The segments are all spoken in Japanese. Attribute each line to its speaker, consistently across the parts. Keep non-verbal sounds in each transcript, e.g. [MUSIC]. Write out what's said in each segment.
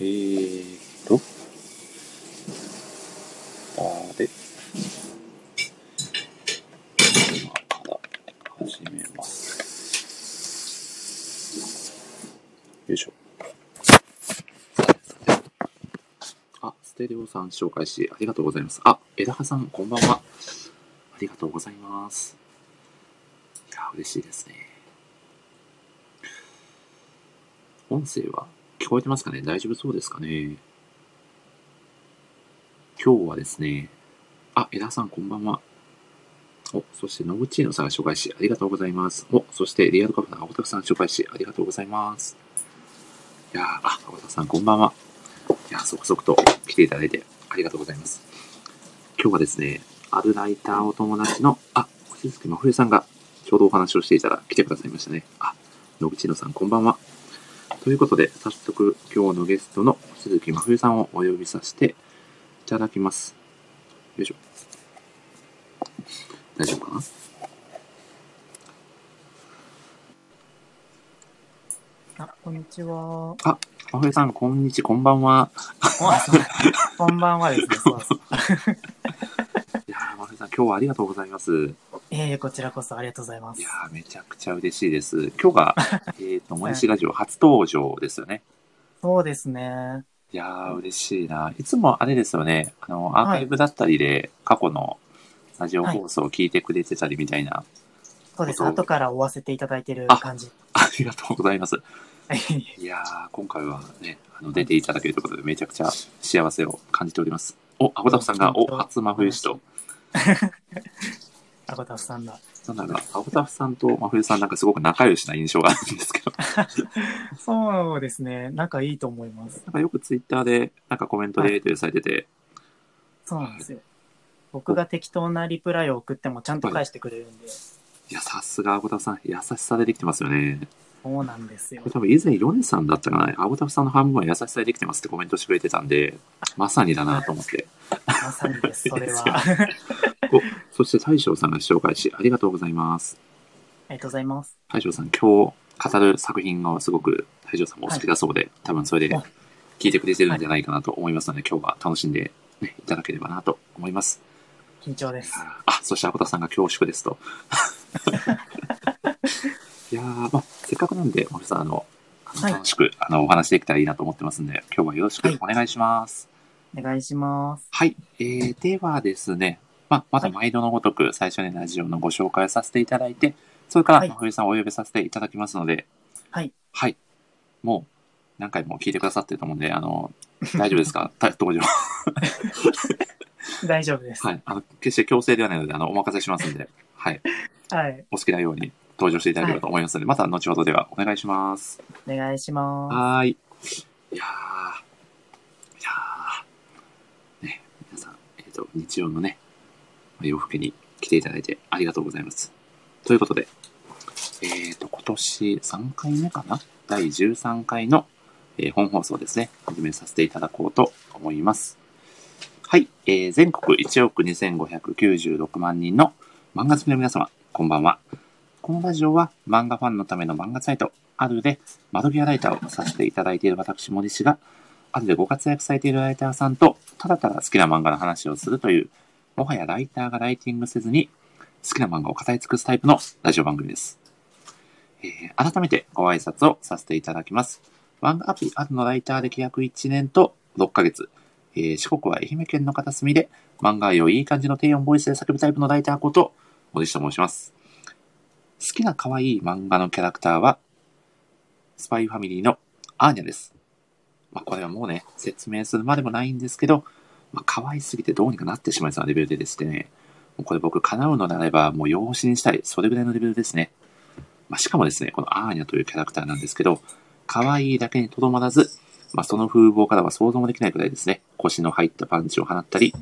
Speaker 1: えーと、あーで、今から始めます。よいしょ。あ、ステレオさん紹介しありがとうございます。あ、枝葉さんこんばんは。ありがとうございます。いや、嬉しいですね。音声は聞こえてますかね大丈夫そうですかね今日はですね、あ、枝さんこんばんは。お、そして、ノブチーノさん紹介し、ありがとうございます。お、そして、リアルカフェの青田さん紹介し、ありがとうございます。いやーあ、青田さんこんばんは。いやー続々と来ていただいて、ありがとうございます。今日はですね、あるライターお友達の、あ、星月真冬さんが、ちょうどお話をしていたら来てくださいましたね。あ、野口野さんこんばんは。ということで、早速今日のゲストの星月真冬さんをお呼びさせていただきます。よいしょ。大丈夫かな
Speaker 2: あ、こんにち [LAUGHS] は。
Speaker 1: 真冬さん、こんにちは、こんばんは。
Speaker 2: おあそうこんばんはですね。 [LAUGHS] そうそう。
Speaker 1: いやー、真冬さん、今日はありがとうございます。
Speaker 2: ええこちらこそありがとうございます
Speaker 1: いや。ー、めちゃくちゃ嬉しいです。今日が、えっと、もやしラジオ初登場ですよね。
Speaker 2: そうですね。
Speaker 1: いやー、嬉しいな。いつもあれですよね、あの、アーカイブだったりで、過去のラジオ放送を聞いてくれてたりみたいな、
Speaker 2: そうです。
Speaker 1: そう
Speaker 2: 後から追わせていただいてる
Speaker 1: あ
Speaker 2: 感じ。
Speaker 1: ありがとうございます。
Speaker 2: はい
Speaker 1: いやー、今回はね、あの出ていただけるということで、めちゃくちゃ幸せを感じております。お、アボタフさんが、お、初真冬氏と。
Speaker 2: あこたふさんだ。
Speaker 1: なんだか、アボタフさんと真冬さんなんかすごく仲良しな印象があるんですけど、
Speaker 2: そうですね。仲いいと思います。
Speaker 1: なんかよくツイッターで、なんかコメントでやり取りされてて、
Speaker 2: そうなんですよ。僕が適当なリプライを送ってもちゃんと返してくれるんで。
Speaker 1: いや、さすがアボタフさん、優しさでできてますよね。
Speaker 2: そうなんですよ
Speaker 1: これ。多分以前、ヨネさんだったかな、アボタフさんの半分は優しさでできてますってコメントしてくれてたんで、まさにだなと思って。
Speaker 2: まさに [LAUGHS] です。それは。
Speaker 1: いい
Speaker 2: あ
Speaker 1: そして大将さんが紹介し、ありがとうございます。
Speaker 2: りがとうございます。
Speaker 1: 大将さん、今日語る作品がすごく大将さんもお好きだそうで、多分それで
Speaker 2: あ
Speaker 1: 聞いてくれてるんじゃないかなと思いますので、今日は楽しんで、ね、いただければなと思います。
Speaker 2: 緊張です。
Speaker 1: あ、そしてアコタさんが恐縮です [LAUGHS] と。いやー、まあ、せっかくなんで、森さん、あの、あの
Speaker 2: はい
Speaker 1: 楽しく、あの、お話できたらいいなと思ってますんで、今日はよろしくお願いします。
Speaker 2: お願いします。
Speaker 1: はい、えー、ではですね、まあ、また
Speaker 2: はい
Speaker 1: 毎度のごとく最初にラジオのご紹介をさせていただいて、それから、
Speaker 2: はい
Speaker 1: 真冬さんをお呼びさせていただきますので、
Speaker 2: はい。
Speaker 1: はい。もう、何回も聞いてくださってると思うんで、あの、大丈夫です
Speaker 2: [LAUGHS]
Speaker 1: か大登場。
Speaker 2: 大丈夫です。
Speaker 1: はい。あの、決して強制ではないので、あの、お任せしますんで、はい。
Speaker 2: はい。
Speaker 1: お好きなように登場していただければと思いますので、また後ほどではお願いします。
Speaker 2: お願いしま
Speaker 1: はーい。いやー、いやー、ね、皆さん、えっ、と、日曜のね、洋服に来ていただいてありがとうございます。ということで、えっ、と、今年3回目かな第13回の、えー本放送ですね、始めさせていただこうと思います。はい、えー全国1億2596万人の漫画好きの皆様、こんばんは。このラジオは漫画ファンのための漫画サイト、あるで窓際ライターをさせていただいている私、森氏が、あるでご活躍されているライターさんと、ただただ好きな漫画の話をするという、もはやライターがライティングせずに、好きな漫画を語り尽くすタイプのラジオ番組です。えー改めてご挨拶をさせていただきます。漫画アプリあるのライター歴約1年と6ヶ月。えー四国は愛媛県の片隅で、漫画愛をいい感じの低音ボイスで叫ぶタイプのライターこと、森氏と申します。好きな可愛い漫画のキャラクターは、スパイファミリーのアーニャです。まあ、これはもうね、説明するまでもないんですけど、まあ、可愛すぎてどうにかなってしまいそうなレベルでですね、もうこれ僕叶うのならばもう養子にしたい、それぐらいのレベルですね。まあ、しかもですね、このアーニャというキャラクターなんですけど、可愛いだけにとどまらず、まあ、その風貌からは想像もできないくらいですね、腰の入ったパンチを放ったり、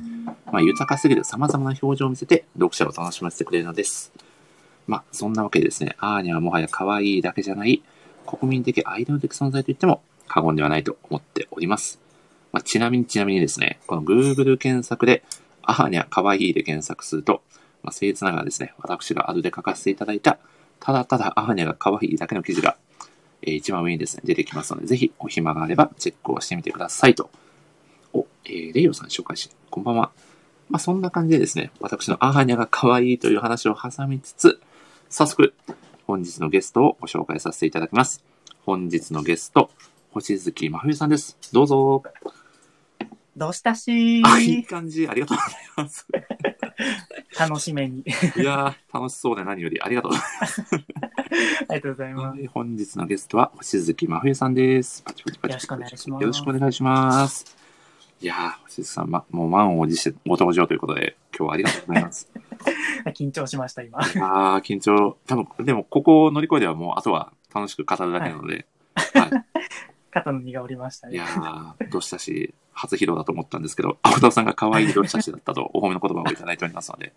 Speaker 1: まあ、豊かすぎる様々な表情を見せて、読者を楽しませてくれるのです。まあ、そんなわけでですね、アーニャはもはや可愛いだけじゃない、国民的アイドル的存在と言っても過言ではないと思っております。まあ、ちなみにちなみにですね、この Google 検索で、アーニャ可愛いで検索すると、まあ、僭越ながらですね、私がアドで書かせていただいた、ただただアーニャが可愛いだけの記事が、えー一番上にですね、出てきますので、ぜひお暇があればチェックをしてみてくださいと。お、えー、レイオさん紹介し、こんばんは。まあ、そんな感じでですね、私のアーニャが可愛いという話を挟みつつ、早速、本日のゲストをご紹介させていただきます。本日のゲスト、星月真冬さんです。どうぞ。
Speaker 2: どうしたし
Speaker 1: あ、いい感じ。ありがとうございます。
Speaker 2: 楽しめに。 [LAUGHS]
Speaker 1: いやー、楽しそうで何よりありがとうございます
Speaker 2: ありがとうございます。
Speaker 1: はい本日のゲストは星月真冬さんです。パチパチパチ
Speaker 2: よろしくお願いします
Speaker 1: よろしくお願いします。いやー、星月さん、ま、もう満を持してご登場ということで、今日はありがとうござい
Speaker 2: [LAUGHS]
Speaker 1: ます。
Speaker 2: 緊張しました、
Speaker 1: [LAUGHS]
Speaker 2: 今。
Speaker 1: あー、緊張。多分、でも、ここを乗り越えればもう、あとは楽しく語るだけなので、はい。
Speaker 2: 肩の荷が下りました
Speaker 1: い、や
Speaker 2: ね。
Speaker 1: ー、どうしたし、初披露だと思ったんですけど、青田さんが可愛いどうしたしだったと、お褒めの言葉をいただいておりますので、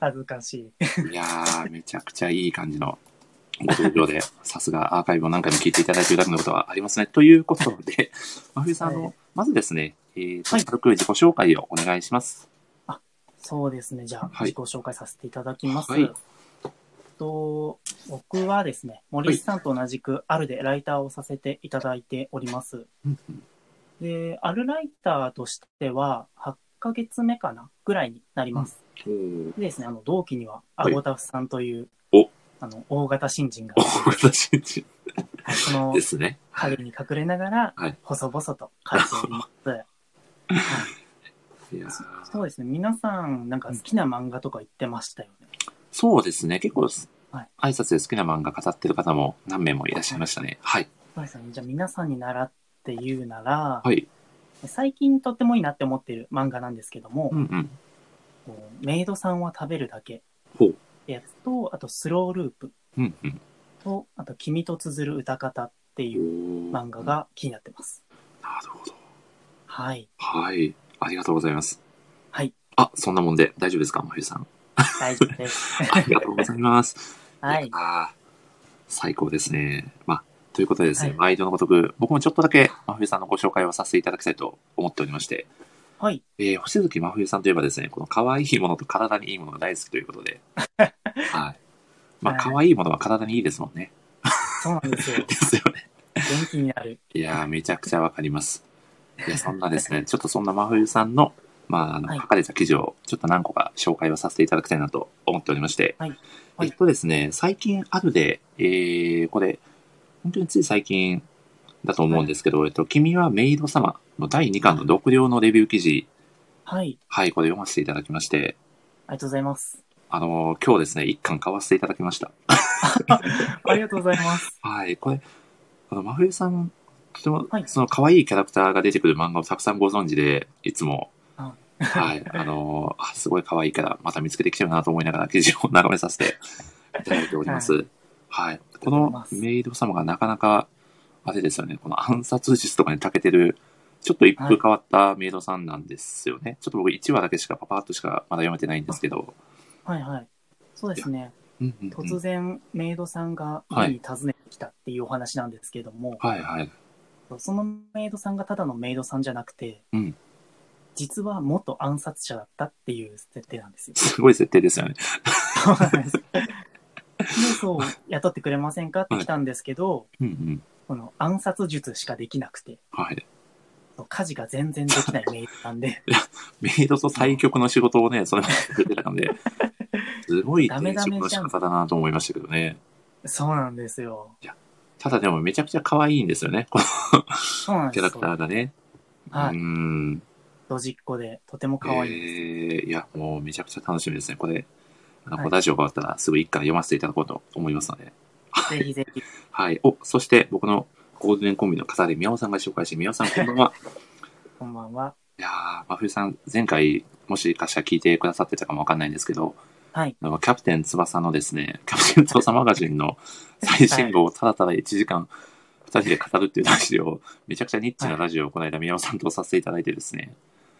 Speaker 2: 恥ずかしい。
Speaker 1: いやー、めちゃくちゃいい感じのご登場で、さすがアーカイブを何回も聞いていただいているだけのことはありますね。ということで、真冬さん、あ
Speaker 2: は
Speaker 1: の
Speaker 2: い、
Speaker 1: まずですね、えーと、
Speaker 2: はい
Speaker 1: 軽く自己紹介をお願いします。
Speaker 2: そうですね。じゃあ、
Speaker 1: はい
Speaker 2: 自己紹介させていただきます。
Speaker 1: はい
Speaker 2: と僕はですね、森内さんと同じく、あるでライターをさせていただいております。
Speaker 1: うんうん
Speaker 2: で、あるライターとしては、8ヶ月目かなぐらいになります。でですね、あの、同期には、アゴタフさんという、
Speaker 1: はいお
Speaker 2: あの、大型新人が、
Speaker 1: お私
Speaker 2: はいその
Speaker 1: で、すね。
Speaker 2: 影に隠れながら
Speaker 1: はい、
Speaker 2: 細々と書いております。
Speaker 1: いやー
Speaker 2: そうですね、皆さん、なんか好きな漫画とか言ってましたよね。
Speaker 1: そうですね、結構、
Speaker 2: はい
Speaker 1: 挨拶で好きな漫画語ってる方も何名もいらっしゃいましたね。はい。
Speaker 2: そうですね、じゃあ皆さんに習って言うなら、
Speaker 1: はい。
Speaker 2: 最近とってもいいなって思ってる漫画なんですけども、
Speaker 1: うんうん。
Speaker 2: こうメイドさんは食べるだけっ
Speaker 1: ほう。
Speaker 2: てやつと、あとスローループ
Speaker 1: うんうん。
Speaker 2: と、あと君と綴る歌方っていう
Speaker 1: おー
Speaker 2: 漫画。が気になってます。
Speaker 1: なるほど。
Speaker 2: はい。
Speaker 1: はい。ありがとうございます。
Speaker 2: はい。
Speaker 1: あ、そんなもんで大丈夫ですか、真冬さ
Speaker 2: [LAUGHS]
Speaker 1: ん。
Speaker 2: 大丈夫です。 [LAUGHS]
Speaker 1: ありがとうございます。
Speaker 2: はいい。
Speaker 1: やー。最高ですね。まあ、ということでですね、
Speaker 2: はい
Speaker 1: 毎度のごとく、僕もちょっとだけ真冬さんのご紹介をさせていただきたいと思っておりまして、
Speaker 2: はい。
Speaker 1: えー、星月真冬さんといえばですね、この可愛いものと体にいいものが大好きということ
Speaker 2: [LAUGHS]
Speaker 1: で、はい。まあ、
Speaker 2: はい
Speaker 1: 可愛いものは体にいいですもんね。
Speaker 2: そうなんですよ。
Speaker 1: ですよね。
Speaker 2: 元気になる。
Speaker 1: いやー、めちゃくちゃわかります。いや、そんなです
Speaker 2: [LAUGHS]
Speaker 1: ね、ちょっとそんな真冬さんの、まあ、あの、
Speaker 2: はい
Speaker 1: 書かれた記事を、ちょっと何個か紹介をさせていただきたいなと思っておりまして、
Speaker 2: はいはい
Speaker 1: えっとですね、最近あるで、えー、これ、本当につい最近だと思うんですけど、えっと、君はメイド様の第2巻の読量のレビュー記事、
Speaker 2: はい。
Speaker 1: はい、これ読ませていただきまして、
Speaker 2: ありがとうございます。
Speaker 1: あのー今日ですね、1巻買わせていただきました。
Speaker 2: ありがとうございます。
Speaker 1: はい、これ、あの、真冬さん、とても
Speaker 2: は、い
Speaker 1: その可愛いキャラクターが出てくる漫画をたくさんご存知で、いつも、
Speaker 2: あ
Speaker 1: はい、あのーあすごい可愛いキャラ、また見つけてきてるなと思いながら記事を眺めさせていただいております。はい、このメイド様がなかなか、あれですよね、この暗殺術とかに長けてる、ちょっと一風変わったメイドさんなんですよね。ちょっと僕1話だけしかパパッとしかまだ読めてないんですけど。
Speaker 2: はいはい。そうですね。
Speaker 1: うんうんうん
Speaker 2: 突然、メイドさんが家に訪ねてきたっていうお話なんですけども、
Speaker 1: はいはい。
Speaker 2: そのメイドさんがただのメイドさんじゃなくて、
Speaker 1: うん。
Speaker 2: 実は元暗殺者だったっていう設定なんですよ
Speaker 1: [LAUGHS] すごい設定ですよね。
Speaker 2: そうなんです。で、そう、雇ってくれませんかって来たんですけど、
Speaker 1: うんうん。
Speaker 2: この暗殺術しかできなくて、
Speaker 1: はい。
Speaker 2: 家事が全然できないメイドさ
Speaker 1: [LAUGHS]
Speaker 2: んで、
Speaker 1: メイドと対局の仕事をね、それまでやってたの
Speaker 2: [LAUGHS]
Speaker 1: で、すごい転職の仕方だなと思いましたけどね。
Speaker 2: そうなんですよ。
Speaker 1: ただでもめちゃくちゃ可愛いんですよね、この
Speaker 2: そうなん
Speaker 1: キ
Speaker 2: です
Speaker 1: ャ
Speaker 2: よ。
Speaker 1: ラクターがね。
Speaker 2: は
Speaker 1: う
Speaker 2: い。
Speaker 1: ーん。
Speaker 2: ドジっ子で、とても可愛いんで
Speaker 1: え
Speaker 2: す。
Speaker 1: ーいや、もうめちゃくちゃ楽しみですね。これ、あの、
Speaker 2: はい
Speaker 1: このラジオが終わったらすぐ一巻読ませていただこうと思いますので。
Speaker 2: ぜひぜひ。
Speaker 1: はい。お、そして僕のゴールデンコンビの方で宮尾さんが紹介して、宮尾さんこんばんは。
Speaker 2: こんばんは。
Speaker 1: いやー、真冬さん、前回、もしかしたら聞いてくださってたかもわかんないんですけど、
Speaker 2: はい。
Speaker 1: あのキャプテン翼のですね、キャプテン翼マガジンの最新号をただただ1時間2人で語るっていうラジオを、めちゃくちゃニッチなラジオをこの間宮尾さんとさせていただいてですね、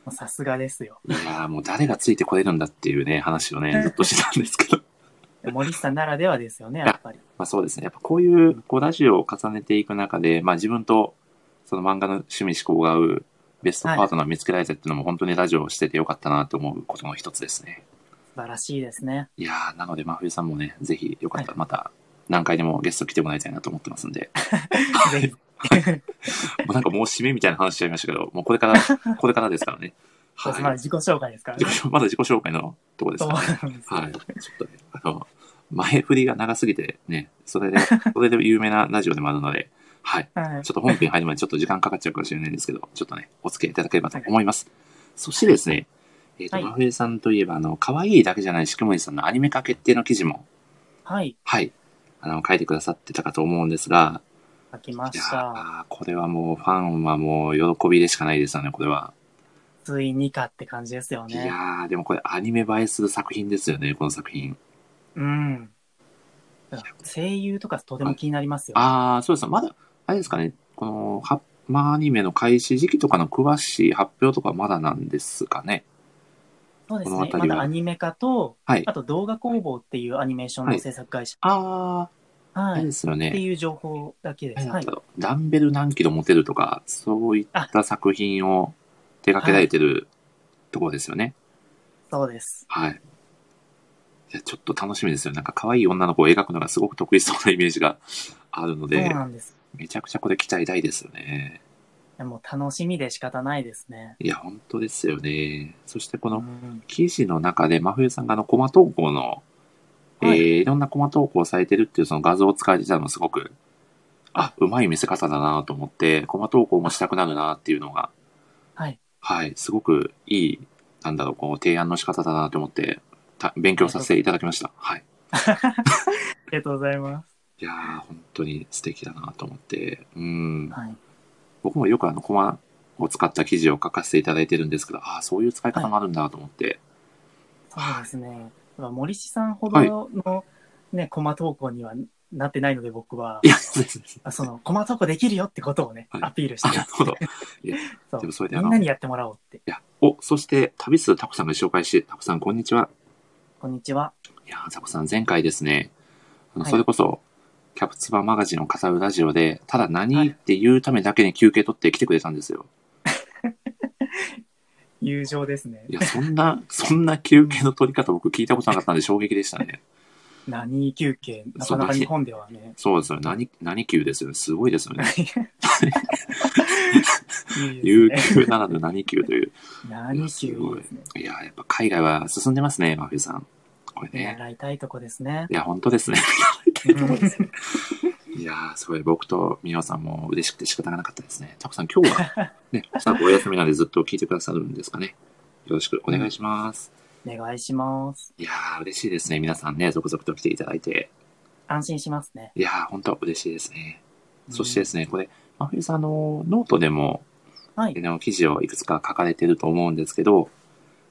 Speaker 2: もうさすがですよ。
Speaker 1: いやーもう誰がついてこれるんだっていうね、話をね、ずっとしてたんですけど、 [LAUGHS]
Speaker 2: 森下ならではですよね、やっぱり。
Speaker 1: まあそうですね、やっぱこういうこうラジオを重ねていく中で、まあ自分とその漫画の趣味思考が合うベストパートナーを見つけられたっていうのも本当にラジオをしててよかったなと思うことの一つですね。
Speaker 2: 素晴らしいですね。
Speaker 1: いやーなので、真冬さんもね、ぜひよかったらまた何回でもゲスト来てもらいたいなと思ってますんで、
Speaker 2: ぜひ。
Speaker 1: もうなんかもう締めみたいな話しちゃいましたけど、もうこれから、これからですからね。
Speaker 2: ま
Speaker 1: はい。
Speaker 2: だ自己紹介ですからね。
Speaker 1: 自己まだ自己紹介のとこです
Speaker 2: そ
Speaker 1: か
Speaker 2: う
Speaker 1: らね。
Speaker 2: なんですよ
Speaker 1: はい。ちょっとね、あの、前振りが長すぎてね、それで、それで有名なラジオでもあるので、はい。
Speaker 2: はい
Speaker 1: ちょっと本編入るまでちょっと時間かかっちゃうかもしれないんですけど、ちょっとね、お付き合いいただければと思います。そしてですね、えっ、と、
Speaker 2: はい
Speaker 1: 真冬さんといえば、あの、可愛いだけじゃないしくもりさんのアニメ化決定の記事も、
Speaker 2: はい、
Speaker 1: はい、あの、書いてくださってたかと思うんですが、
Speaker 2: 書きま
Speaker 1: い
Speaker 2: し
Speaker 1: や
Speaker 2: た。
Speaker 1: ーこれはもう、ファンはもう、喜びでしかないですよね、これは。
Speaker 2: ついにかって感じですよ
Speaker 1: いや
Speaker 2: ね。
Speaker 1: ー、でもこれ、アニメ映えする作品ですよね、この作品。
Speaker 2: うん。だから声優とかとても気になりますよ。
Speaker 1: ああ、そうですね。まだ、あれですかね、この、は、まあ、アニメの開始時期とかの詳しい発表とかまだなんですかね。
Speaker 2: そうです
Speaker 1: この
Speaker 2: ね。ま
Speaker 1: 辺りは
Speaker 2: だアニメ化と、
Speaker 1: はい
Speaker 2: あ。と動画工房っていうアニメーションの制作会社、
Speaker 1: ああ、あ
Speaker 2: はい
Speaker 1: れですよ
Speaker 2: って
Speaker 1: ね。
Speaker 2: いう情報だけです。
Speaker 1: な
Speaker 2: は
Speaker 1: ん
Speaker 2: い
Speaker 1: だ、ろうダンベル何キロ持てるとか、そういった作品を手掛けられてるところですよね。
Speaker 2: そうです。
Speaker 1: はい。いや、ちょっと楽しみですよ。なんか可愛い女の子を描くのがすごく得意そうなイメージがあるの
Speaker 2: そう
Speaker 1: で、
Speaker 2: なんです。
Speaker 1: めちゃくちゃこれ期待大ですよね。
Speaker 2: いやもう楽しみで仕方ないですね。
Speaker 1: いや、本当ですよね。そしてこ
Speaker 2: う
Speaker 1: の
Speaker 2: ん、
Speaker 1: 記事の中で真冬さんがあのコマ投稿の、、
Speaker 2: はいい
Speaker 1: えーいろんなコマ投稿されてるっていうその画像を使えてたのすごく、あ、うまい見せ方だなと思って、コマ投稿もしたくなるなっていうのが、
Speaker 2: はい。
Speaker 1: はい、すごくいい、なんだろう、こう、提案の仕方だなと思って、た勉強させていただきました。はい。
Speaker 2: ありがとうございます。
Speaker 1: いやー、本当に素敵だなと思って、うん。
Speaker 2: はい。
Speaker 1: 僕もよくあのコマを使った記事を書かせていただいてるんですけど、ああ、そういう使い方もあるんだと思って、
Speaker 2: そうですね。まあ森氏さんほ
Speaker 1: は
Speaker 2: ど
Speaker 1: い
Speaker 2: のね、コマ投稿にはなってないので僕は、
Speaker 1: い、や、そうです。
Speaker 2: あその、コマ投稿できるよってことをね、
Speaker 1: はい
Speaker 2: アピールし
Speaker 1: あ
Speaker 2: て
Speaker 1: な
Speaker 2: ま
Speaker 1: る
Speaker 2: す。
Speaker 1: ほど。
Speaker 2: そ
Speaker 1: でもそれ
Speaker 2: う。
Speaker 1: であ
Speaker 2: み
Speaker 1: の
Speaker 2: んなにやってもらおうって。
Speaker 1: いや、お、そして、旅するタコさんが紹介して、タコさん、こんにちは。
Speaker 2: こんにちは。
Speaker 1: いやー、タコさん、前回ですね、あの、
Speaker 2: はい
Speaker 1: それこそ、キャプツバマガジンを語るラジオで、ただ
Speaker 2: は
Speaker 1: 何
Speaker 2: い
Speaker 1: って言うためだけに休憩取って来てくれたんですよ。
Speaker 2: 友情ですね
Speaker 1: い。や、そん
Speaker 2: [LAUGHS]
Speaker 1: な、そんな休憩の取り方、僕聞いたことなかったんで、衝撃でしたね。
Speaker 2: 何休憩、な
Speaker 1: そ
Speaker 2: か
Speaker 1: う
Speaker 2: なか日本ではね。
Speaker 1: そうですよ。何、何休ですよね。すごいですよね。
Speaker 2: いい
Speaker 1: 有
Speaker 2: ですね
Speaker 1: 休ならぬ何休という。
Speaker 2: [LAUGHS] 何休いいですね。
Speaker 1: いやー、やっぱ海外は進んでますね、マフィさん。これ
Speaker 2: 見
Speaker 1: ね。
Speaker 2: 習いたいとこですね。
Speaker 1: いや、本当ですね。 [LAUGHS]
Speaker 2: うん
Speaker 1: いやー、すごい僕と美穂さんも嬉しくて仕方がなかったですね。タコさん、今日
Speaker 2: [LAUGHS]
Speaker 1: はね、スタッフお休みなんでずっと聞いてくださるんですかね。よろしくお願いします。
Speaker 2: お願いします。
Speaker 1: いやー、嬉しいですね。皆さんね、続々と来ていただいて。
Speaker 2: 安心しますね。
Speaker 1: いやー、本当嬉しいですね。そしてで
Speaker 2: うん、
Speaker 1: すね、これ、真冬さん、あの、ノートでも、
Speaker 2: はい
Speaker 1: あの記事をいくつか書かれてると思うんですけど、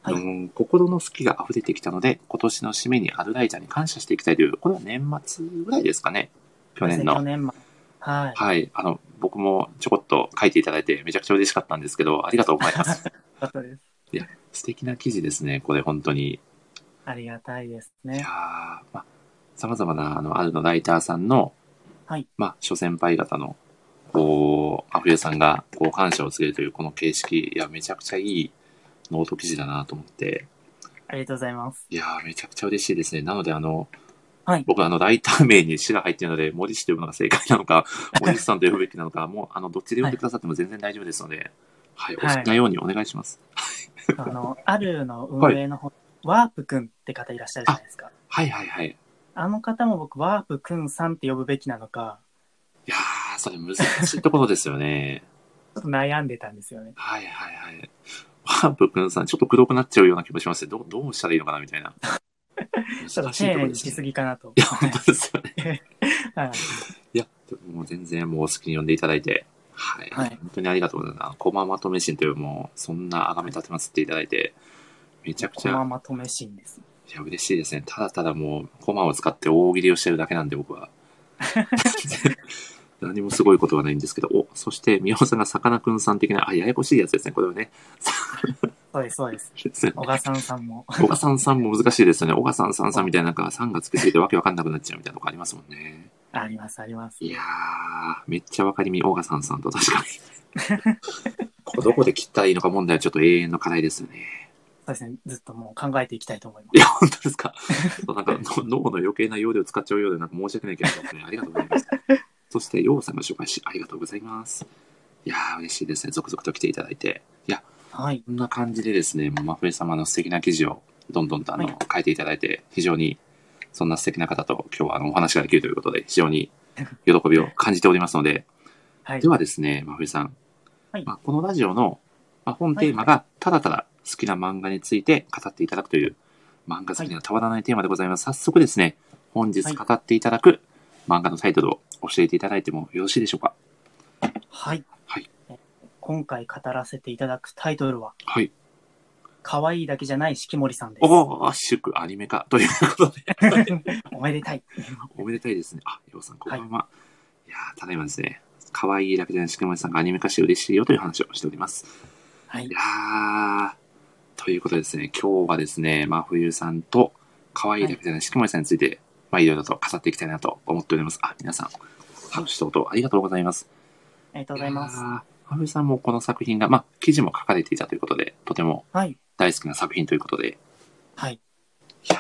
Speaker 2: はい
Speaker 1: うん心の隙が溢れてきたので、今年の締めにアルライターに感謝していきたいという、これは年末ぐらいですかね。去年の
Speaker 2: 去。年も。はい。
Speaker 1: はい。あの、僕もちょこっと書いていただいてめちゃくちゃ嬉しかったんですけど、ありがとうござい
Speaker 2: [LAUGHS]
Speaker 1: ます。
Speaker 2: よかったです。
Speaker 1: 素敵な記事ですね、これ本当に。
Speaker 2: ありがたいです
Speaker 1: いやー
Speaker 2: ね。
Speaker 1: まあ、様々な、あの、あるのライターさんの、
Speaker 2: はい
Speaker 1: まあ、諸先輩方の、こう、アフエさんが、こう、感謝を告げるという、この形式、いや、めちゃくちゃいいノート記事だなと思って、
Speaker 2: ありがとうございます。
Speaker 1: いやーめちゃくちゃ嬉しいですね。なので、あの、
Speaker 2: はい
Speaker 1: 僕、あの、ライター名に詩が入っているので、森氏と呼ぶのが正解なの
Speaker 2: [LAUGHS]
Speaker 1: か、森氏さんと呼ぶべきなのか、もう、あの、どっちで呼んでくださっても全然大丈夫ですので、はい、お
Speaker 2: はい
Speaker 1: 好きなようにお願いします。
Speaker 2: あの、あるの運営の方、ワープくんって方いらっしゃるじゃないですか。
Speaker 1: はい、はい、はい。い
Speaker 2: あの方も僕、ワープくんさんって呼ぶべきなのか、
Speaker 1: やー、それ難しいところですよね。
Speaker 2: ちょっと悩んでたんですよね。
Speaker 1: はい、はい、はい。ワープくんさん、ちょっと黒くなっちゃうような気もしますね。どう、どうしたらいいのかな、みたいな。
Speaker 2: [LAUGHS] ちょっと
Speaker 1: 難しいとこ
Speaker 2: 丁寧
Speaker 1: ろで
Speaker 2: にし
Speaker 1: す
Speaker 2: す
Speaker 1: ね。
Speaker 2: ぎかなと
Speaker 1: い。や、本当ですよね。
Speaker 2: はい。
Speaker 1: いや、もう全然もうお好きに呼んでいただいて、はい。
Speaker 2: はい
Speaker 1: 本当にありがとうございます。コマまとめシンというもう、そんな崇め立てまつっていただいて、めちゃくち
Speaker 2: こ
Speaker 1: ゃ、
Speaker 2: ままとめシーンです。
Speaker 1: いや、嬉しいですね。ただただもう、コマを使って大喜利をしてるだけなんで、僕
Speaker 2: [LAUGHS]
Speaker 1: は。何もすごいことはないんですけど、お、そして、宮尾さんがさかなクンさん的な、あ、ややこしいやつですね、これはね。
Speaker 2: そうです、そうです。
Speaker 1: ですね
Speaker 2: 小賀さんさんも。
Speaker 1: 小賀さんさんも難しいですよね。小賀さんさんさんみたいな、なんか、さんがつけすぎてわけわかんなくなっちゃうみたいなとこありますもんね。
Speaker 2: あります、あります。
Speaker 1: いやー、めっちゃわかりみ、オーガさんさんと確かに。ここどこで切ったらいいのか問題はちょっと永遠の課題ですよね。
Speaker 2: そうですね、ずっともう考えていきたいと思いま
Speaker 1: いや、本当ですか。ちょっとなんかの脳の余計な容量を使っちゃうようで、なんか申し訳ないけど、本当にありがとうございます。そして、ようさんが紹介し、ありがとうございます。いやー、嬉しいですね。続々と来ていただいて。いや、
Speaker 2: す。はい。
Speaker 1: こんな感じでですね、もう真冬様の素敵な記事をどんどんとあの、
Speaker 2: はい
Speaker 1: 書いていただいて、非常にそんな素敵な方と今日はあのお話ができるということで、非常に喜びを感じておりますので、
Speaker 2: はい
Speaker 1: で。はですね、真冬さん、
Speaker 2: はい
Speaker 1: まあ、このラジオの、まあ、本テーマがただただ好きな漫画について語っていただくという、漫画好きにはたまらないテーマでございます。早速ですね、本日
Speaker 2: はい
Speaker 1: 語っていただく漫画のタイトルを教えていただいてもよろしいでしょうか。
Speaker 2: はい。
Speaker 1: はい
Speaker 2: 今回語らせていただくタイトルは、
Speaker 1: はい。
Speaker 2: 可愛いだけじゃない式守さんです。
Speaker 1: おー、祝アニメ化ということで、
Speaker 2: [LAUGHS] おめでたい。
Speaker 1: おめでたいですね。あ、ようさん、こんばんは。い、やーただいまですね、可愛いだけじゃないしくもりさんがアニメ化して嬉しいよという話をしております。
Speaker 2: はい
Speaker 1: い。やー、ということでですね、今日はですね、真冬さんと、可愛いだけじゃない、しくもりさんについて、まあ、いろいろと語っていきたいなと思っております。あ、皆さん、拍手と音ありがとうございます。
Speaker 2: ありがとうございます。
Speaker 1: やー。真冬さんもこの作品が、まあ、記事も書かれていたということで、とても
Speaker 2: はい。
Speaker 1: 大好きな作品ということで、
Speaker 2: はい。
Speaker 1: いや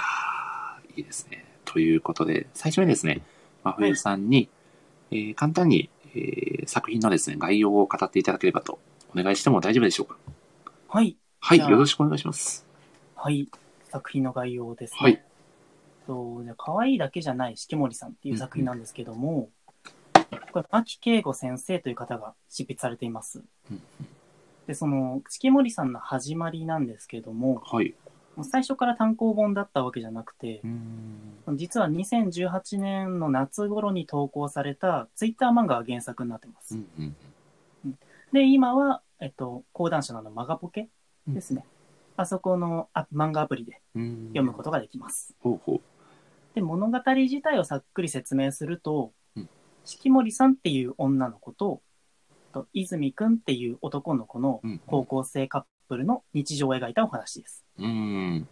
Speaker 1: ーいいですね。ということで、最初にですね、真冬さんに、えー簡単に、えー作品のですね、概要を語っていただければと、お願いしても大丈夫でしょうか。
Speaker 2: はい。
Speaker 1: はい、
Speaker 2: じゃあ
Speaker 1: よろしくお願いします。
Speaker 2: はい。作品の概要ですね。
Speaker 1: はい。
Speaker 2: とじゃあ可愛いだけじゃない式守さんっていう作品なんですけども、これ、牧慶吾先生という方が執筆されています
Speaker 1: うん。
Speaker 2: で、その、式守さんの始まりなんですけども、
Speaker 1: はい。
Speaker 2: もう最初から単行本だったわけじゃなくて、実は2018年の夏頃に投稿されたツイッター漫画が原作になってます。
Speaker 1: うんうん
Speaker 2: で、今は、えっと、講談社のあのマガポケ
Speaker 1: うん
Speaker 2: ですね。あそこのあ漫画アプリで
Speaker 1: うん
Speaker 2: 読むことができます。
Speaker 1: ほうほう。
Speaker 2: で、物語自体をさっくり説明すると
Speaker 1: うん、
Speaker 2: 四季森さんっていう女の子と、と泉くんっていう男の子の
Speaker 1: うん
Speaker 2: 高校生カップルの日常を描いたお話です。
Speaker 1: うん。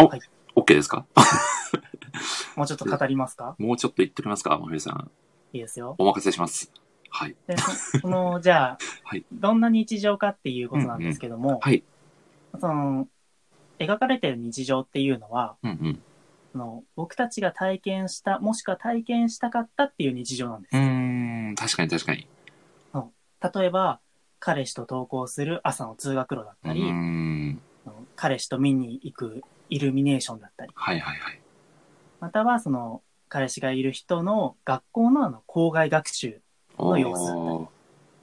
Speaker 1: お、
Speaker 2: はい
Speaker 1: OK ですか
Speaker 2: もうちょっと語りますか
Speaker 1: もうちょっと言っときますか、真冬さん。
Speaker 2: いいですよ。
Speaker 1: お任せします。はい。
Speaker 2: で、そその、じゃあ、
Speaker 1: [LAUGHS] はい
Speaker 2: どんな日常かっていうことなんですけども、
Speaker 1: はい。
Speaker 2: その、描かれてる日常っていうのは、
Speaker 1: うんうん。
Speaker 2: その僕たちが体験した、もしくは体験したかったっていう日常なんです。
Speaker 1: うん、確かに確かに。
Speaker 2: 例えば、彼氏と登校する朝の通学路だっ
Speaker 1: う
Speaker 2: たり、
Speaker 1: ん。
Speaker 2: その彼氏と見に行くイルミネーションだったり、
Speaker 1: はいはいはい。
Speaker 2: またはその、彼氏がいる人の学校のあの校外学習
Speaker 1: お
Speaker 2: の様子
Speaker 1: ー
Speaker 2: っ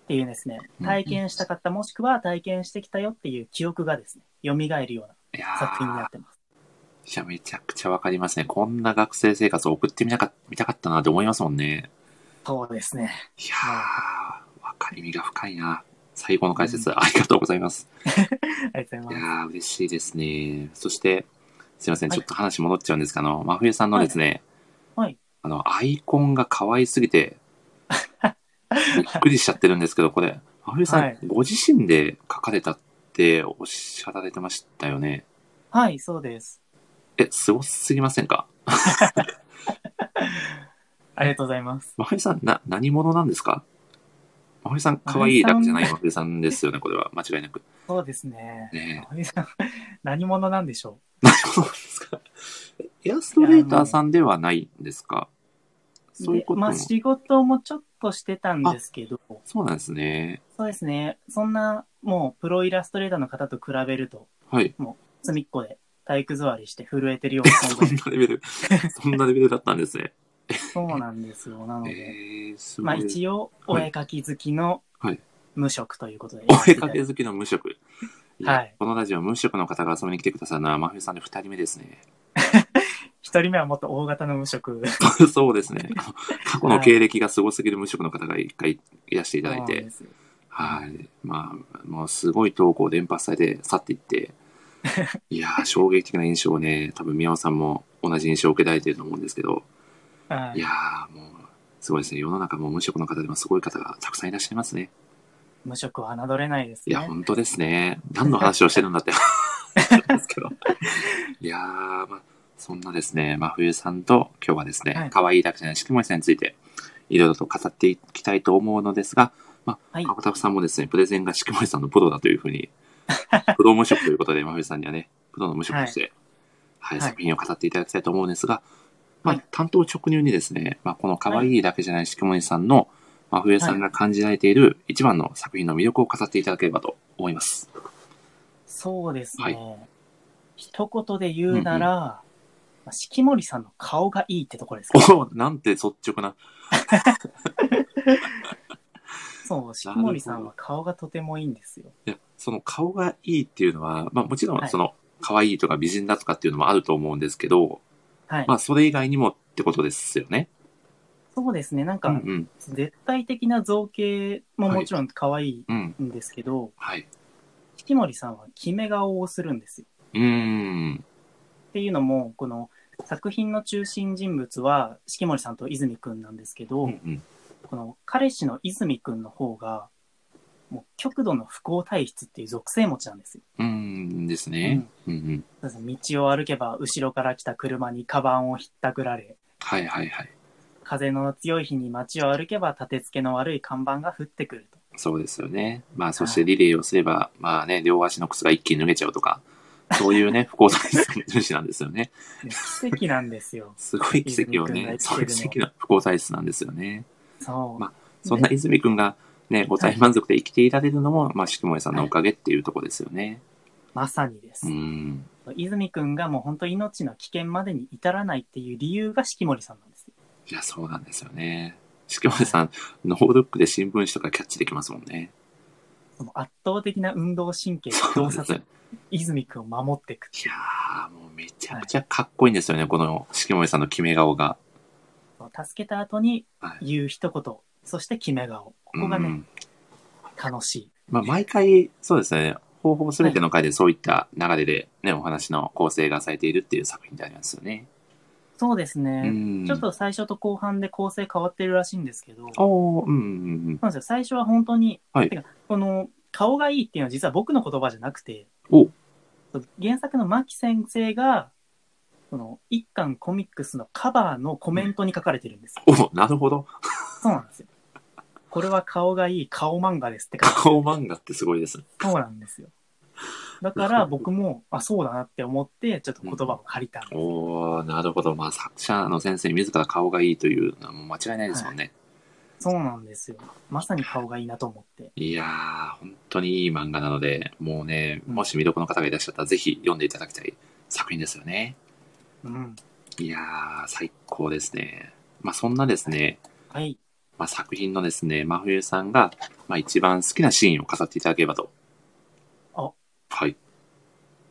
Speaker 2: ていうですね、
Speaker 1: うん
Speaker 2: 体験したかった、もしくは体験してきたよっていう記憶がですね、蘇るようない
Speaker 1: や
Speaker 2: 作品にな
Speaker 1: ー
Speaker 2: ってます。
Speaker 1: いや、めちゃくちゃわかりますね。こんな学生生活を送ってみなか見たかったなって思いますもんね。
Speaker 2: そうですね。
Speaker 1: いやー、わかりみが深いな。最後の解説、ありがとうございます。
Speaker 2: ありがとうご
Speaker 1: い
Speaker 2: ざい
Speaker 1: や
Speaker 2: ます。
Speaker 1: ー嬉しいですね。そして、すいません、
Speaker 2: はい
Speaker 1: ちょっと話戻っちゃうんですが、あの、真冬さんのですね、
Speaker 2: はいはい
Speaker 1: あの、アイコンが可愛すぎ
Speaker 2: [LAUGHS]
Speaker 1: て、びっくりしちゃってるんですけど、これ、真冬さん、
Speaker 2: はい
Speaker 1: ご自身で書かれたっておっしゃられてましたよね。
Speaker 2: はい、そうです。
Speaker 1: え、すごすぎませんか
Speaker 2: ありがとうございます。
Speaker 1: 真冬さん、な、何者なんですか真冬さん、可愛いだけじゃない真冬さんですよね、これは。間違いなく。
Speaker 2: そうですね。
Speaker 1: ねえ
Speaker 2: 森さん [LAUGHS] 何者なんでしょ
Speaker 1: 何者なんですかえイラストレーターさんではないんですか
Speaker 2: う
Speaker 1: そういうこと
Speaker 2: で
Speaker 1: も
Speaker 2: まあ、仕事もちょっとしてたんですけど、
Speaker 1: そうなんですね。
Speaker 2: そうですね。そんな、もう、プロイラストレーターの方と比べると、
Speaker 1: はい。
Speaker 2: 隅っこで体育座りして震えてるような
Speaker 1: そ
Speaker 2: 存
Speaker 1: ん
Speaker 2: 在。
Speaker 1: なレベル、そんなレベルだったんですね。
Speaker 2: [LAUGHS] そうなんですよ。なの
Speaker 1: え
Speaker 2: で、
Speaker 1: ー、すご
Speaker 2: まあ、
Speaker 1: い。
Speaker 2: 一応、お絵描き好きの
Speaker 1: はい
Speaker 2: 無職ということで。
Speaker 1: お絵かけ好きの無職。や
Speaker 2: はい
Speaker 1: このラジオ、無職の方が遊びに来てくださるのは、真冬さんで二人目ですね。 [LAUGHS]
Speaker 2: 一人目はもっと大型の無職。
Speaker 1: そうですね。あの過去の経歴がすごすぎる無職の方が一回いらしていただい
Speaker 2: そうなん
Speaker 1: て
Speaker 2: で、すよ
Speaker 1: はい。まあ、もうすごい投稿を連発されて去ってい
Speaker 2: [LAUGHS]
Speaker 1: って、いやー、衝撃的な印象をね、多分宮尾さんも同じ印象を受けられてると思うんですけど、
Speaker 2: はい
Speaker 1: やー、もう、すごいですね。世の中も無職の方でもすごい方がたくさんいらっしゃいますね。
Speaker 2: 無職は侮れないです
Speaker 1: い
Speaker 2: ね。
Speaker 1: や、本当ですね。何の話をしてるん
Speaker 2: [LAUGHS]
Speaker 1: だってですけど。いやー、まあ、そんなですね、真冬さんと今日はです
Speaker 2: は
Speaker 1: ね
Speaker 2: い、
Speaker 1: 可、愛、い、だけじゃないしくもりさんについて、いろいろと語っていきたいと思うのですが、
Speaker 2: はい
Speaker 1: ア。コタフさんもですね、プレゼンがしくもりさんのプロだというふうにプロ無職ということで、真冬さんにはね、プロの無職として、はい、
Speaker 2: はい
Speaker 1: 作品を語っていただきたいと思うんですが、ま
Speaker 2: は
Speaker 1: あ、担当直入にですね、まあ、この可愛いだけじゃないしくもりさんの、真冬さんが感じられている一番の作品の魅力を語っていただければと思います。
Speaker 2: そうですね。
Speaker 1: は
Speaker 2: 一言で言うなら、まあ四季森さんの顔がいいってところですか、ね。
Speaker 1: おおなんて率直な。
Speaker 2: そう、四季森さんは顔がとてもいいんですよ。
Speaker 1: いや、その顔がいいっていうのは、まあもちろ
Speaker 2: は
Speaker 1: ん
Speaker 2: い
Speaker 1: その、可愛いとか美人だとかっていうのもあると思うんですけど、
Speaker 2: はい。
Speaker 1: まあそれ以外にもってことですよね。
Speaker 2: そうですね。なん
Speaker 1: う
Speaker 2: か、
Speaker 1: んうん。
Speaker 2: 絶対的な造形ももちろん可愛い
Speaker 1: うん。
Speaker 2: んですけど、
Speaker 1: はい。
Speaker 2: 四季森さんは決め顔をするんですよ。
Speaker 1: うーん。
Speaker 2: っていうのも、この作品の中心人物は四季森さんと泉くんなんですけど、
Speaker 1: うんうん。
Speaker 2: この彼氏の泉くんの方が、もう極度の不幸体質っていう属性持ちなんですよ。
Speaker 1: うーんですね。うんうん。
Speaker 2: そうですね道を歩けば後ろから来た車にカバンをひったくられ、
Speaker 1: はいはいはい。
Speaker 2: 風の強い日に街を歩けば立て付けの悪い看板が降ってくると。
Speaker 1: そうですよね。まあそし
Speaker 2: は
Speaker 1: てリレーをすれば、まあね、両足の靴が一気に脱げちゃうとか、そういう [LAUGHS] ね、不幸体質の女子なんですよね。。
Speaker 2: で奇跡なんですよ
Speaker 1: [LAUGHS] すごい奇跡をね、
Speaker 2: 泉君
Speaker 1: そう
Speaker 2: が
Speaker 1: いう
Speaker 2: 生きてるの
Speaker 1: 奇跡の不幸体質なんですよね。
Speaker 2: そう。
Speaker 1: まそんな泉くんがね、ご大満足で生きていられるのも、まあ、しくもえさんのおかげっていうとこですよね。
Speaker 2: まさにです。
Speaker 1: うん。
Speaker 2: 泉くんがもう本当命の危険までに至らないっていう理由が四季森さんなんですよ。
Speaker 1: いや、そうなんですよね。しくもえさん、ノールックで新聞紙とかキャッチできますもんね。
Speaker 2: その圧倒的な運動神経
Speaker 1: そう
Speaker 2: 洞
Speaker 1: なんです。い
Speaker 2: 察、泉くんを守っていく。
Speaker 1: やー、もうめちゃくちゃかっこいいんですよね、このしくもえさんの決め顔が。
Speaker 2: 助けた後に
Speaker 1: はい
Speaker 2: 言う一言、そして決め顔。ここがね、
Speaker 1: うん
Speaker 2: 楽しい。
Speaker 1: まあ、毎回、そうですね、方法すべての回でそういった流れでね、お話の構成がされているっていう作品でありますよね。
Speaker 2: そうですね。
Speaker 1: うん
Speaker 2: ちょっ。と最初と後半で構成変わってるらしいんですけど、そう
Speaker 1: おー、うんうんうん。
Speaker 2: なんですよ。最初は本当に、
Speaker 1: はい
Speaker 2: てかこの顔がいいっていうのは実は僕の言葉じゃなくて、
Speaker 1: お
Speaker 2: 原作の牧先生が、その一巻コミックスのカバーのコメントに書かれてるんですよ。
Speaker 1: おなるほど。 [LAUGHS]
Speaker 2: そうなんですよ。これは顔がいい顔漫画ですって書いて
Speaker 1: 顔漫画ってすごいですね。
Speaker 2: そうなんですよ。だから僕も、あ、そうだなって思って、ちょっと言葉を借りたんです。
Speaker 1: おー、なるほど。まあ、作者の先生自ら顔がいいというのはもう間違いないですもんね。
Speaker 2: そうなんですよ。まさに顔がいいなと思って。
Speaker 1: い、やー、本当にいい漫画なので、もうね、
Speaker 2: うん
Speaker 1: もし見どころの方がいらっしゃったら、ぜひ読んでいただきたい作品ですよね。
Speaker 2: うん。
Speaker 1: いやー、最高ですね。まあ、そんなですね、
Speaker 2: はい。
Speaker 1: まあ、作品のですね、真冬さんが、まあ、一番好きなシーンを飾っていただければと。
Speaker 2: あ
Speaker 1: はい。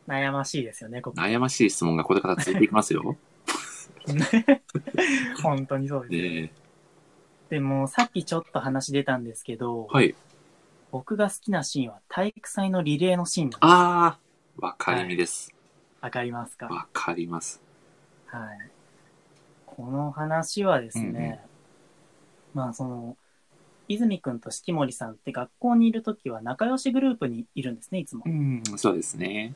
Speaker 2: 悩ましいですよね、
Speaker 1: [LAUGHS]
Speaker 2: ここ。
Speaker 1: 悩ましい質問がこれから続いていきます
Speaker 2: [LAUGHS]
Speaker 1: よ。
Speaker 2: 本当にそうです。
Speaker 1: ねえ
Speaker 2: でも、さっきちょっと話出たんですけど、
Speaker 1: はい。
Speaker 2: 僕が好きなシーンは体育祭のリレーのシーンなんです
Speaker 1: あー、わかりみです。
Speaker 2: わかりますか
Speaker 1: わ、かります。
Speaker 2: はい。この話はですね、まあその、泉くんと四季森さんって学校にいるときは仲良しグループにいるんですね、いつも
Speaker 1: う。ん、そうですね。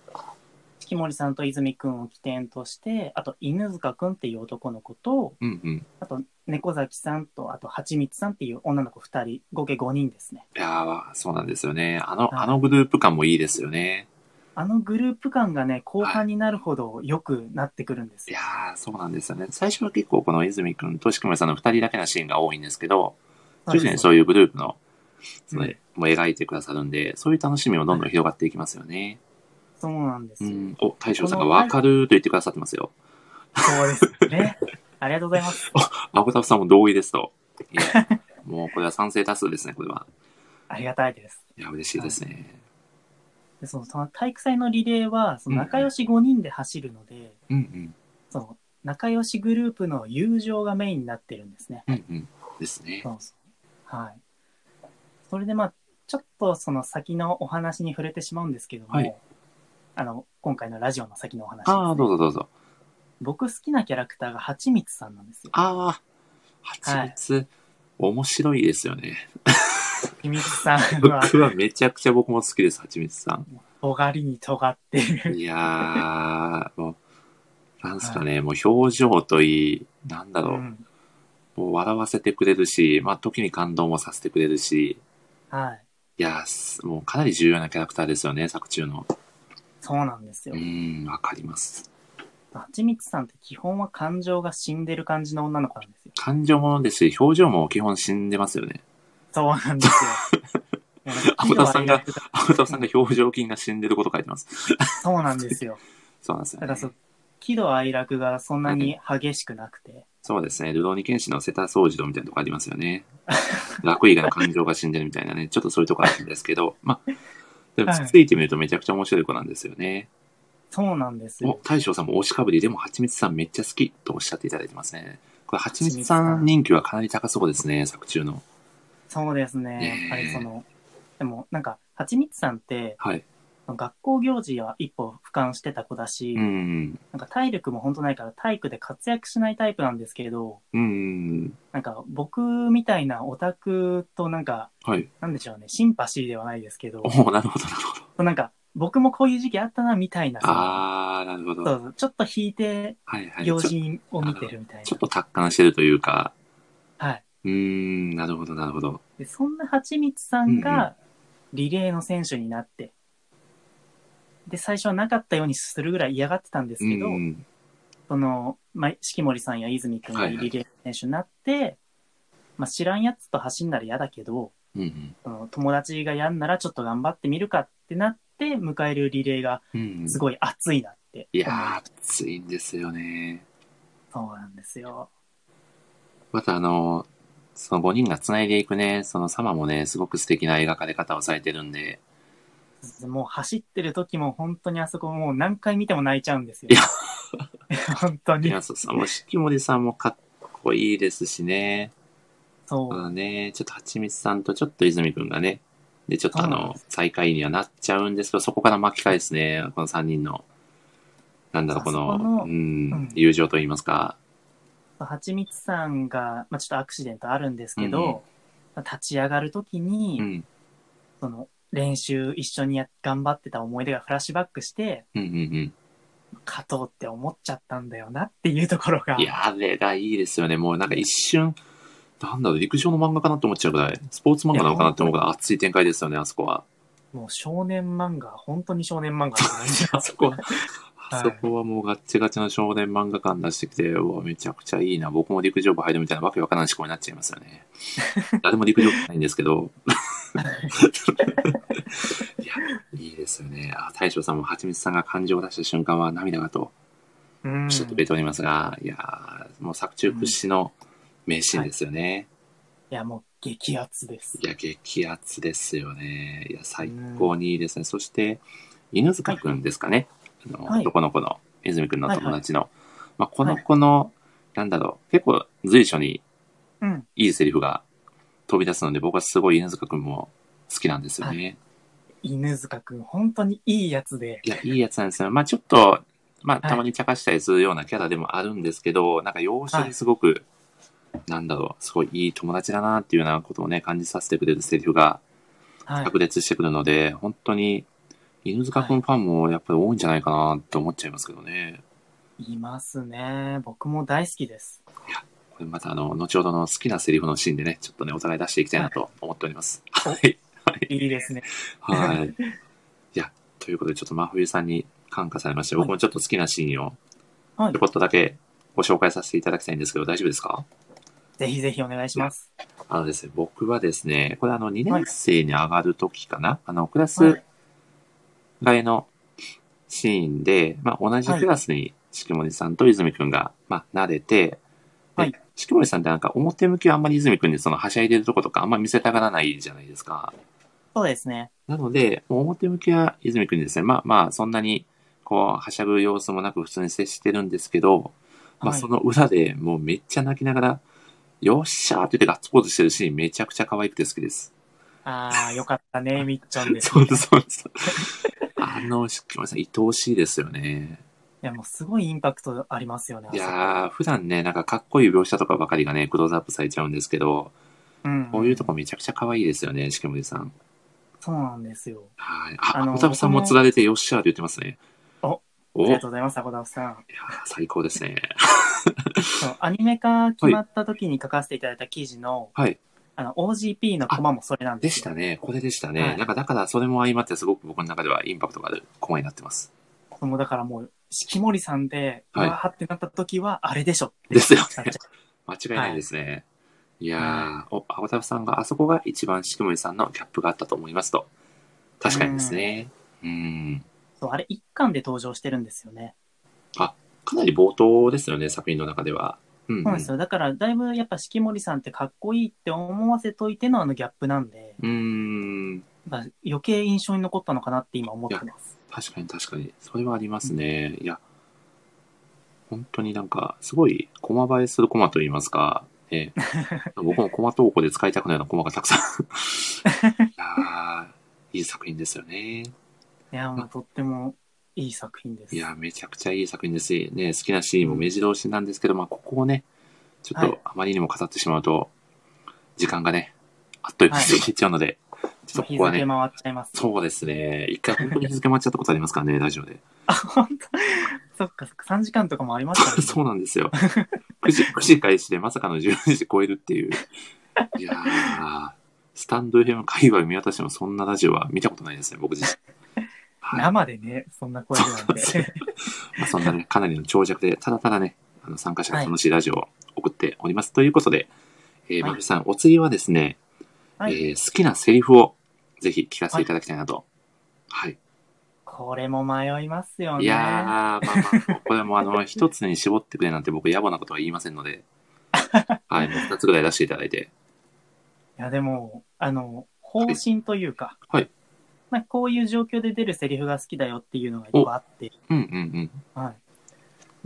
Speaker 2: 四季森さんと泉くんを起点として、あと犬塚くんっていう男の子と、
Speaker 1: うんうん。
Speaker 2: あと猫崎さんと、あとはちみつさんっていう女の子2人、合計5人ですね。
Speaker 1: いやーそうなんですよね。あの、
Speaker 2: はい
Speaker 1: あのグループ感もいいですよね。
Speaker 2: あのグループ感がね、後半になるほど良くなってくるんです
Speaker 1: い
Speaker 2: よ
Speaker 1: や。ーそうなんですよね。最初は結構この泉くんとしくむさんの二人だけのシーンが多いんですけど、徐々にそういうグループの、その
Speaker 2: うん
Speaker 1: もう描いてくださるんで、そういう楽しみもどんどん広がっていきますよね。
Speaker 2: そうなんです
Speaker 1: う
Speaker 2: よ。
Speaker 1: ん。お、大将さんがわかると言ってくださってますよ。
Speaker 2: そうですね。 [LAUGHS] ありがとうございます。
Speaker 1: アゴタフさんも同意ですと。いや、 [LAUGHS] もうこれは賛成多数ですね、これは。
Speaker 2: ありがたいです。
Speaker 1: いや、嬉しいですね。
Speaker 2: でそのその体育祭のリレーはその
Speaker 1: うん
Speaker 2: 仲良し5人で走るので、
Speaker 1: うん
Speaker 2: その仲良しグループの友情がメインになってるんですね。
Speaker 1: うん。うんうん。ですね。
Speaker 2: そうそうはい、それでまあちょっとその先のお話に触れてしまうんですけども、
Speaker 1: はい
Speaker 2: あの今回のラジオの先のお話ですね、
Speaker 1: ああ、どうぞどうぞ。
Speaker 2: 僕好きなキャラクターがはちみつさんなんですよ。
Speaker 1: ああ、蜂蜜、面白いですよね。
Speaker 2: はちみつさ
Speaker 1: [LAUGHS]
Speaker 2: んは
Speaker 1: 僕はめちゃくちゃ僕も好きです、はちみつ [LAUGHS] さん。
Speaker 2: 尖りに尖ってる。
Speaker 1: いやー、もう、なんすかね、もう表情といい、なんだ
Speaker 2: う
Speaker 1: ろう、
Speaker 2: ん
Speaker 1: もう笑わせてくれるし、まあ時に感動もさせてくれるし、
Speaker 2: はい、
Speaker 1: いいやーすもうかなり重要なキャラクターですよね、作中の。
Speaker 2: そうなんです
Speaker 1: う
Speaker 2: よ。
Speaker 1: ーん、わかります。
Speaker 2: はちみつさんって基本は感情が死んでる感じの女の子なんですよ。
Speaker 1: 感情ものですし、表情も基本死んでますよね。
Speaker 2: そうなんですよ。もう
Speaker 1: [LAUGHS]
Speaker 2: なんか
Speaker 1: 青田さんが
Speaker 2: 喜怒哀楽が
Speaker 1: 青田さんが表情筋が死んでること書いてます。
Speaker 2: そうなんですよ。
Speaker 1: そうなんです
Speaker 2: だ
Speaker 1: よ、
Speaker 2: か
Speaker 1: ね
Speaker 2: ら。そう、喜怒哀楽がそんなに激しくなくて、
Speaker 1: そうですね。ルドーニケンシのセタ掃除ドみたいなとこありますよね。楽以外の感情が死んでるみたいなね、ちょっとそういうとこあるんですけど、まあ、でも
Speaker 2: はい
Speaker 1: ついてみるとめちゃくちゃ面白い子なんですよね。
Speaker 2: そうなんです
Speaker 1: お
Speaker 2: よ。
Speaker 1: 大将さんも推しかぶり、でも蜂蜜さんめっちゃ好きとおっしゃっていただいてますね。これ蜂蜜さん人気はかなり高そうですね、作中の。
Speaker 2: そうですね
Speaker 1: ね。え
Speaker 2: やっぱりその、でもなんか、はちみつさんって、
Speaker 1: はい。
Speaker 2: 学校行事は一歩俯瞰してた子だし、
Speaker 1: うん。
Speaker 2: なんか体力も本当ないから体育で活躍しないタイプなんですけれど、
Speaker 1: うん。
Speaker 2: なんか僕みたいなオタクとなんか、
Speaker 1: はい。
Speaker 2: なんでしょうね、シンパシーではないですけど、
Speaker 1: おおなるほど、なるほど。
Speaker 2: なんか僕もこういう時期あったなみたいな、
Speaker 1: あー、なるほど。
Speaker 2: そ
Speaker 1: は
Speaker 2: うちょっと引い
Speaker 1: い
Speaker 2: て
Speaker 1: はい。ちょ
Speaker 2: 行事を見てるみたい
Speaker 1: ちょっと達観してるというか、
Speaker 2: な。はい。
Speaker 1: うーん、なるほど、なるほど。
Speaker 2: でそんなはちみつさんがリレーの選手になって、で、最初はなかったようにするぐらい嫌がってたんです
Speaker 1: う
Speaker 2: けど、
Speaker 1: ん。
Speaker 2: その、まあ、四季森さんや泉君が
Speaker 1: はいはい
Speaker 2: リレー選手になって、まあ、知らんやつと走んなら嫌だけど、
Speaker 1: うん。
Speaker 2: その友達がやんならちょっと頑張ってみるかってなって、迎えるリレーが
Speaker 1: うん。
Speaker 2: すごい熱いなっ
Speaker 1: い
Speaker 2: て思い
Speaker 1: やー、暑いんですよね。
Speaker 2: そうなんですよ。
Speaker 1: またあの、その5人が繋いでいくね、その様もね、すごく素敵な描かれ方をされてるんで、
Speaker 2: もう走ってる時も本当にあそこもう何回見ても泣いちゃうんですよ
Speaker 1: い。
Speaker 2: [LAUGHS] 本当
Speaker 1: い
Speaker 2: に。
Speaker 1: や、そその、しきもりさんもかっこいいですしね、
Speaker 2: そ
Speaker 1: そう
Speaker 2: う。
Speaker 1: だね、ちょっとはちみつさんとちょっと泉くんがね、で、ちょっとあ
Speaker 2: そうなん
Speaker 1: の
Speaker 2: で、
Speaker 1: 最下位にはなっちゃうんですけど、そこから巻き返すね、この3人の、なんだろう、この、
Speaker 2: あそこの
Speaker 1: う
Speaker 2: うん
Speaker 1: ん、友情といいますか、
Speaker 2: はちみつさんが、まあ、ちょっとアクシデントあるんですけ
Speaker 1: うんうん
Speaker 2: ど、まあ立ち上がる時に、
Speaker 1: うん、
Speaker 2: その練習一緒にや頑張ってた思い出がフラッシュバックして
Speaker 1: うん、うん、
Speaker 2: 勝とうって思っちゃったんだよなっていうところが
Speaker 1: うん。いや、あれがいいですよね、もうなんか一瞬、なんだろう、陸上の漫画かなって思っちゃうぐらい、スポーツ漫画なのかなって思うぐらい熱い展開ですよね、あそこは。
Speaker 2: もう少年漫画本当に少年漫画って感じ
Speaker 1: [LAUGHS] あそこは、
Speaker 2: い
Speaker 1: あそこはもうガッチガチの少年漫画感出してきて、うわ、めちゃくちゃいいな。僕も陸上部入るみたいなわけわからん思考になっちゃいますよね。誰も陸上部ないんですけど。いや、いいですよね。あ大将さんも蜂蜜さんが感情を出した瞬間は涙がと
Speaker 2: うん
Speaker 1: おっ [LAUGHS] しゃってくれておりますが、いやーもう作中屈指の名シーンですよね。
Speaker 2: いやもう激アツです
Speaker 1: いや、激アツですよね。いや、最高にいいですね。そして、犬塚くんですかね。あの、
Speaker 2: はい
Speaker 1: 男の子の、泉くんの
Speaker 2: はいはい
Speaker 1: 友達の。まあ、この子の、なんだろう、結構随所に
Speaker 2: うん
Speaker 1: いいセリフが飛び出すので、僕はすごい犬塚くんも好きなんですよね。
Speaker 2: 犬塚くん本当にいいやつで
Speaker 1: い、や、いいやつなんですよ。まあ、ちょっと、まあ、
Speaker 2: い
Speaker 1: たまに茶化したりするようなキャラでもあるんですけど、なんか、容姿ですごく、なんだろう、すごいいい友達だなっていうようなことをね、感じさせてくれるセリフが
Speaker 2: はい、
Speaker 1: 炸裂してくるので、本当に犬塚くんファンもやっぱり多いんじゃないかなって思っちゃいますけどね。
Speaker 2: いますね僕も大好きです
Speaker 1: これまたあの、後ほどの好きなセリフのシーンでね、ちょっとね、お互い出していきたいなと思っております。はい。はい。
Speaker 2: いいですね
Speaker 1: はい。いや、ということでちょっと真冬さんに感化されまして、僕もちょっと好きなシーンを、
Speaker 2: はい
Speaker 1: ちょこっとだけご紹介させていただきたいんですけど、大丈夫ですか
Speaker 2: ぜひぜひお願いします
Speaker 1: あのですね、僕はですね、これあの、2年生に上がる時かな、あの、クラス、
Speaker 2: はい
Speaker 1: 外のシーンで、まあ、同じクラスに四季森さんと泉くんが、まあ、慣れて、
Speaker 2: は
Speaker 1: で
Speaker 2: い
Speaker 1: 四季森さんってなんか表向きはあんまり泉くんにそのはしゃいでるとことかあんまり見せたがらないじゃないですか。
Speaker 2: そうですね
Speaker 1: なので、もう表向きは泉くんにですね、まあまあそんなにこうはしゃぐ様子もなく普通に接してるんですけど、まあ
Speaker 2: はい
Speaker 1: その裏でもうめっちゃ泣きながら、よっしゃーって言ってガッツポーズしてるシーンめちゃくちゃ可愛くて好きです。
Speaker 2: ああよかったねみっちゃんです
Speaker 1: [LAUGHS] そうです、そうです。あの四季森さん愛おしいですよね。
Speaker 2: いやもうすごいインパクトありますよねあ
Speaker 1: い
Speaker 2: そこ
Speaker 1: やー、普段ね、なんかかっこいい描写とかばかりがね、クローズアップされちゃうんですけど、
Speaker 2: うん
Speaker 1: こういうとこめちゃくちゃ可愛いですよね、しけむりさん。
Speaker 2: そうなんですよ
Speaker 1: はい。あ、
Speaker 2: あ
Speaker 1: あ
Speaker 2: の
Speaker 1: のたぶさんも
Speaker 2: 僕も
Speaker 1: つられてよっしゃーって言ってますね。
Speaker 2: お
Speaker 1: おい
Speaker 2: あり
Speaker 1: や
Speaker 2: がとうございます、アコダフさん。
Speaker 1: ー最高ですね。
Speaker 2: そうアニメ化決まった時に書かせていただいた記事の、
Speaker 1: はい。
Speaker 2: あの、OGP のコマもそれなん
Speaker 1: で
Speaker 2: です
Speaker 1: し
Speaker 2: よ
Speaker 1: たね。これでしたね。
Speaker 2: はい
Speaker 1: なんか、だから、それも相まって、すごく僕の中ではインパクトがあるコマになってます。
Speaker 2: もうだからもう、四季森さんで、
Speaker 1: はいう
Speaker 2: わーってなった時は、あれでしょって
Speaker 1: ですよ
Speaker 2: なっ
Speaker 1: ね
Speaker 2: ちゃ。
Speaker 1: 間違いないですね。い、やー、お、アゴタフさんが、あそこが一番しくもりさんのギャップがあったと思いますと。確かにですね。うん。
Speaker 2: う [LAUGHS] そう、あれ一巻で登場してるんですよね。
Speaker 1: かなり冒頭ですよね、作品の中では。うん、うん。
Speaker 2: そうなんですよ。だから、だいぶやっぱ四季森さんってかっこいいって思わせといてのあのギャップなんで、
Speaker 1: うーん。
Speaker 2: まあ余計印象に残ったのかなって今思ってます。
Speaker 1: 確かに確かに。それはありますね。いや、本当になんか、すごい、駒映えする駒といいますか、ね、僕も駒投稿で使いたくないような駒がたくさ
Speaker 2: [LAUGHS]
Speaker 1: ん。いやーいい作品ですよね。
Speaker 2: いや、もうとってもいい作品です。
Speaker 1: いや、めちゃくちゃいい作品ですし、ね、好きなシーンも目白押しなんですけど、まあ、ここをね、ちょっ
Speaker 2: は
Speaker 1: と
Speaker 2: い
Speaker 1: あまりにも語ってしまうと、時間がね、あっという間に過ぎちゃうので、ちょっとこ
Speaker 2: 日
Speaker 1: こは
Speaker 2: 付
Speaker 1: ね
Speaker 2: 回、っちゃいます。
Speaker 1: そうですね、一回本当に日付待っちゃったことありますからね、ラジオで。
Speaker 2: あ、本当そっかそっか、3時間とかもありました
Speaker 1: [LAUGHS]
Speaker 2: ね。
Speaker 1: そうなんですよ。9時、9時開始でまさかの12時超えるっていう。いやー、スタンド FM 界隈見渡してもそんなラジオは見たことないですね、僕自身。はい
Speaker 2: 生でね、そんな声でなん
Speaker 1: そうそう
Speaker 2: て。
Speaker 1: まあ、そんなね、かなりの長尺で、ただただね、あの参加者が楽しいラジオを送っております。ということで、えー、
Speaker 2: はい
Speaker 1: まふさん、お次はですね、
Speaker 2: はい
Speaker 1: えー好きなセリフをぜひ聞かせていただきたいなと。はい。
Speaker 2: これも迷いますよ
Speaker 1: い、
Speaker 2: ね。
Speaker 1: やー、まあまあ、これもあの、一つに絞ってくれなんて僕、野暮なことは言いませんの
Speaker 2: [LAUGHS]
Speaker 1: で、はい、もう二つぐらい出していただいて。
Speaker 2: いや、でも、あの、方針というか、
Speaker 1: はい
Speaker 2: なんかこういう状況で出るセリフが好きだよっていうのが一個あって、
Speaker 1: うんうんうん。
Speaker 2: はい。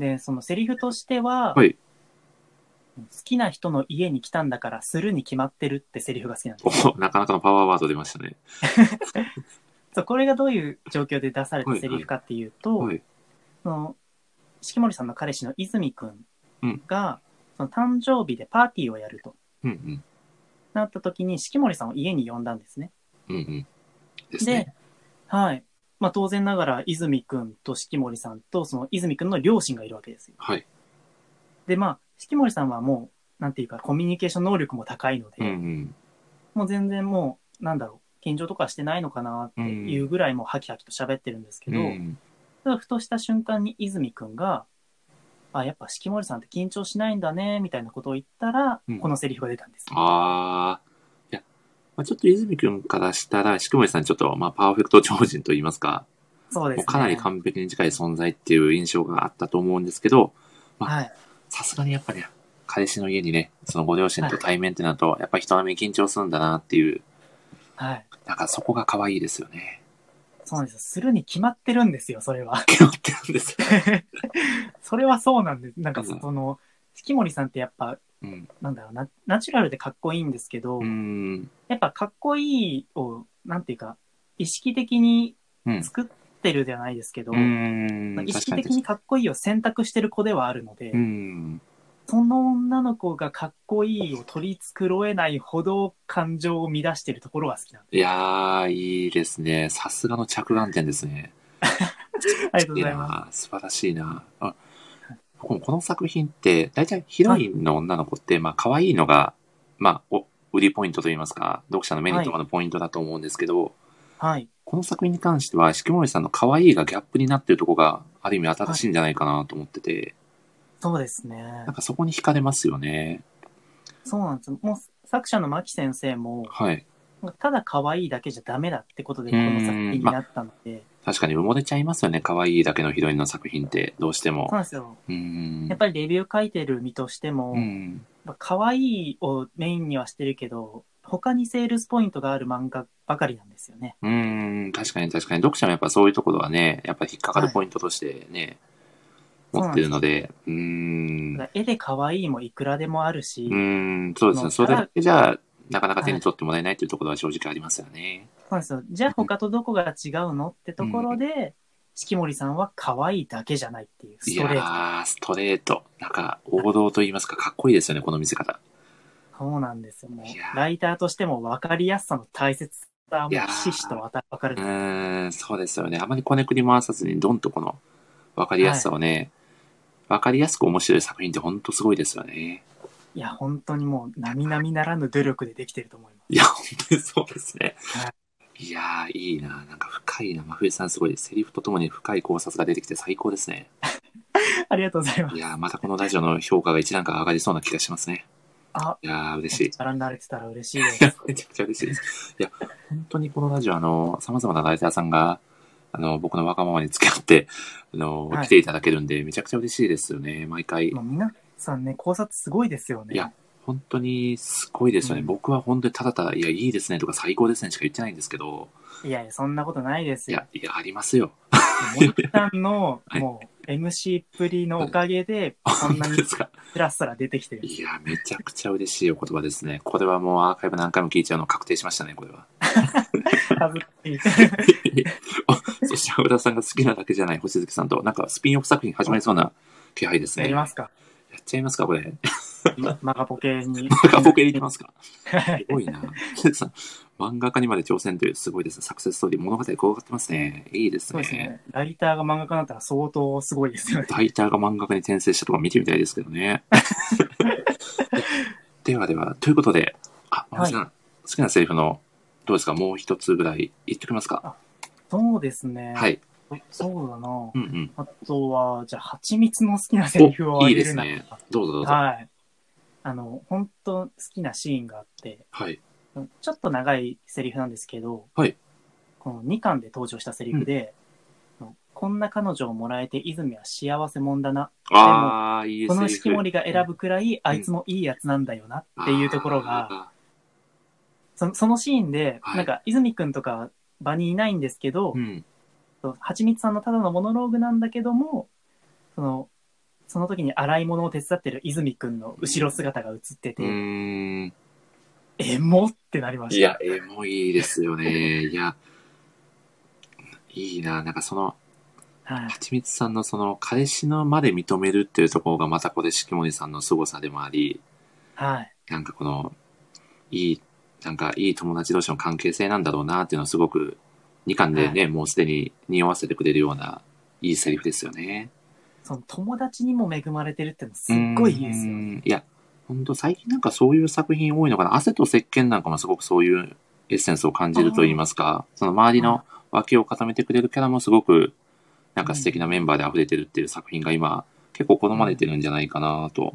Speaker 2: で、そのセリフとしては、
Speaker 1: はい
Speaker 2: 好きな人の家に来たんだから、するに決まってるってセリフが好きなんです。
Speaker 1: おなかなかのパワーワード出ましたね。
Speaker 2: そう、これがどういう状況で出されたセリフかっていうと、
Speaker 1: はい。
Speaker 2: その、四季森さんの彼氏の泉く
Speaker 1: うん
Speaker 2: んが、その誕生日でパーティーをやると
Speaker 1: うんうん。
Speaker 2: なった時に、四季森さんを家に呼んだんですね。
Speaker 1: うんうん。で
Speaker 2: で、
Speaker 1: すね。
Speaker 2: はい。まあ当然ながら、泉くんと四季森さんと、その泉くんの両親がいるわけですよ。
Speaker 1: はい。
Speaker 2: で、まあ、四季森さんはもう、なんていうか、コミュニケーション能力も高いので、
Speaker 1: うんうん。
Speaker 2: もう全然もう、なんだろう、緊張とかしてないのかなっていうぐらいもうハキハキと喋ってるんですけ
Speaker 1: う
Speaker 2: ど、
Speaker 1: ん
Speaker 2: ただふとした瞬間に泉くんが、あ、やっぱ四季森さんって緊張しないんだね、みたいなことを言ったら、
Speaker 1: うん
Speaker 2: このセリフが出たんです。
Speaker 1: あー。いや、まあ、ちょっと泉くんからしたら、しくもりさんちょっと、まあ、パーフェクト超人と言いますか、
Speaker 2: そうです
Speaker 1: もう
Speaker 2: ね。
Speaker 1: かなり完璧に近い存在っていう印象があったと思うんですけど、
Speaker 2: はい。
Speaker 1: さすがにやっぱね、彼氏の家にね、そのご両親と対面ってなると、やっぱ人並みに緊張するんだなっていう、
Speaker 2: はい。
Speaker 1: なんかそこが可愛いですよね。
Speaker 2: そうなんですよ。するに決まってるんですよ、それは。 [LAUGHS]
Speaker 1: 決まってるんですよ。
Speaker 2: それはそうなんです。なん
Speaker 1: う
Speaker 2: か
Speaker 1: ん
Speaker 2: その、四季森さんってやっぱ、
Speaker 1: うん。
Speaker 2: なんだろうな、ナチュラルでかっこいいんですけど、
Speaker 1: うん。
Speaker 2: やっぱかっこいいを、なんていうか、意識的に
Speaker 1: うん。
Speaker 2: 作ってるじゃないですけど、
Speaker 1: うん。
Speaker 2: 意識
Speaker 1: 確か
Speaker 2: 的にかっこいいを選択してる子ではあるので、
Speaker 1: うん。
Speaker 2: その女の子がかっこいいを取り繕えないほど感情を乱してるところが好きなんで
Speaker 1: いやー、いいですね。さすがの着眼点ですね。
Speaker 2: す。ありがとうございま
Speaker 1: な。素晴らしいな。あ僕もこの作品って、大体ヒロインの女の子って、まあ、可愛いのが、まあ、お売りポイントといいますか、読者の目に留まるポイントだと思うんですけど、
Speaker 2: す。はい。
Speaker 1: この作品に関しては、四季森さんの可愛いがギャップになってるとこが、ある意味新しいんじゃないかなと思ってて、
Speaker 2: そうですね
Speaker 1: なん。かそこに惹かれますよね。
Speaker 2: そうなんです。もう作者の牧先生も、
Speaker 1: はい。
Speaker 2: ただ可愛いだけじゃダメだってことでこの作品になったので、
Speaker 1: 確かに埋もれちゃいますよね。可愛いだけのヒロインの作品って、どうして
Speaker 2: そうな
Speaker 1: も。
Speaker 2: んですよ。
Speaker 1: うん。
Speaker 2: やっぱりレビュー書いてる身としても、
Speaker 1: うん。
Speaker 2: やっぱ可愛いをメインにはしてるけど、他にセールスポイントがある漫画ばかりなんですよね。
Speaker 1: うーん、確かに確かに。読者もやっぱそういうところはね、やっぱ引っかかるポイントとしてね、
Speaker 2: はい
Speaker 1: 持ってるので、うーん、う
Speaker 2: だから絵で可愛いもいくらでもあるし、
Speaker 1: ーん、そうですね。そ
Speaker 2: その
Speaker 1: れだけじゃ、なかなか手に取ってもらえないというところは正直ありますよね。
Speaker 2: そうなんですよ。じゃあ他とどこが違うのってところで、四季森さんは可愛いだけじゃないっていう
Speaker 1: い
Speaker 2: ス
Speaker 1: や
Speaker 2: トレート。
Speaker 1: ー、ストレート。なんか、王道と言いますか、かっこいいですよね、この見せ方。
Speaker 2: そうなんですよ。も
Speaker 1: いやー
Speaker 2: う、ライターとしても分かりやすさの大切さも
Speaker 1: いやー
Speaker 2: ひしひしとわた分かる
Speaker 1: う。ーん、そうですよね。あまりこねくり回さずに、どんとこの、わかりやすさをね、わ、かりやすく面白い作品ってほんとすごいですよね。 [LAUGHS]
Speaker 2: いや、本当にもう、並々ならぬ努力でできてると思いま
Speaker 1: いや、本当にそうですね
Speaker 2: はい。
Speaker 1: いやー、いいな。なんか深いな。真冬さんすごい。セリフとともに深い考察が出てきて最高ですね。
Speaker 2: す。ありがとうございます
Speaker 1: い。やー、またこのラジオの評価が一段階上がりそうな気がしますね。
Speaker 2: あ、
Speaker 1: いやー、嬉しい。
Speaker 2: 並んだれてたら嬉しいです。
Speaker 1: [LAUGHS] めちゃくちゃ嬉しいです。いや、本当にこのラジオ、あの、様々なライターさんが、あの、僕のわがままに付き合って、あの、
Speaker 2: はい
Speaker 1: 来ていただけるんで、めちゃくちゃ嬉しいですよね。毎回
Speaker 2: も。う皆さんね、考察すごいですよね。
Speaker 1: いや本当にすごいですよね。
Speaker 2: うん
Speaker 1: 僕は本当にただただ、いや、いいですねとか最高ですねしか言ってないんですけど、
Speaker 2: いやいや、そんなことないです
Speaker 1: い
Speaker 2: よ
Speaker 1: や。、いや、ありますよ。
Speaker 2: 森さんの、
Speaker 1: [LAUGHS] はい
Speaker 2: もう、MC っぷりのおかげで、こん
Speaker 1: 本
Speaker 2: な
Speaker 1: 当
Speaker 2: に
Speaker 1: ですか。
Speaker 2: スラスラ出てきて
Speaker 1: [LAUGHS]
Speaker 2: る。
Speaker 1: いや、めちゃくちゃ嬉しいお言葉ですね。これはもうアーカイブ何回も聞いちゃうの確定しましたね、これは。
Speaker 2: 恥ずかしい
Speaker 1: そして、浦田さんが好きなだけじゃない星月さんと、なんかスピンオフ作品始まりそうな気配ですね。。
Speaker 2: やりますすか。
Speaker 1: やっちゃいますか、これ。
Speaker 2: まマガポケ [LAUGHS] に。
Speaker 1: ガポケ入れますか。
Speaker 2: はい
Speaker 1: すごいな。 [LAUGHS] 星月さん、漫画家にまで挑戦という、すごいですね。サクセスストーリー、物語転がってますね。いいです
Speaker 2: そう
Speaker 1: ね。
Speaker 2: ですね。ライターが漫画家になったら相当すごいですよね。
Speaker 1: ライターが漫画家に転生したとか見てみたいですけどね。ではでは、ということで、あ、マさん、好きなセリフの、どうですかもう一つぐらい言っておきますか。
Speaker 2: [LAUGHS] そうですね。
Speaker 1: はい。
Speaker 2: そうだな
Speaker 1: う。んうん。
Speaker 2: あとは、じゃあ、蜂蜜の好きなセリフをあげるな
Speaker 1: おいいですどうぞどうぞ。
Speaker 2: はい。あの、本当好きなシーンがあって、
Speaker 1: はい。
Speaker 2: ちょっと長いセリフなんですけど、
Speaker 1: はい
Speaker 2: この2巻で登場したセリフで、こんな彼女をもらえて泉は幸せもんだな。
Speaker 1: ああ、いいです
Speaker 2: こ
Speaker 1: ね。
Speaker 2: の式守が選ぶくらい、あいつもいいやつなんだよなっていうところが、
Speaker 1: あ
Speaker 2: そのそのシーンで、
Speaker 1: はい
Speaker 2: なんか泉くんとか場にいないんですけど
Speaker 1: ー。う、ん。
Speaker 2: そうはちみつさんのただのモノローグなんだけども、その、その時に洗い物を手伝ってる泉くんの後ろ姿が映ってて、
Speaker 1: うーん。
Speaker 2: エモってなりました。
Speaker 1: いや、エモいですよね。いや、いいな。なんかその、
Speaker 2: はい
Speaker 1: はちみつさんのその、彼氏のまで認めるっていうところが、またこれ、しきもりさんの凄さでもあり、
Speaker 2: はい。
Speaker 1: なんかこの、いい、なんかいい友達同士の関係性なんだろうなっていうのをすごく、2巻でね、もうすでに匂わせてくれるような、いいセリフですよね。
Speaker 2: その友達にも恵まれてるってのすっごいいいですよ
Speaker 1: う
Speaker 2: ね。
Speaker 1: んいや、本当最近なんかそういう作品多いのかな。汗と石鹸なんかもすごくそういうエッセンスを感じると言いますか、その周りの脇を固めてくれるキャラもすごく、なんか素敵なメンバーで溢れてるっていう作品が今、結構好まれてるんじゃないかなと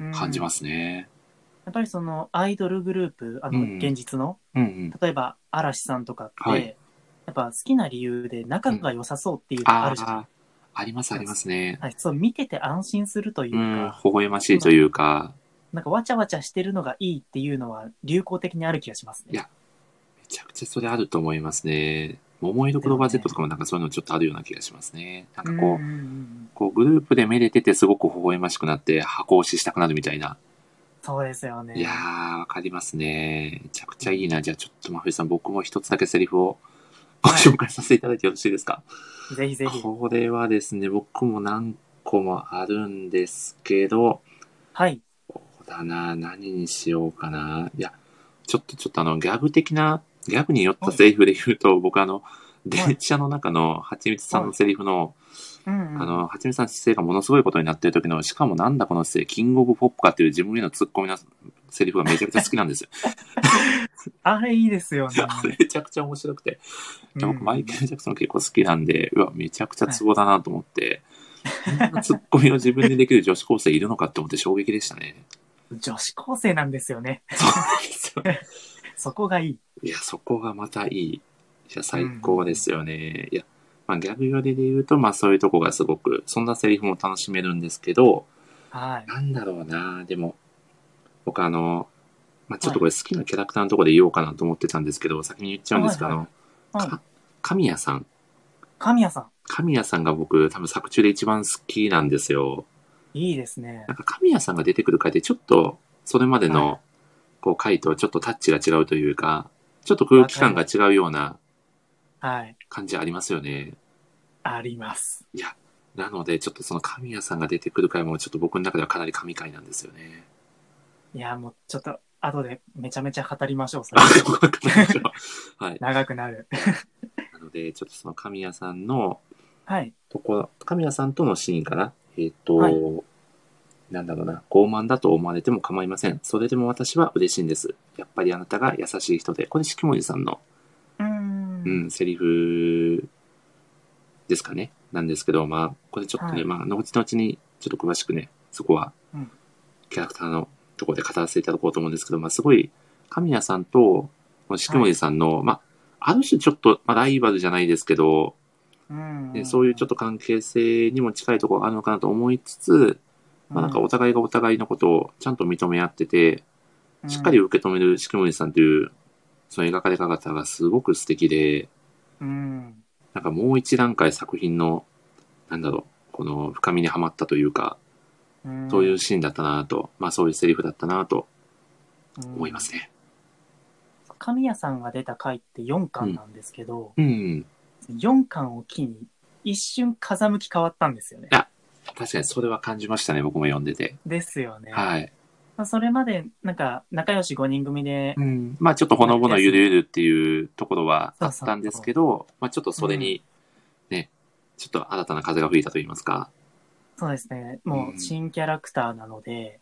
Speaker 2: うん
Speaker 1: 感じますね。
Speaker 2: やっぱりそのアイドルグループ、あの、
Speaker 1: うん
Speaker 2: 現実の、
Speaker 1: うんうん。
Speaker 2: 例えば嵐さんとかって、
Speaker 1: はい
Speaker 2: やっぱ好きな理由で仲が良さそうっていうのがあ
Speaker 1: あ
Speaker 2: るじゃない、
Speaker 1: あ、ありますありますね。
Speaker 2: はい、そう見てて安心するという
Speaker 1: う
Speaker 2: か、
Speaker 1: ん、微笑ましいというか、
Speaker 2: なんかわちゃわちゃしてるのがいいっていうのは流行的にある気がしますね。
Speaker 1: いやめちゃくちゃそれあると思いますね。桃色クローバー Z とかもなんかそういうのちょっとあるような気がしますね。なんかこう、
Speaker 2: うんうんうん
Speaker 1: こうグループでめでててすごく微笑ましくなって箱押ししたくなるみたいな。
Speaker 2: そうですよね。
Speaker 1: いやー、わかりますね。めちゃくちゃいいな。じゃあちょっと真冬さん、僕も一つだけセリフをご
Speaker 2: はい
Speaker 1: 紹介させていただいてよろしいですか、
Speaker 2: ぜひぜひ。
Speaker 1: これはですね、僕も何個もあるんですけど、
Speaker 2: はい。
Speaker 1: そうだな、何にしようかな。いや、ちょっとちょっとあの、ギャグ的な、ギャグによったセリフで言うと、僕あの、電車の中のはちみつさんのセリフの、
Speaker 2: うんうん
Speaker 1: あの、はちみつさん姿勢がものすごいことになってる時の、しかもなんだこの姿勢、キングオブポップかっていう自分へのツッコミのセリフがめちゃくちゃ好きなん
Speaker 2: [LAUGHS]
Speaker 1: ですよ。
Speaker 2: あれいいですよね。
Speaker 1: あれめちゃくちゃ面白くて。で僕、マイケ
Speaker 2: うん
Speaker 1: ル・ジャクソン結構好きなんで、うわ、めちゃくちゃツボだなと思
Speaker 2: [LAUGHS]
Speaker 1: って、こんなツッコミを自分でできる女子高生いるのかって思って衝撃でした
Speaker 2: [LAUGHS]
Speaker 1: ね。
Speaker 2: 女子高生なんですよね。 [LAUGHS]
Speaker 1: そうなんですよ。
Speaker 2: そこがいい。
Speaker 1: いや、そこがまたいい。いや、最高ですよね。いや、まあ、ギャグ寄りで言うと、まあ、そういうとこがすごく、そんなセリフも楽しめるんですけど、
Speaker 2: はい。
Speaker 1: なんだろうなでも、僕あの、まあ、ちょっとこれ好きなキャラクターのところで言おうかなと思ってたんですけど、先に言っちゃうんですけど、
Speaker 2: はいはい
Speaker 1: あの、
Speaker 2: う
Speaker 1: [LAUGHS]
Speaker 2: ん
Speaker 1: か神谷さん。
Speaker 2: 神谷さ
Speaker 1: 神谷さんが僕、多分作中で一番好きなんですよ。
Speaker 2: ん、いいですね
Speaker 1: なん。か神谷さんが出てくる回で、ちょっと、それまでの、
Speaker 2: は
Speaker 1: こう、回とはちょっとタッチが違うというか、ちょっと空気感が違うような
Speaker 2: はい。
Speaker 1: 感じありますよね。
Speaker 2: あります。
Speaker 1: なので、ちょっとその神谷さんが出てくる回も、ちょっと僕の中ではかなり神回なんですよね。 [LAUGHS]
Speaker 2: いや、もうちょっと、後でめちゃめちゃ語りましょう、それ
Speaker 1: あ、。でもわかんないでしょうはい。
Speaker 2: 長くなる。
Speaker 1: なので、ちょっとその神谷さんの
Speaker 2: はい。
Speaker 1: ところ、神谷さんとのシーンかな。えっ、と、
Speaker 2: はい
Speaker 1: なんだろうな、傲慢だと思われても構いません。それでも私は嬉しいんです。やっぱりあなたが優しい人で、これ、しきもりさんの、
Speaker 2: うん。
Speaker 1: う
Speaker 2: うん
Speaker 1: ん、セリフですかね。なんですけど、まあ、これちょっとね、
Speaker 2: はい
Speaker 1: まあ、後々にちょっと詳しくね、そこは
Speaker 2: うん、
Speaker 1: キャラクターのところで語らせていただこうと思うんですけど、まあ、すごい、神谷さんと、このしきもりさんの、まあ、ある種ちょっと、まあ、ライバルじゃないですけど、でそういうちょっと
Speaker 2: と、
Speaker 1: 関係性にも近いところあるのかなと思いつつ、まあ、なんかお互いがお互いのことをちゃんと認め合ってて、
Speaker 2: うん
Speaker 1: しっかり、受け止めるしきもりさんという、その描かれ方がすごく素敵で、
Speaker 2: うん。
Speaker 1: なんかもう一段階作品の、なんだろう、この深みにはまったというか、
Speaker 2: うん
Speaker 1: そういうシーンだったなと、まあそういうセリフだったなと思いま。
Speaker 2: うん
Speaker 1: すね。
Speaker 2: 神谷さんが出た回って4巻なんですけど、
Speaker 1: うん。
Speaker 2: 4巻を機に一瞬風向き変わったんですよね
Speaker 1: あ。確かにそれは感じましたね、僕も読んでて。
Speaker 2: ですよね。
Speaker 1: はい。
Speaker 2: まあそれまで、なんか、仲良し5人組で、
Speaker 1: うん、まあちょっとほのぼのゆるゆるっていうところはあ
Speaker 2: そう
Speaker 1: っ
Speaker 2: そう
Speaker 1: たんですけど、まあちょっとそれに、ね、ちょっと新たな風が吹いたと言いますか。
Speaker 2: そうですね、も
Speaker 1: うん
Speaker 2: う新キャラクターなので、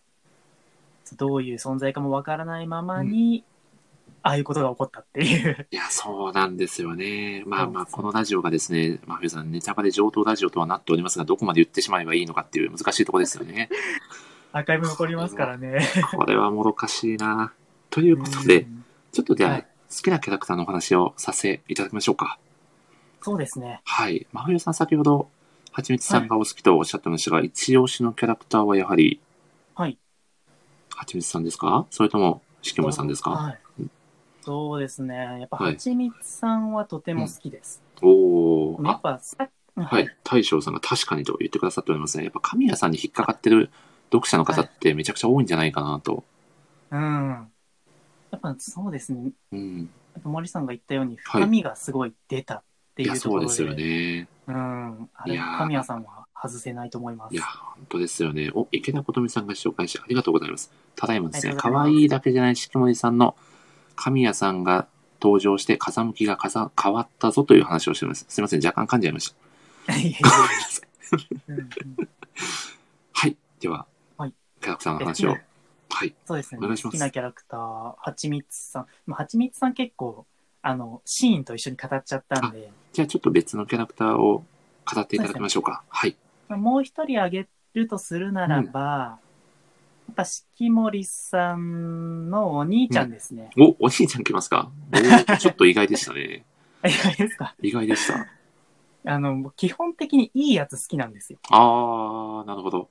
Speaker 2: どういう存在かもわからないままに、ああいうことが起こったっていう。 [LAUGHS]
Speaker 1: いや、そうなんですよね。まあまあ、
Speaker 2: そうそう
Speaker 1: このラジオがですね、マフィさん、ネタバレ上等ラジオとはなっておりますが、どこまで言ってしまえばいいのかっていう難しいところですよ [LAUGHS] ね。
Speaker 2: アーカイブ残りますからね。
Speaker 1: これはもどかしいな。とい
Speaker 2: と
Speaker 1: うことで、ちょっとじゃあ、
Speaker 2: はい
Speaker 1: 好きなキャラクターのお話をさせていただきましょうか。
Speaker 2: そうですね。
Speaker 1: はい。真冬さん、先ほど、はちみつさんがお好きとおっしゃってましたが、一押しのキャラクターはやはり、
Speaker 2: はい。
Speaker 1: はちみつさんですかそれとも、しきもりさんですか、
Speaker 2: はい。そうですね。やっぱ、はちみつさんはとても好きです。
Speaker 1: おー
Speaker 2: やっ
Speaker 1: あ、
Speaker 2: ぱさ、
Speaker 1: は。。
Speaker 2: はい
Speaker 1: 大将さんが確かにと言ってくださっておりますね。やっぱ神谷さんに引っかかってる読者の方ってめちゃくちゃ多いんじゃないかなと。
Speaker 2: うん。やっぱそうですね。
Speaker 1: うん。
Speaker 2: やっぱ森さんが言ったように
Speaker 1: はい
Speaker 2: 深みがすごい出たって
Speaker 1: い
Speaker 2: い
Speaker 1: や、
Speaker 2: うと
Speaker 1: そ
Speaker 2: こ
Speaker 1: う
Speaker 2: ろで、
Speaker 1: ですよね。
Speaker 2: うん。あ
Speaker 1: い
Speaker 2: れ、
Speaker 1: やー
Speaker 2: 神谷さんは外せないと思います。
Speaker 1: いや、本当ですよね。お、池田琴美さんが紹介してありがとうございます。ただいまですね、
Speaker 2: ありがと
Speaker 1: 可
Speaker 2: うございます
Speaker 1: 愛いだけじゃないしきもりさんの神谷さんが登場して風向きがかさ変わったぞという話をしています。すいません、若干噛んじゃいました。
Speaker 2: いやいや
Speaker 1: ごめんなさい
Speaker 2: うんうん
Speaker 1: はい。では、
Speaker 2: はい
Speaker 1: キャラクターの [LAUGHS] 話を。はい。
Speaker 2: そうですね。
Speaker 1: お願いしま
Speaker 2: 好
Speaker 1: す
Speaker 2: きなキャラクター、はちみつさん。まあ、はちみつさん結構、あの、シーンと一緒に語っちゃったんで、
Speaker 1: じゃあ、ちょっと別のキャラクターを語っていただきましょうか。はい。
Speaker 2: まあもう一人挙げるとするならば、やっぱ四季森さんのお兄ちゃんですね。
Speaker 1: お、お兄ちゃん来ますかおーちょっと意外でしたね。 [LAUGHS]
Speaker 2: [LAUGHS] いかがですか
Speaker 1: 意外でした。
Speaker 2: あの、もう基本的にいいやつ好きなんですよ。
Speaker 1: あー、なるほど。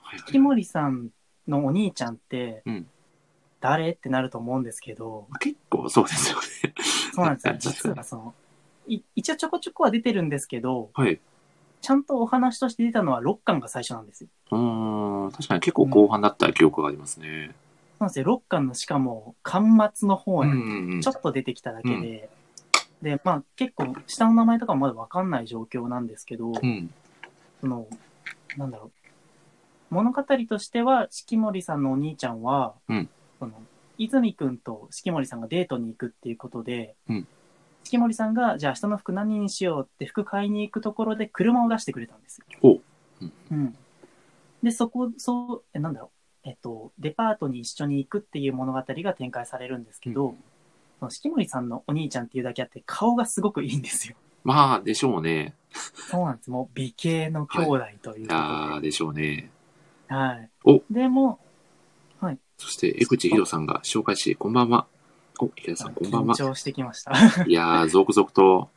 Speaker 1: はいはい
Speaker 2: 木森さんのお兄ちゃんって
Speaker 1: うん、
Speaker 2: 誰、ってなると思うんですけど、
Speaker 1: 結構そうですよね。 [LAUGHS]
Speaker 2: そうなんですよ。
Speaker 1: 確かに
Speaker 2: 実はその、い一応ちょこちょこは出てるんですけど、
Speaker 1: はい。
Speaker 2: ちゃんとお話として出たのは6巻が最初なんですよ。
Speaker 1: うーん、確かに結構後半だった記憶がありますね。
Speaker 2: そうなんですよ。6巻のしかも、巻末の
Speaker 1: う
Speaker 2: 方
Speaker 1: ん、
Speaker 2: に
Speaker 1: うんうん
Speaker 2: ちょっと出てきただけで、で、まあ結構下の名前とかもまだわかんない状況なんですけど、
Speaker 1: うん。
Speaker 2: その、なんだろう。物語としては、四季森さんのお兄ちゃんは、
Speaker 1: うん
Speaker 2: その泉くんと四季森さんがデートに行くっていうことで、
Speaker 1: うん
Speaker 2: 四季森さんが、じゃあ明日の服何にしようって服買いに行くところで車を出してくれたんですよ。
Speaker 1: ほううん
Speaker 2: うんで、そこ、そう、えなんだろう。えっと、デパートに一緒に行くっていう物語が展開されるんですけど、その四季森さんのお兄ちゃんっていうだけあって顔がすごくいいんですよ。
Speaker 1: まあ、でしょうね。
Speaker 2: [LAUGHS] そうなんです。もう美形の兄弟という
Speaker 1: い
Speaker 2: ことで。
Speaker 1: やー、でしょうね。
Speaker 2: はい。
Speaker 1: お
Speaker 2: でも、
Speaker 1: そして、江口博さんが紹介し、こんばんは。お、池田さん、こんばん
Speaker 2: 緊
Speaker 1: は。
Speaker 2: 張してきました。 [LAUGHS]
Speaker 1: いやー、続々と、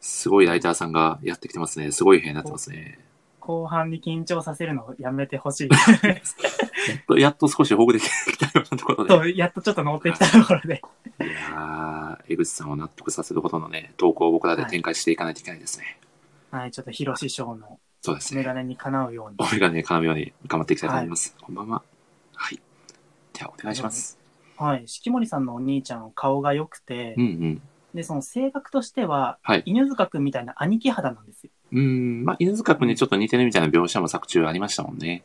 Speaker 1: すごいライターさんがやってきてますね。すごい部屋になってますね。
Speaker 2: 後半に緊張させるのをやめてほしい。
Speaker 1: やっと、やっと少しほぐれてきたようなところで。
Speaker 2: と、やっとちょっと乗ってきたところで。
Speaker 1: いやー江口さんを納得させるほどのね、投稿を僕らで展開していかないといけないですね。
Speaker 2: はい、ちょっとヒロ師匠の
Speaker 1: そうです
Speaker 2: メ
Speaker 1: ね。
Speaker 2: ガネにかなうように。
Speaker 1: お眼鏡に絡むように頑張っていきたいと思います。こんばんは。はい。では、お願いします。
Speaker 2: はい、四季森さんのお兄ちゃんは顔が良くて、
Speaker 1: うんうん。
Speaker 2: で、その性格としては、
Speaker 1: はい
Speaker 2: 犬塚くんみたいな兄貴肌なんですよ。
Speaker 1: うん、まあ、犬塚君にちょっと似てるみたいな描写も作中ありましたもんね。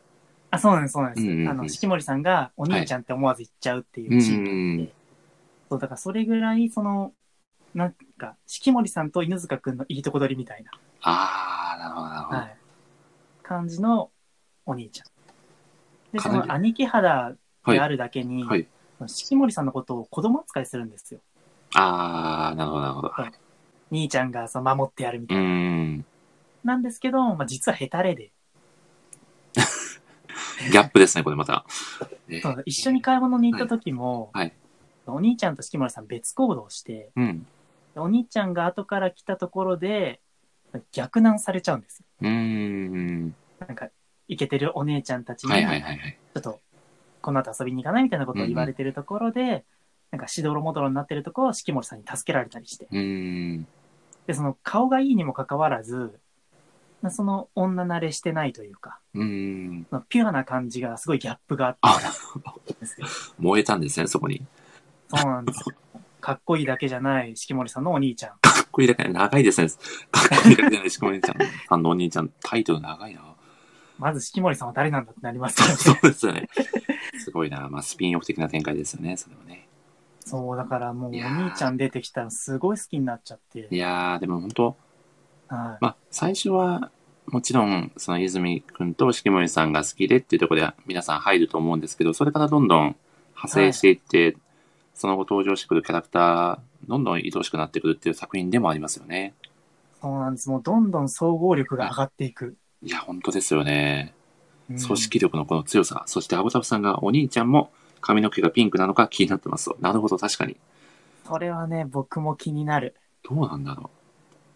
Speaker 2: あ、そうなんです、そうなんです。
Speaker 1: うんうんうん
Speaker 2: あの、四季森さんがお兄ちゃんって思わず言っちゃうっていうシーンがあって、
Speaker 1: うんうん
Speaker 2: そう、だからそれぐらい、その、なんか、四季森さんと犬塚くんのいいとこ取りみたいな、
Speaker 1: あー、なるほど、なるほど。
Speaker 2: はい、感じのお兄ちゃん。で、
Speaker 1: か
Speaker 2: そ
Speaker 1: なり
Speaker 2: の兄貴肌
Speaker 1: はい
Speaker 2: であるだけに、
Speaker 1: はい。
Speaker 2: 四季森さんのことを子供扱いするんですよ。
Speaker 1: あー、なるほど、なるほど。
Speaker 2: はい兄ちゃんがその守ってやるみた
Speaker 1: う
Speaker 2: いな。
Speaker 1: ーん。
Speaker 2: なんですけど、まあ、実はヘタレで、
Speaker 1: ギャップですね、これまた。え
Speaker 2: そう一緒に買い物に行った時も、
Speaker 1: はいはい
Speaker 2: お兄ちゃんと四季森さん別行動して、
Speaker 1: うん。
Speaker 2: お兄ちゃんが後から来たところで、逆難されちゃうんですよ。
Speaker 1: うーん。
Speaker 2: なんか、イケてるお姉ちゃんたちに、
Speaker 1: はいはいはいはい。
Speaker 2: ちょっと、この後遊びに行かないみたいなことを言われてるところで、なんか、しどろもどろになってるところを四季森さんに助けられたりして。
Speaker 1: うーん。
Speaker 2: で、その、顔がいいにもかかわらず、まあその、女慣れしてないというか、
Speaker 1: うーん。
Speaker 2: まあピュアな感じがすごいギャップがあっ
Speaker 1: あ、なるほど。
Speaker 2: たんですよ。
Speaker 1: 燃えたんですね、そこに。
Speaker 2: そうなんですよ。かっこいいだけじゃない四季森さんのお兄ちゃん。
Speaker 1: かっこいいだけ長いですね。かっこいいだけじゃない、しこお兄ちゃん。 [LAUGHS] あのお兄ちゃん、タイトル長いな。
Speaker 2: まず四季森さんは誰なんだってなりますよね。
Speaker 1: そうですよね。すごいな。まあ、スピンオフ的な展開ですよね、それもね。
Speaker 2: そう、だからもうお
Speaker 1: いやー
Speaker 2: 兄ちゃん出てきたらすごい好きになっちゃって
Speaker 1: い。やー、でも本当、
Speaker 2: はい。
Speaker 1: まあ、最初は、もちろん、その泉くんとしきもりさんが好きでっていうところで皆さん入ると思うんですけど、それからどんどん派生していって、その後登場してくるキャラクター、どんどん愛おしくなってくるっていう作品でもありますよね。
Speaker 2: そうなんです。もうどんどん総合力が上がっていく。
Speaker 1: いや、本当ですよね。
Speaker 2: うん
Speaker 1: 組織力のこの強さ、そしてアボタフさんがお兄ちゃんも髪の毛がピンクなのか気になってます。なるほど、確かに。
Speaker 2: それはね、僕も気になる。
Speaker 1: どうなんだろう。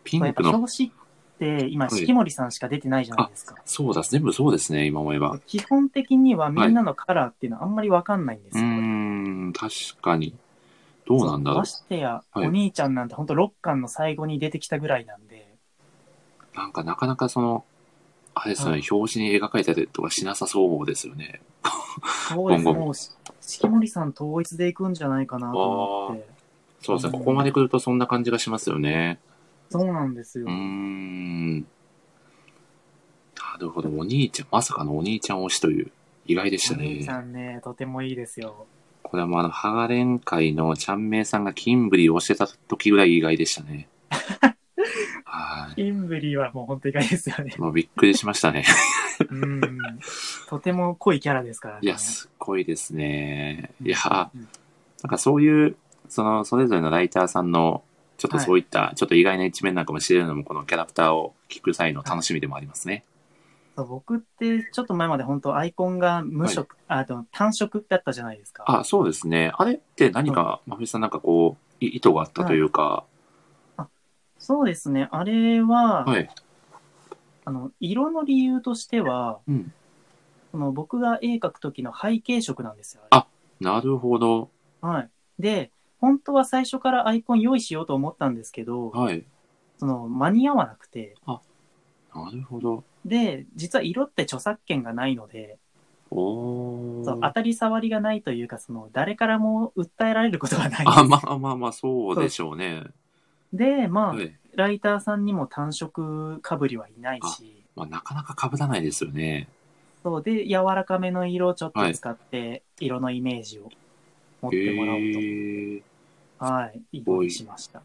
Speaker 1: ピン
Speaker 2: やっ
Speaker 1: ク
Speaker 2: ぱ
Speaker 1: の、
Speaker 2: 表紙って今、
Speaker 1: はい
Speaker 2: 四季森さんしか出てないじゃないですか。
Speaker 1: そうだ、全部そうですね、今思えば。
Speaker 2: 基本的にはみんなのカラーっていうのはあんまりわかんないんで
Speaker 1: う
Speaker 2: すよ。
Speaker 1: ーん、確かに。どうなんだろ
Speaker 2: ま
Speaker 1: う。
Speaker 2: してや、
Speaker 1: はい
Speaker 2: お兄ちゃんなんて本当六巻の最後に出てきたぐらいなんで、
Speaker 1: なんかなかなかその、あれですよね、
Speaker 2: はい
Speaker 1: 表紙に描かれたりとかしなさそうですよね。
Speaker 2: そうです。
Speaker 1: 今後も
Speaker 2: もうし、四季森さん統一でいくんじゃないかなと思って。
Speaker 1: そうですね、
Speaker 2: うん
Speaker 1: ここまで来るとそんな感じがしますよね。
Speaker 2: そうなんですよ
Speaker 1: うー。ん。なるほど、お兄ちゃん、まさかのお兄ちゃん推しという、意外でし
Speaker 2: お
Speaker 1: た
Speaker 2: 兄
Speaker 1: ね
Speaker 2: ち。ゃんね、とてもいいですよ。
Speaker 1: これはもうあの、ハガレン会のちゃんめいさんがキンブリを推してた時ぐらい意外でした
Speaker 2: [LAUGHS]
Speaker 1: ね。はい。。
Speaker 2: インブリーはもう本当意外ですよね
Speaker 1: [LAUGHS] もうびっくりしましたね。
Speaker 2: うん。とても濃いキャラですからね。
Speaker 1: いや、すっごいですね。いや、
Speaker 2: うん
Speaker 1: なんかそういう、その、それぞれのライターさんの、ちょっと
Speaker 2: はい
Speaker 1: そういった、ちょっと意外な一面なんかも知れるのも、このキャラクターを聞く際の楽しみでもありますね。
Speaker 2: そう僕ってちょっと前まで本当アイコンが無色、あと単色だったじゃないですか。
Speaker 1: あ、そうですね。あれって何か、まふりさんなんかこう、い意図があったというか、
Speaker 2: そうですね。あれは、
Speaker 1: はい。
Speaker 2: あの色の理由としては、
Speaker 1: うん。
Speaker 2: その僕が絵描く時の背景色なんですよ。
Speaker 1: あなるほど。
Speaker 2: はい。で、本当は最初からアイコン用意しようと思ったんですけど、
Speaker 1: はい。
Speaker 2: その間に合わなくて、
Speaker 1: なるほど。
Speaker 2: で、実は色って著作権がないので、
Speaker 1: お
Speaker 2: その
Speaker 1: ー
Speaker 2: 当たり障りがないというか、その誰からも訴えられることがない。
Speaker 1: あ、まあまあまあ、そうでしょうね。
Speaker 2: で、まあ、
Speaker 1: はい。
Speaker 2: ライターさんにも単色かぶりはいないし、
Speaker 1: まあ、なかなか被らないですよね。
Speaker 2: そうで柔らかめの色をちょっと使って色のイメージを持っ
Speaker 1: え
Speaker 2: てもらおう
Speaker 1: ー。
Speaker 2: と、はい、意味しました。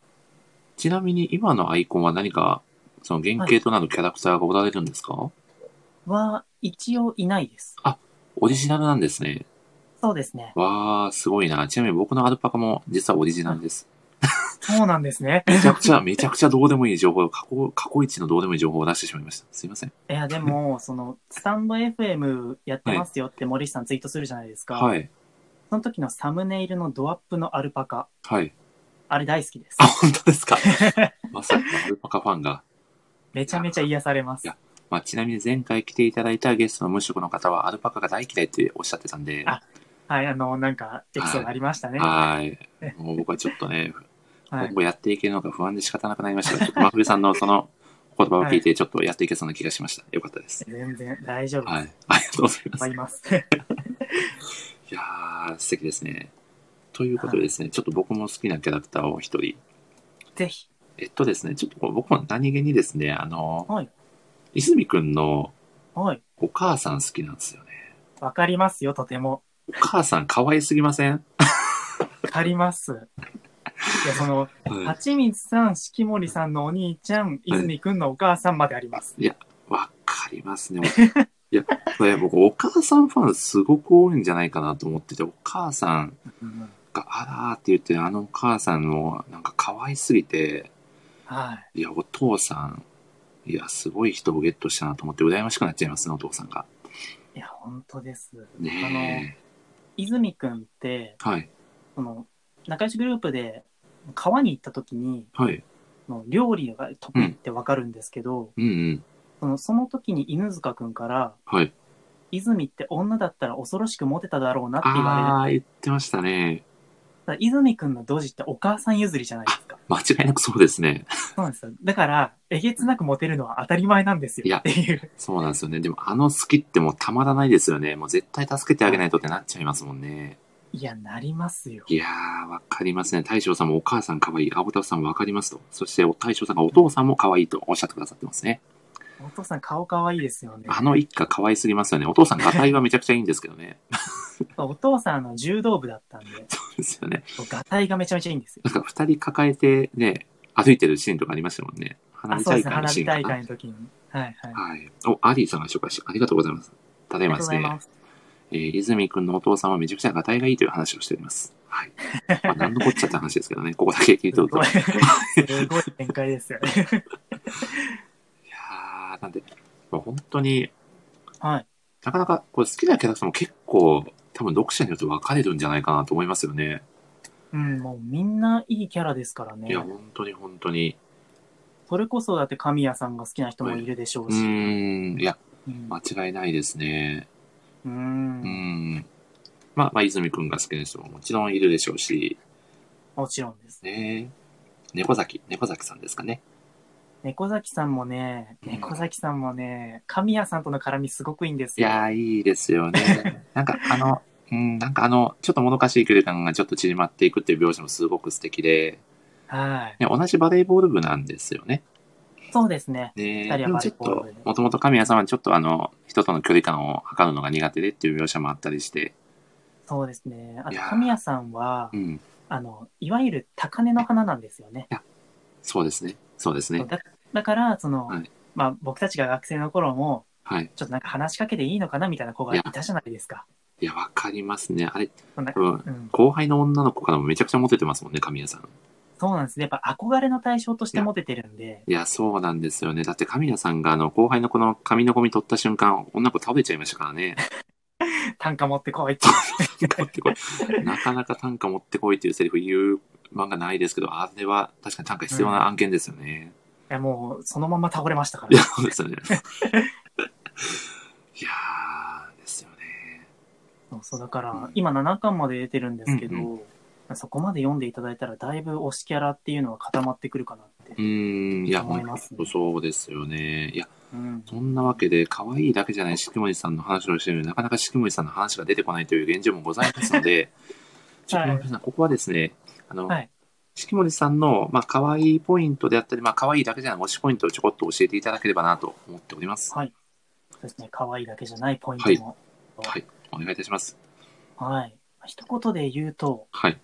Speaker 1: ちなみに今のアイコンは何か、その原型となるキャラクターがおられるんですか、
Speaker 2: は一応いないです。
Speaker 1: オリジナルなんですね。
Speaker 2: そうですね。
Speaker 1: わー、すごいな。ちなみに僕のアルパカも実はオリジナルです。
Speaker 2: そうなんですね。
Speaker 1: めちゃくちゃ、 [LAUGHS] めちゃくちゃどうでもいい情報、過去、過去一のどうでもいい情報を出してしまいました。すいません。
Speaker 2: いやでも [LAUGHS] そのスタンド FM やってますよって森下さんツイートするじゃないですか。
Speaker 1: はい。
Speaker 2: その時のサムネイルのドアップのアルパカ、
Speaker 1: はい。
Speaker 2: あれ大好きです
Speaker 1: あ、。本当
Speaker 2: [LAUGHS]
Speaker 1: ですかまさかアルパカファンが。
Speaker 2: めちゃめちゃ癒されま
Speaker 1: い
Speaker 2: す
Speaker 1: や。まあ、ちなみに前回来ていただいたゲストの無職の方はアルパカが大嫌いっておっしゃってたんで、
Speaker 2: あはい、あのなんかエピソードありましたね。は
Speaker 1: はい。もう僕はちょっとね、今
Speaker 2: い。
Speaker 1: 後やっていけるのか不安で仕方なくなりましたが、ちょっと真冬さんのそのお言葉を聞いて、ちょっとやっていけそうな気がしました。よかったです。
Speaker 2: 全然大丈夫
Speaker 1: は
Speaker 2: です。
Speaker 1: い。ありがとうございま
Speaker 2: 頑
Speaker 1: す。
Speaker 2: 張ります。
Speaker 1: いやー、素敵ですね。ということでですね、ちょっと僕も好きなキャラクターを一人。
Speaker 2: [LAUGHS] ぜひ。
Speaker 1: えっとですね、ちょっとこう僕も何気にですね、あの、
Speaker 2: はい。
Speaker 1: 泉くんの
Speaker 2: はい。
Speaker 1: お母さん好きなんですよね。
Speaker 2: わかりますよ、とても。
Speaker 1: お母さん可愛すぎません
Speaker 2: わかります。いや、その、
Speaker 1: は
Speaker 2: はちみつさん、しきもりさんのお兄ちゃん、泉くんのお母さんまであります。
Speaker 1: い。わかりますね。これ僕、お母さんファンすごく多いんじゃないかなと思ってて、お母さん
Speaker 2: うん
Speaker 1: が、あらーって言ってるあのお母さんの、なんか可愛すぎて、
Speaker 2: はい。
Speaker 1: いや、お父さん、いや、すごい人をゲットしたなと思って、羨ましくなっちゃいますね、お父さんが。
Speaker 2: いや、本当です。あの、
Speaker 1: ね
Speaker 2: 泉くんって、
Speaker 1: え。はい。
Speaker 2: その、仲良しグループで川に行った時に、
Speaker 1: はい。
Speaker 2: その料理が得意ってわかるんですけど、
Speaker 1: うんうん。
Speaker 2: そのその時に犬塚くんから、
Speaker 1: はい。
Speaker 2: 泉って女だったら恐ろしくモテただろうなって言われる。
Speaker 1: あー、言ってましたね。
Speaker 2: だから泉くんのドジってお母さん譲りじゃないですか。
Speaker 1: 間違いなくそうですね。
Speaker 2: そうなんですよ。だから、えげつなくモテるのは当たり前なんです
Speaker 1: い
Speaker 2: よ
Speaker 1: や
Speaker 2: っていう。
Speaker 1: そうなんですよね。でも、あの好きってもうたまらないですよね。もう絶対助けてあげないとってなっちゃいますもんね。
Speaker 2: いや、なりますよ。
Speaker 1: いやー、わかりますね。大将さんもお母さん可愛い、青田さんわかりますと。そして、お大将さんがお父さんも可愛いとおっしゃってくださってますね。
Speaker 2: お父さん顔可愛いですよね。
Speaker 1: あの一家可愛すぎますよね。お父さん、がたいはめちゃくちゃいいんですけどね。
Speaker 2: お父さんあの柔道部だったんで、
Speaker 1: そうですよね。
Speaker 2: ガタイがめちゃめちゃいいんですよ。
Speaker 1: なんか、二人抱えてね、歩いてるシーンとかありましたもんね。花
Speaker 2: あ、
Speaker 1: 火
Speaker 2: そう
Speaker 1: 大
Speaker 2: ですね。
Speaker 1: 会の
Speaker 2: 花
Speaker 1: シー
Speaker 2: 火
Speaker 1: ンか
Speaker 2: 大
Speaker 1: な
Speaker 2: 会。の時に。はいはい。あ
Speaker 1: はい。お、アリーさんが紹介して、ありがとうございます。ただい
Speaker 2: り
Speaker 1: ま
Speaker 2: がと
Speaker 1: で
Speaker 2: うご
Speaker 1: すね
Speaker 2: ざいま、す。
Speaker 1: えー、泉くんのお父さんはめちゃくちゃがたいがいいという話をしております。はい。
Speaker 2: [LAUGHS]
Speaker 1: まあ、何のこっちゃって話ですけどね、ここだけ聞いて
Speaker 2: す
Speaker 1: おくと
Speaker 2: ごい、。すごい展開ですよね。
Speaker 1: いやー、なんで、まあ、本当に
Speaker 2: はい。
Speaker 1: なかなかこれ好きなキャラクターも結構多分読者によって分かれるんじゃないかなと思いますよね。
Speaker 2: うん、もうみんないいキャラですからね
Speaker 1: いや、。本当に本当に。
Speaker 2: それこそだって神谷さんが好きな人もいるでしょ
Speaker 1: う
Speaker 2: うし。
Speaker 1: ーん、いや、
Speaker 2: うん
Speaker 1: 間違いないですね。
Speaker 2: う。
Speaker 1: うんん。まあ、まあ、泉くんが好きな人ももちろんいるでしょうし、
Speaker 2: もちろんです。
Speaker 1: ね猫崎、猫崎さんですかね。
Speaker 2: 猫崎さんもね、
Speaker 1: うん
Speaker 2: 猫崎さんもね、神谷さんとの絡みすごくいいんです
Speaker 1: い
Speaker 2: よ。
Speaker 1: やー、いいですよ
Speaker 2: [LAUGHS]
Speaker 1: ね。なんかあの、うん、なんかあの、ちょっともどかしい距離感がちょっと縮まっていくっていう描写もすごく素敵で、
Speaker 2: はい。
Speaker 1: ね、同じバレーボール部なんですよね。
Speaker 2: そうですね。
Speaker 1: ね
Speaker 2: 二人は
Speaker 1: でもちょっ
Speaker 2: バレーボー
Speaker 1: と
Speaker 2: ルで、
Speaker 1: もともと神谷さんはちょっとあの、人との距離感を測るのが苦手でっていう描写もあったりして、
Speaker 2: そうですね。あ
Speaker 1: い
Speaker 2: と
Speaker 1: やー
Speaker 2: 神谷さんは
Speaker 1: う、ん、
Speaker 2: あの、いわゆる高嶺の花なんですよね。
Speaker 1: そうですね、そうですね。
Speaker 2: だだから、その、
Speaker 1: はい
Speaker 2: まあ僕たちが学生の頃も、
Speaker 1: はい。
Speaker 2: ちょっとなんか話しかけていいのかなみたいな子がいたじゃないですか。
Speaker 1: いや、わかりますね。あれ、
Speaker 2: そんな
Speaker 1: 多分、
Speaker 2: うん、
Speaker 1: 後輩の女の子からもめちゃくちゃモテてますもんね、神谷さん。
Speaker 2: そうなんですね。やっぱ憧れの対象としてモテてるんで、
Speaker 1: いや、そうなんですよね。だって神谷さんがあの、後輩のこの髪のゴミ取った瞬間、女の子倒れちゃいましたからね。
Speaker 2: 単価持ってこいって。
Speaker 1: 持って
Speaker 2: [LAUGHS]
Speaker 1: こい。なかなか短歌持ってこいっていうセリフ言う漫画ないですけど、あれは確かに短歌必要な案件ですよね。
Speaker 2: いやもう、そのまま倒れましたか
Speaker 1: い
Speaker 2: ら
Speaker 1: や、。そうですよね。いやー、ですよね。
Speaker 2: そうそう、だから、
Speaker 1: うん
Speaker 2: 今7巻まで出てるんですけど、
Speaker 1: うん
Speaker 2: そこまで読んでいただいたら、だいぶ推しキャラっていうのは固まってくるかなって
Speaker 1: う。ーん、いや、
Speaker 2: 思
Speaker 1: ほ
Speaker 2: い
Speaker 1: ん
Speaker 2: ますね
Speaker 1: とそうですよね。いや、
Speaker 2: うん。
Speaker 1: そんなわけで、可愛いだけじゃない四季森さんの話をしてるのになかなか四季森さんの話が出てこないという現状もございますの
Speaker 2: [LAUGHS]
Speaker 1: で、ちょっと皆さん、ここはですね、あの、
Speaker 2: はい
Speaker 1: 四季森さんの、まあ、可愛いポイントであったり、まあ、可愛いだけじゃない推しポイントをちょこっと教えていただければなと思っております。
Speaker 2: はい。そうですね、可愛いだけじゃないポイントも。
Speaker 1: はいお願いいたします。
Speaker 2: はい。一言で言うと、
Speaker 1: はい。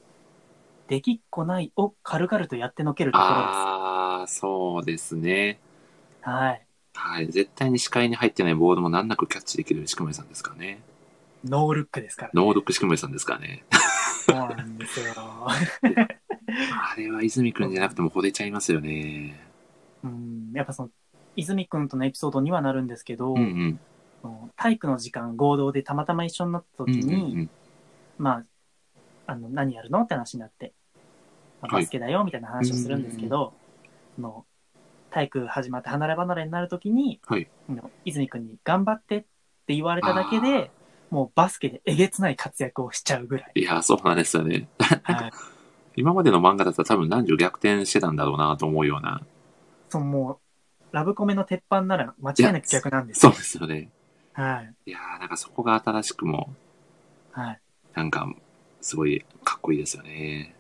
Speaker 2: できっこないを軽々とやってのけるところです。
Speaker 1: あー、そうですね。
Speaker 2: はい。
Speaker 1: はい、絶対に視界に入ってないボールも難なくキャッチできる四季森さんですからね。
Speaker 2: ノールックですから。
Speaker 1: ノールック四季森さんですからね。
Speaker 2: そうなんですよ。 [LAUGHS]
Speaker 1: あれは泉くんじゃなくても惚れちゃいますよね。
Speaker 2: うん。やっぱその、泉くんとのエピソードにはなるんですけど、
Speaker 1: うんうん。
Speaker 2: その体育の時間合同でたまたま一緒になった
Speaker 1: う
Speaker 2: 時
Speaker 1: ん
Speaker 2: に、
Speaker 1: うんうん。
Speaker 2: まあ、あの何やるのって話になって、まあ
Speaker 1: はい
Speaker 2: バスケだよみたいな話をするんですけど、その体育始まって離れ離れになるときに、
Speaker 1: はい
Speaker 2: あの泉くんに頑張ってって言われただけで、もうバスケでえげつない活躍をしちゃうぐら
Speaker 1: [LAUGHS]
Speaker 2: い。
Speaker 1: いや、そうなんですよね。
Speaker 2: はい、
Speaker 1: 今までの漫画だったら多分男女逆転してたんだろうなと思うような。
Speaker 2: そのもう、ラブコメの鉄板なら間違いなく逆なんです
Speaker 1: そう
Speaker 2: よ。
Speaker 1: ですよね。
Speaker 2: はい。
Speaker 1: いやー、なんかそこが新しくも、
Speaker 2: はい。
Speaker 1: なんか、すごいかっこいいですよね。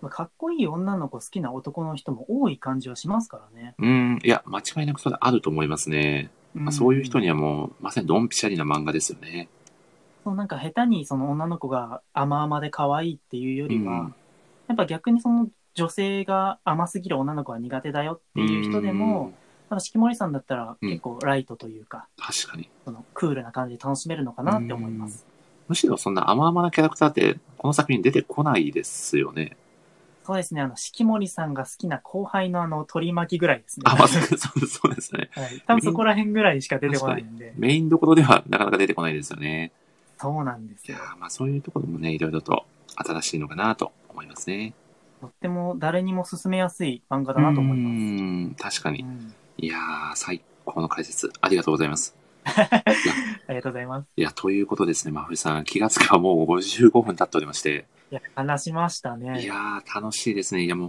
Speaker 2: まあ、かっこいい女の子好きな男の人も多い感じはしますからね。
Speaker 1: うん、いや、間違いなくそれあると思いますね。まあそういう人にはもう、まさにドンピシャリな漫画ですよね。
Speaker 2: そうなんか下手にその女の子が甘々で可愛いっていうよりは、
Speaker 1: うん
Speaker 2: やっぱ逆にその女性が甘すぎる女の子は苦手だよっていう人でも、、多分四季森さんだったら
Speaker 1: うん
Speaker 2: 結構ライトというか、
Speaker 1: 確かに。
Speaker 2: そのクールな感じで楽しめるのかなって思います。
Speaker 1: むしろそんな甘々なキャラクターって、この作品出てこないですよね。
Speaker 2: そうですね、あの、四季森さんが好きな後輩のあの、取り巻きぐらいですね。
Speaker 1: あ、まあ、そうそうそうですね。
Speaker 2: はい、多分そこら辺ぐらいしか出てこないんで、
Speaker 1: メインどころではなかなか出てこないですよね。
Speaker 2: そうなんです
Speaker 1: いや
Speaker 2: よ。
Speaker 1: ーまあそういうところもね、いろいろと新しいのかなと思いますね。
Speaker 2: とっても誰にも勧めやすい漫画
Speaker 1: う
Speaker 2: だなと思います。
Speaker 1: ーん、確かに
Speaker 2: う。ん
Speaker 1: いやー、最高の解説、ありがとうございます。
Speaker 2: ありがとうございます。
Speaker 1: いや、ということですね、まふさん、気がつけばもう55分経っておりまして、
Speaker 2: いや、話しましたね。
Speaker 1: いやー、楽しいですね。いや、も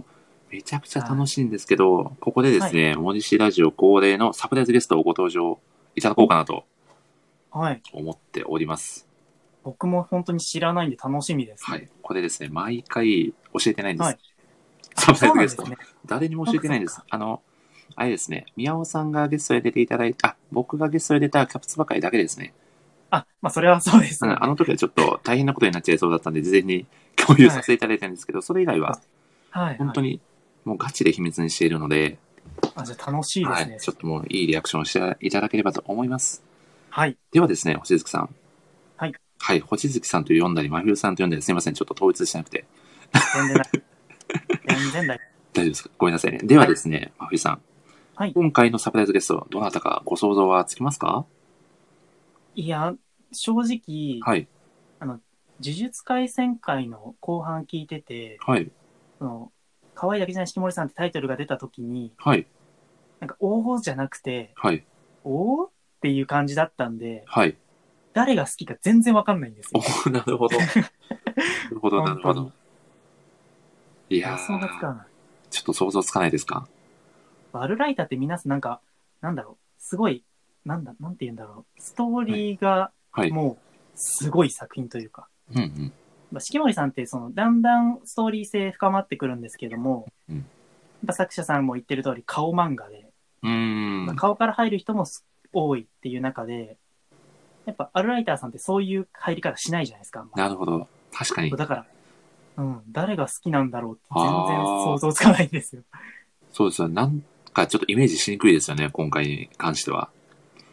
Speaker 1: う、めちゃくちゃ楽しいんですけど、ここでですね、モニシラジオ恒例のサプライズゲストをご登場いただこうかなと
Speaker 2: はい。
Speaker 1: 思っております。
Speaker 2: 僕も本当に知らないんで楽しみです、
Speaker 1: はい。これですね、毎回教えてないんです。
Speaker 2: はい
Speaker 1: サプラ
Speaker 2: そ
Speaker 1: イ
Speaker 2: う
Speaker 1: ズ
Speaker 2: なん
Speaker 1: ゲ
Speaker 2: で
Speaker 1: ス
Speaker 2: す
Speaker 1: ト。
Speaker 2: ね。
Speaker 1: 誰にも教えてないんで
Speaker 2: そ
Speaker 1: す。あの、あれですね、宮尾さんがゲストで出ていただいた、あ、僕がゲストで出たキャプツばかりだけですね。
Speaker 2: あ、まあ、それはそうです、
Speaker 1: う
Speaker 2: ね
Speaker 1: んあの時はちょっと大変なことになっちゃいそうだったんで、事前に共有させていただいたんですけど、それ以外は
Speaker 2: はい、はい。
Speaker 1: 本当にもうガチで秘密にしているので、
Speaker 2: あ、じゃあ楽しいですね
Speaker 1: はい、。ちょっともういいリアクションをしていただければと思います。
Speaker 2: はい。
Speaker 1: ではですね、星月さん。
Speaker 2: はい。
Speaker 1: はい、星月さんと呼んだり、真冬さんと呼んだり、すみません、ちょっと統一してなくて。
Speaker 2: 全然ない。全然ない。
Speaker 1: 大丈夫ですかごめんなさいね。ではですね、真冬さん。
Speaker 2: はい
Speaker 1: 今回のサプライズゲスト、どなたかご想像はつきますか
Speaker 2: いや、正直、
Speaker 1: はい。
Speaker 2: 呪術廻戦会の後半聞いてて、
Speaker 1: はい。
Speaker 2: その、可愛いだけじゃないしきもりさんってタイトルが出た時に、
Speaker 1: はい。
Speaker 2: なんか、おおじゃなくて、
Speaker 1: はい。
Speaker 2: おおっていう感じだったんで、
Speaker 1: はい。 [LAUGHS]
Speaker 2: 誰が好きか全然わかんないんですよ。
Speaker 1: おなるほど。なるほど、なるほ
Speaker 2: 本
Speaker 1: ど。い
Speaker 2: い
Speaker 1: や
Speaker 2: や、そうがつか
Speaker 1: ー、
Speaker 2: ない。
Speaker 1: ちょっと想像つかないですか
Speaker 2: バルライターって皆さんなんか、なんだろう、すごい、なんだ、なんて言うんだろう、ストーリーが
Speaker 1: はい。うん
Speaker 2: もう、すごい作品というか、
Speaker 1: うん。
Speaker 2: まあ、四季森さんってそのだんだんストーリー性深まってくるんですけども、
Speaker 1: うん
Speaker 2: やっぱ作者さんも言ってる通り顔漫画で、
Speaker 1: うー
Speaker 2: まあ
Speaker 1: ん。
Speaker 2: 顔から入る人もす多いっていう中でやっぱアルライターさんってそういう入り方しないじゃないですか、あんま
Speaker 1: なるほど。確かに。
Speaker 2: だから、うん、誰が好きなんだろうって全然
Speaker 1: あー
Speaker 2: 想像つかないんですよ
Speaker 1: そうですよ。なんかちょっとイメージしにくいですよね、今回に関しては。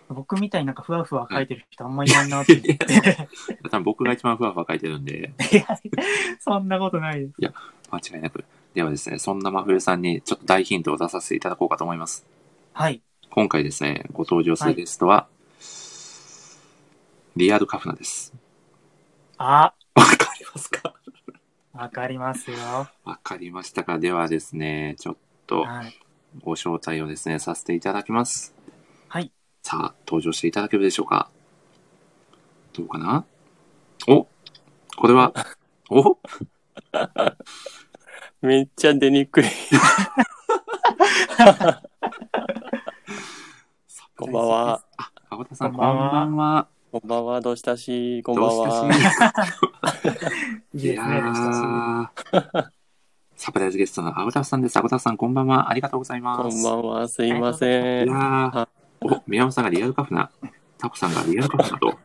Speaker 2: 僕みたいになんかふわふわ書いてる人あんまいないなって
Speaker 1: [LAUGHS]
Speaker 2: 思って
Speaker 1: 多分僕が一番ふわふわ書いてるんで、
Speaker 2: いやそんなことないです
Speaker 1: 間違いなく。ではですね、そんな真冬さんにちょっと大ヒントを出させていただこうかと思います。
Speaker 2: はい
Speaker 1: 今回ですね、ご登場するゲストは、リアルカフナです。
Speaker 2: あ
Speaker 1: わかりますか
Speaker 2: わかりますよ、
Speaker 1: わかりましたかではですね、ちょっと
Speaker 2: はい、
Speaker 1: ご招待をですね、させていただきます。
Speaker 2: はい。
Speaker 1: さあ、登場していただけるでしょうかどうかなおこれは、お
Speaker 3: めっちゃ出
Speaker 1: [LAUGHS]
Speaker 3: にくい。こんばんは。
Speaker 1: あ、川田さん、こ
Speaker 2: こ
Speaker 1: ん
Speaker 2: ん
Speaker 1: ば
Speaker 2: ば
Speaker 1: ん
Speaker 2: んは
Speaker 1: は。
Speaker 3: こんばんは、どうしたし、こんばん
Speaker 1: ど
Speaker 3: は
Speaker 1: う。したし
Speaker 2: いい
Speaker 1: い
Speaker 2: ですね
Speaker 1: やーサプライズゲストのアゴタフさんです。アゴタフさん、こんばんは。ありがとうございます。
Speaker 3: こんば
Speaker 1: は。
Speaker 3: んは、すいませ
Speaker 1: い
Speaker 3: ん。
Speaker 1: やー
Speaker 3: は
Speaker 1: お、宮本さんがリアルカフナ、タコさんがリアルカフナと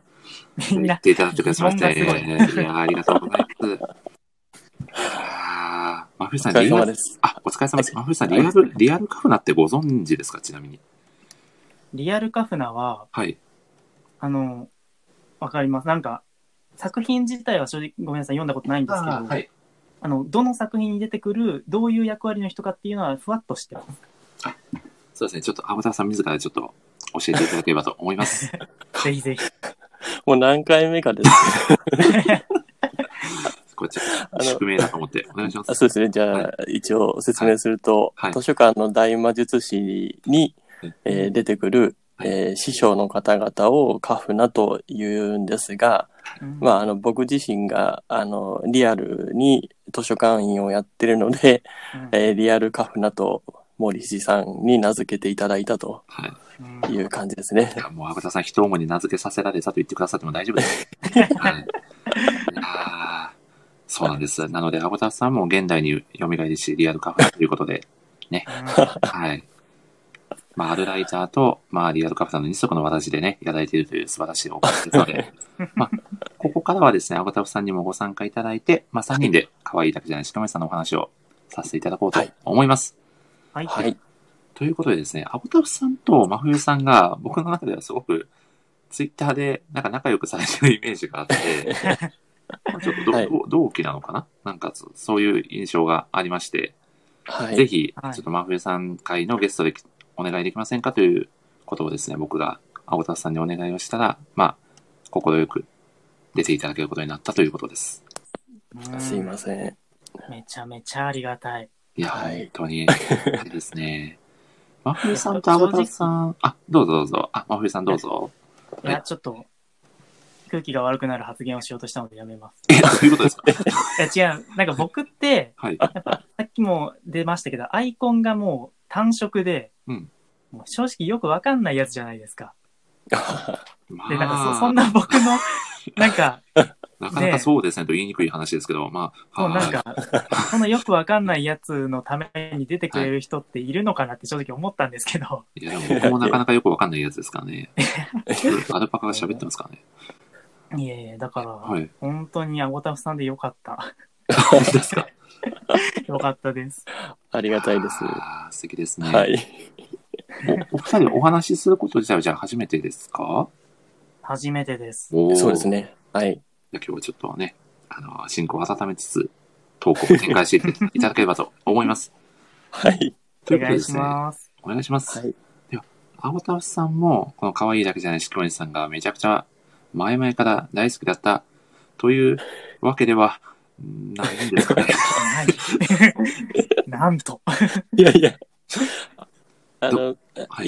Speaker 2: みん
Speaker 1: 言
Speaker 2: な
Speaker 1: っていただいてくださいまして、い
Speaker 2: 疑問が
Speaker 1: やーありがとうございます。いやーマフィ
Speaker 3: お
Speaker 1: さん、
Speaker 3: 疲れ
Speaker 1: リア
Speaker 3: 様
Speaker 1: ル、
Speaker 3: です。
Speaker 1: あ、お疲れ様です。マフィさん、リアル、リアルカフナってご存知ですかちなみに。
Speaker 2: リアルカフナは
Speaker 1: はい。
Speaker 2: あの、わかります。なんか、作品自体は正直ごめんなさい、読んだことないんですけど、あ,、
Speaker 1: い。
Speaker 2: の、どの作品に出てくる、どういう役割の人かっていうのはふわっとしてます。
Speaker 1: そうですね。ちょっとアゴタフさん自らちょっと教えていただければと思い
Speaker 3: [LAUGHS]
Speaker 1: ます。
Speaker 2: ぜひぜひ。
Speaker 3: もう何回目かです。
Speaker 1: これちょっと
Speaker 3: あの
Speaker 1: 宿命だと思って、お願いしま
Speaker 3: あ
Speaker 1: す。
Speaker 3: そうですね。じゃあ、
Speaker 1: は
Speaker 3: 一応説明すると、
Speaker 1: はい
Speaker 3: 図書館の大魔術師に、
Speaker 1: はい
Speaker 3: えー出てくる、
Speaker 1: はい
Speaker 3: えー師匠の方々をカフナと言うんですが、
Speaker 2: うん
Speaker 3: まあ、あの、僕自身が、あの、リアルに図書館員をやってるので、
Speaker 2: うん
Speaker 3: えーリアルカフナと森氏さんに名付けていただいたと
Speaker 1: はい。
Speaker 2: うん
Speaker 3: いう感じですね
Speaker 1: い。や、もう、アブタさん、一思いに名付けさせられたと言ってくださっても大丈夫です。はい、いやーそうなんです。なので、アブタさんも現代に蘇りし、リアルカフナということで、はい。まあ、アルライターと、まあ、リアルカフナの二足のわらじでね、いただいているという素晴らしいお話ですの
Speaker 3: [LAUGHS]
Speaker 1: で、まあ、ここからはですね、アブタさんにもご参加いただいて、まあ、3人で、可愛いだけじゃない、しかもさんのお話をさせていただこうと思います。
Speaker 2: はい。
Speaker 3: はい。
Speaker 1: ということでですね、アボタフさんと真冬さんが僕の中ではすごくツイッターでなんか仲良くされてるイメージがあ
Speaker 3: [LAUGHS]
Speaker 1: って、まあちょっとど、
Speaker 3: はい
Speaker 1: どう同期なのかななんかそそういう印象がありまして、
Speaker 3: はい。
Speaker 1: ぜひ、ちょ
Speaker 2: はい
Speaker 1: っと真冬さん会のゲストできお願いできませんかということをですね、僕が青田さんにお願いをしたら、まあ、心よく出ていただけることになったということです。
Speaker 2: うん
Speaker 3: すいません。 [LAUGHS]
Speaker 2: めちゃめちゃありがたい。
Speaker 1: いや、
Speaker 3: はい
Speaker 1: 本
Speaker 3: [LAUGHS]
Speaker 1: 当に、あれですね。真冬さんと青田さん、あ、どうぞどうぞ。あ、真冬さんどう
Speaker 2: [LAUGHS]
Speaker 1: ぞ。
Speaker 2: い
Speaker 1: は
Speaker 2: や、
Speaker 1: い
Speaker 2: ちょっと、空気が悪くなる発言をしようとしたのでやめます。
Speaker 1: え、どういうことですか
Speaker 2: いや、違う。なんか僕って、 [LAUGHS]
Speaker 1: はい。
Speaker 2: さっきも出ましたけど、アイコンがもう単色で、
Speaker 1: うん
Speaker 2: もう正直よくわかんないやつじゃないですか。
Speaker 1: ま
Speaker 2: で、なんか
Speaker 1: あ、
Speaker 2: そそんな僕 [LAUGHS] の、なんか、
Speaker 1: なかなかそうですねと言いにくい話ですけど、まあ、
Speaker 2: もうなん
Speaker 1: はい
Speaker 2: か、そのよくわかんないやつのために出てくれる人っているのかなって正直思ったんですけど、
Speaker 1: いや、でも僕もなかなかよくわかんないやつですから
Speaker 2: [LAUGHS]
Speaker 1: ね。アルパカが喋ってますからね。
Speaker 2: い、えいえ、だから、 [LAUGHS]
Speaker 1: はい。
Speaker 2: 本当にアゴタフさんでよかった。 [LAUGHS]
Speaker 1: 本当ですか
Speaker 2: よかったです。
Speaker 3: ありがたいです。
Speaker 1: あー素敵ですね。
Speaker 3: はい。
Speaker 1: おお二人お話しすること自体はじゃあ初めてですか
Speaker 2: 初めてです。
Speaker 1: おー
Speaker 3: そうです。ね。はい。
Speaker 1: じゃあ今日はちょっとね、あの、進行を温めつつ、投稿を展開していただければと思います。 [LAUGHS]
Speaker 3: はい。
Speaker 1: と
Speaker 2: お
Speaker 1: いうこと
Speaker 2: 願
Speaker 1: で
Speaker 2: い
Speaker 1: で
Speaker 2: し
Speaker 1: すね、
Speaker 3: [LAUGHS]
Speaker 2: ます。
Speaker 1: お願いします。
Speaker 3: はい。
Speaker 1: アゴタフさんも、この可愛いだけじゃないしきおじさんがめちゃくちゃ前々から大好きだったというわけではないんですかね。
Speaker 2: はい。なんと。
Speaker 3: いや
Speaker 1: [LAUGHS]
Speaker 3: いや。あの、
Speaker 1: はい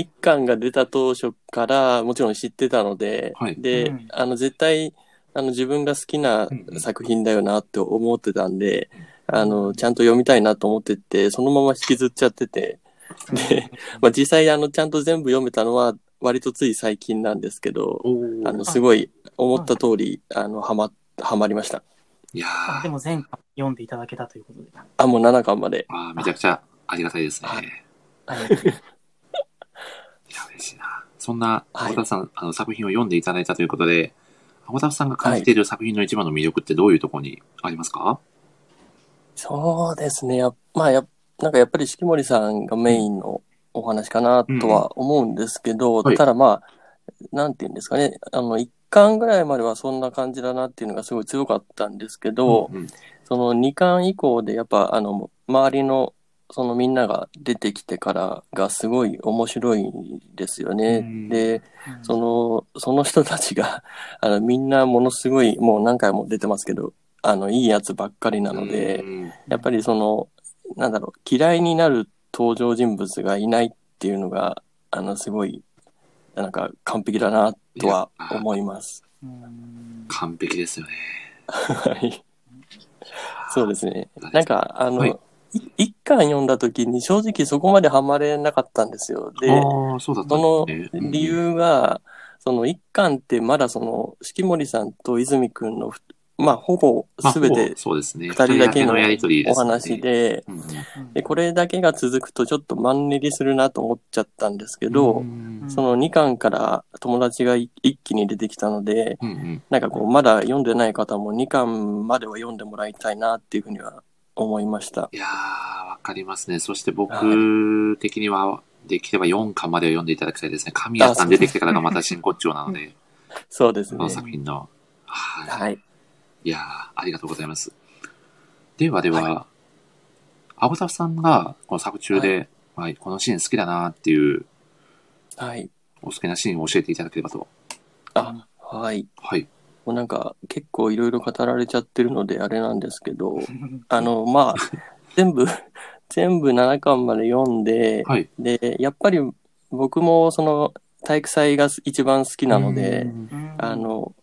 Speaker 3: 一巻が出た当初からもちろん知ってたので、
Speaker 1: はい
Speaker 3: で、
Speaker 2: うん
Speaker 3: あの絶対あの自分が好きな
Speaker 1: うんうん
Speaker 3: 作品だよなって思ってたんで、あのちゃんと読みたいなと思っててそのまま引きずっちゃってて、で、まあ、実際あのちゃんと全部読めたのは割とつい最近なんですけど、
Speaker 1: おー
Speaker 3: あのすごい思った通り、あのハマハマりました。
Speaker 1: いや
Speaker 2: あで
Speaker 1: ー、
Speaker 2: も前回読んでいただけたということで。
Speaker 3: あもう7巻まで。
Speaker 1: あーめちゃくちゃありがたいですね。
Speaker 3: はい
Speaker 2: はい
Speaker 1: や、嬉しいな。そんな、ア
Speaker 3: はい
Speaker 1: ゴタフさん、あの、作品を読んでいただいたということで、アゴタフさんが感じている作品の一番の魅力ってどういうところにありますか、
Speaker 3: そうですね。やっまあやっ、なんかやっぱり四季森さんがメインのお話かなとは思うんですけど、
Speaker 1: んはい
Speaker 3: ただまあ、なんて言うんですかね、あの、1巻ぐらいまではそんな感じだなっていうのがすごい強かったんですけど、
Speaker 1: うん
Speaker 3: その2巻以降でやっぱ、あの、周りの、そのみんなが出てきてからがすごい面白いですよ
Speaker 1: う
Speaker 3: ね。
Speaker 1: ん
Speaker 3: で、その、その人たちが、 [LAUGHS] あの、みんなものすごい、もう何回も出てますけど、あの、いいやつばっかりなので、
Speaker 1: うん
Speaker 3: やっぱりその、なんだろう、嫌いになる登場人物がいないっていうのが、あの、すごい、なんか完璧だなとは思います。
Speaker 2: うん
Speaker 1: 完璧ですよね。
Speaker 3: はい。そうですね。なんか、あの、
Speaker 1: はい
Speaker 3: い一巻読んだ時に正直そこまでハマれなかったんですよ。で、
Speaker 1: ああ、そうだった
Speaker 3: その
Speaker 1: んですね
Speaker 3: 理、由が、その一巻ってまだその、四季森さんと泉くんのふ、まあ、ほぼ全て
Speaker 1: そうですね。
Speaker 3: 二人だけの
Speaker 1: やりとりで
Speaker 3: お
Speaker 1: すね
Speaker 3: 話。で、
Speaker 1: うんうん
Speaker 3: で、これだけが続くとちょっとマンネリするなと思っちゃったんですけ
Speaker 1: う
Speaker 3: ど、
Speaker 1: ん
Speaker 3: その2巻から友達がい一気に出てきたので、
Speaker 1: うんうん
Speaker 3: なんかこう、まだ読んでない方も2巻までは読んでもらいたいなっていうふうには思いました。
Speaker 1: いやー、わかりますね。そして
Speaker 3: は
Speaker 1: 僕的には、できれば4巻までは読んでいただきたいですね。神谷さん出てきてからがまた真骨頂なので、
Speaker 3: そうです
Speaker 1: こ
Speaker 3: ね
Speaker 1: の。作品の。はい。
Speaker 3: はい。
Speaker 1: いやー、ありがとうございます。ではでは、アボタフさんがこの作中で、まあ、このシーン好きだなっていう、
Speaker 3: はい。
Speaker 1: お好きなシーンを教えていただければと。
Speaker 3: あ、はい。
Speaker 1: はい。
Speaker 3: もうなんか結構いろいろ語られちゃってるのであれなんですけど、
Speaker 2: うん
Speaker 3: あの、まあ、全部、 [LAUGHS] 全部7巻まで読んで、
Speaker 1: はい。
Speaker 3: で、やっぱり僕もその体育祭が一番好きなので、
Speaker 1: うん
Speaker 3: あ、の、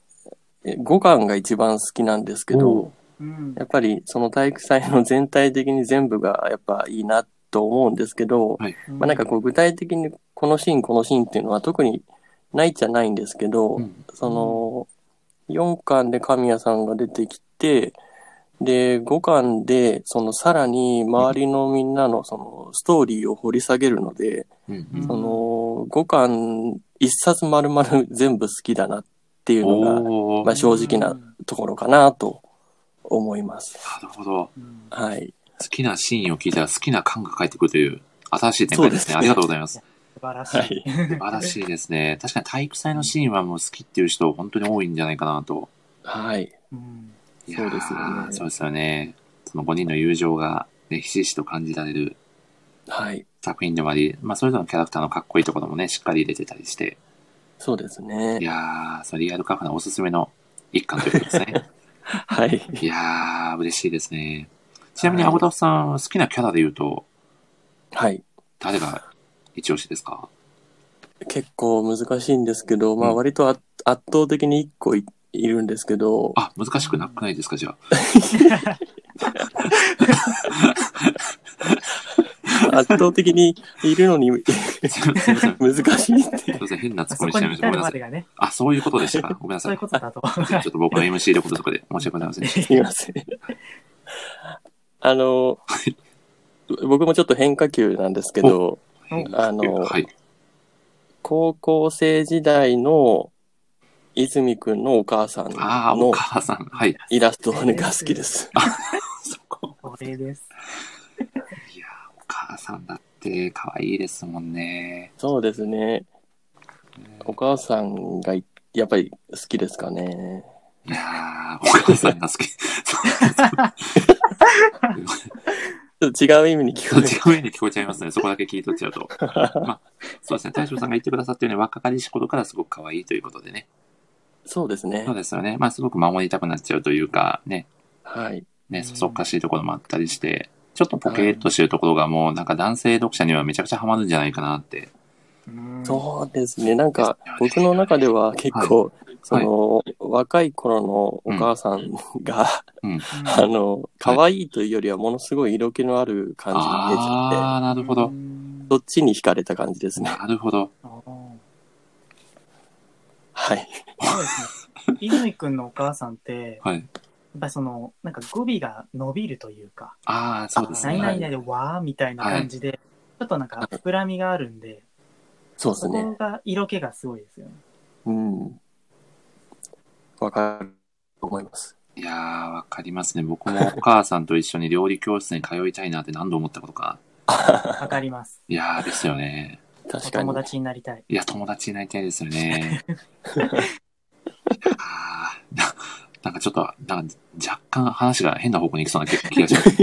Speaker 3: え5巻が一番好きなんですけど、
Speaker 2: うん
Speaker 3: やっぱりその体育祭の全体的に全部がやっぱいいなと思うんですけど、まあなんか、こう具体的にこのシーンこのシーンっていうのは特にないじゃないんですけど、
Speaker 1: うん
Speaker 3: その、4巻で神谷さんが出てきて、で、5巻で、そのさらに周りのみんなのそのストーリーを掘り下げるので、
Speaker 1: うん
Speaker 2: うん
Speaker 1: うん
Speaker 3: その5巻1冊丸々 [LAUGHS] 全部好きだなっていうのが
Speaker 1: おー
Speaker 3: まあ正直なところかなと思います。
Speaker 1: なるほど。
Speaker 2: うん
Speaker 3: はい。
Speaker 1: 好きなシーンを聞いたら好きな感が返ってくるという。新しい展開ですね。
Speaker 3: そ
Speaker 1: あ
Speaker 3: うですね
Speaker 1: りがとうございます。
Speaker 2: 素晴らしい。
Speaker 3: はい
Speaker 1: 素晴らしいですね。確かに体育祭のシーンはもう好きっていう人本当に多いんじゃないかなと。
Speaker 3: はい。
Speaker 2: うん、
Speaker 1: いやー
Speaker 3: そうですよね
Speaker 1: そうですよね。その5人の友情が、ね、ひしひしと感じられる
Speaker 3: はい。
Speaker 1: 作品でもあり、まあ、それぞれのキャラクターのかっこいいところもね、しっかり入れてたりして、
Speaker 3: そうですね
Speaker 1: い。やー、それリアルカフェのおすすめの一巻ということです
Speaker 2: [LAUGHS]
Speaker 1: ね。
Speaker 3: はい。
Speaker 1: いやー、嬉しいですね。ちなみに、アゴタフさん、好きなキャラで言うと、
Speaker 3: はい。
Speaker 1: 誰が一押しですか
Speaker 3: 結構難しいんですけど、ま
Speaker 1: う
Speaker 3: あ
Speaker 1: ん
Speaker 3: 割とあ圧倒的に1個いいるんですけど、
Speaker 1: あ、難しくなくないですか、
Speaker 2: [LAUGHS]
Speaker 1: じゃ
Speaker 3: [LAUGHS] 圧倒的にいるのに [LAUGHS]
Speaker 1: あ。すいません。すい
Speaker 3: 難しいって。
Speaker 1: ません、変なツ
Speaker 2: あ
Speaker 1: ッコ
Speaker 2: そ
Speaker 1: ミ
Speaker 2: こ
Speaker 1: しちゃいました。
Speaker 2: に
Speaker 1: ごめんな
Speaker 2: 至るま
Speaker 1: さ
Speaker 2: で
Speaker 1: い。
Speaker 2: がね、
Speaker 1: あ、そういうことで
Speaker 2: [LAUGHS]
Speaker 1: したか。ごめんな
Speaker 2: そ
Speaker 1: さ
Speaker 2: うい
Speaker 1: い。
Speaker 2: う
Speaker 1: ちょ
Speaker 2: ことだと。
Speaker 1: っと僕の MC のこととかで申し訳ございません。
Speaker 3: すいません。あの、僕もちょっと変化球なんですけど、あの、
Speaker 1: はい。
Speaker 3: 高校生時代の泉くんのお母さん
Speaker 1: あー、お
Speaker 3: の
Speaker 1: 母さん。はい。
Speaker 3: イラストが好きです。
Speaker 1: そこ。
Speaker 2: これです。
Speaker 1: いやー、お母さんだって可愛いですもんね。
Speaker 3: そうですね。お母さんがいやっぱり好きですかね。
Speaker 1: いやー、お母さんが好き。
Speaker 3: ちょっと違う意味に聞
Speaker 1: そ
Speaker 3: こ
Speaker 1: っ [LAUGHS]
Speaker 3: え
Speaker 1: ち
Speaker 3: る。
Speaker 1: 側に聞こえちゃいます
Speaker 3: [LAUGHS]
Speaker 1: ね。そこだけ聞いとっちゃうと。まあ、そうですね。大将さんが言ってくださったように若かりし頃からすごく可愛いということでね。
Speaker 3: そうですね
Speaker 1: そう。ですよね。まあ、すごく守りたくなっちゃうというか、ね、
Speaker 3: はい。
Speaker 1: ね、そそっかしいところもあったりして、ちょっとポケッとしてるところがもう、なんか男性読者にはめちゃくちゃハマるんじゃないかなって。
Speaker 2: うん
Speaker 3: そうですね。なんか
Speaker 1: です
Speaker 3: 僕
Speaker 1: よね
Speaker 3: の中では結構、その、若い頃のお母さんが、 [LAUGHS]
Speaker 2: うん
Speaker 3: あの、可愛いというよりはものすごい色気のある感じに見えちゃって、
Speaker 1: あー、なるほ
Speaker 2: う
Speaker 1: ど。
Speaker 2: ん
Speaker 3: そっちに惹かれた感じですね。 [LAUGHS]
Speaker 1: なるほど。
Speaker 2: あー
Speaker 3: はい。
Speaker 2: そうですね。泉くんのお母さんって、
Speaker 1: はい。
Speaker 2: やっぱりその、なんか語尾が伸びるというか、
Speaker 1: ああ、そうです
Speaker 2: 何
Speaker 1: ね。
Speaker 2: 々々でわーみたいな感じで、ちょっとなんか膨らみがあるんで、
Speaker 3: そうです
Speaker 2: そこ
Speaker 3: ね。
Speaker 2: が色気がすごいですよね。
Speaker 3: うん。わかると思います。
Speaker 1: いやー、わかりますね。僕もお母さんと一緒に料理教室に通いたいなって何度思ったことか。
Speaker 2: わかります。
Speaker 1: いやー、ですよね。
Speaker 2: お
Speaker 3: 確かに
Speaker 2: 友。達になりたい。
Speaker 1: いや、友達になりたいですよ
Speaker 3: [LAUGHS]
Speaker 1: ね。あーななんかちょっと、なんか若干話が変な方向に行きそうな気気がします。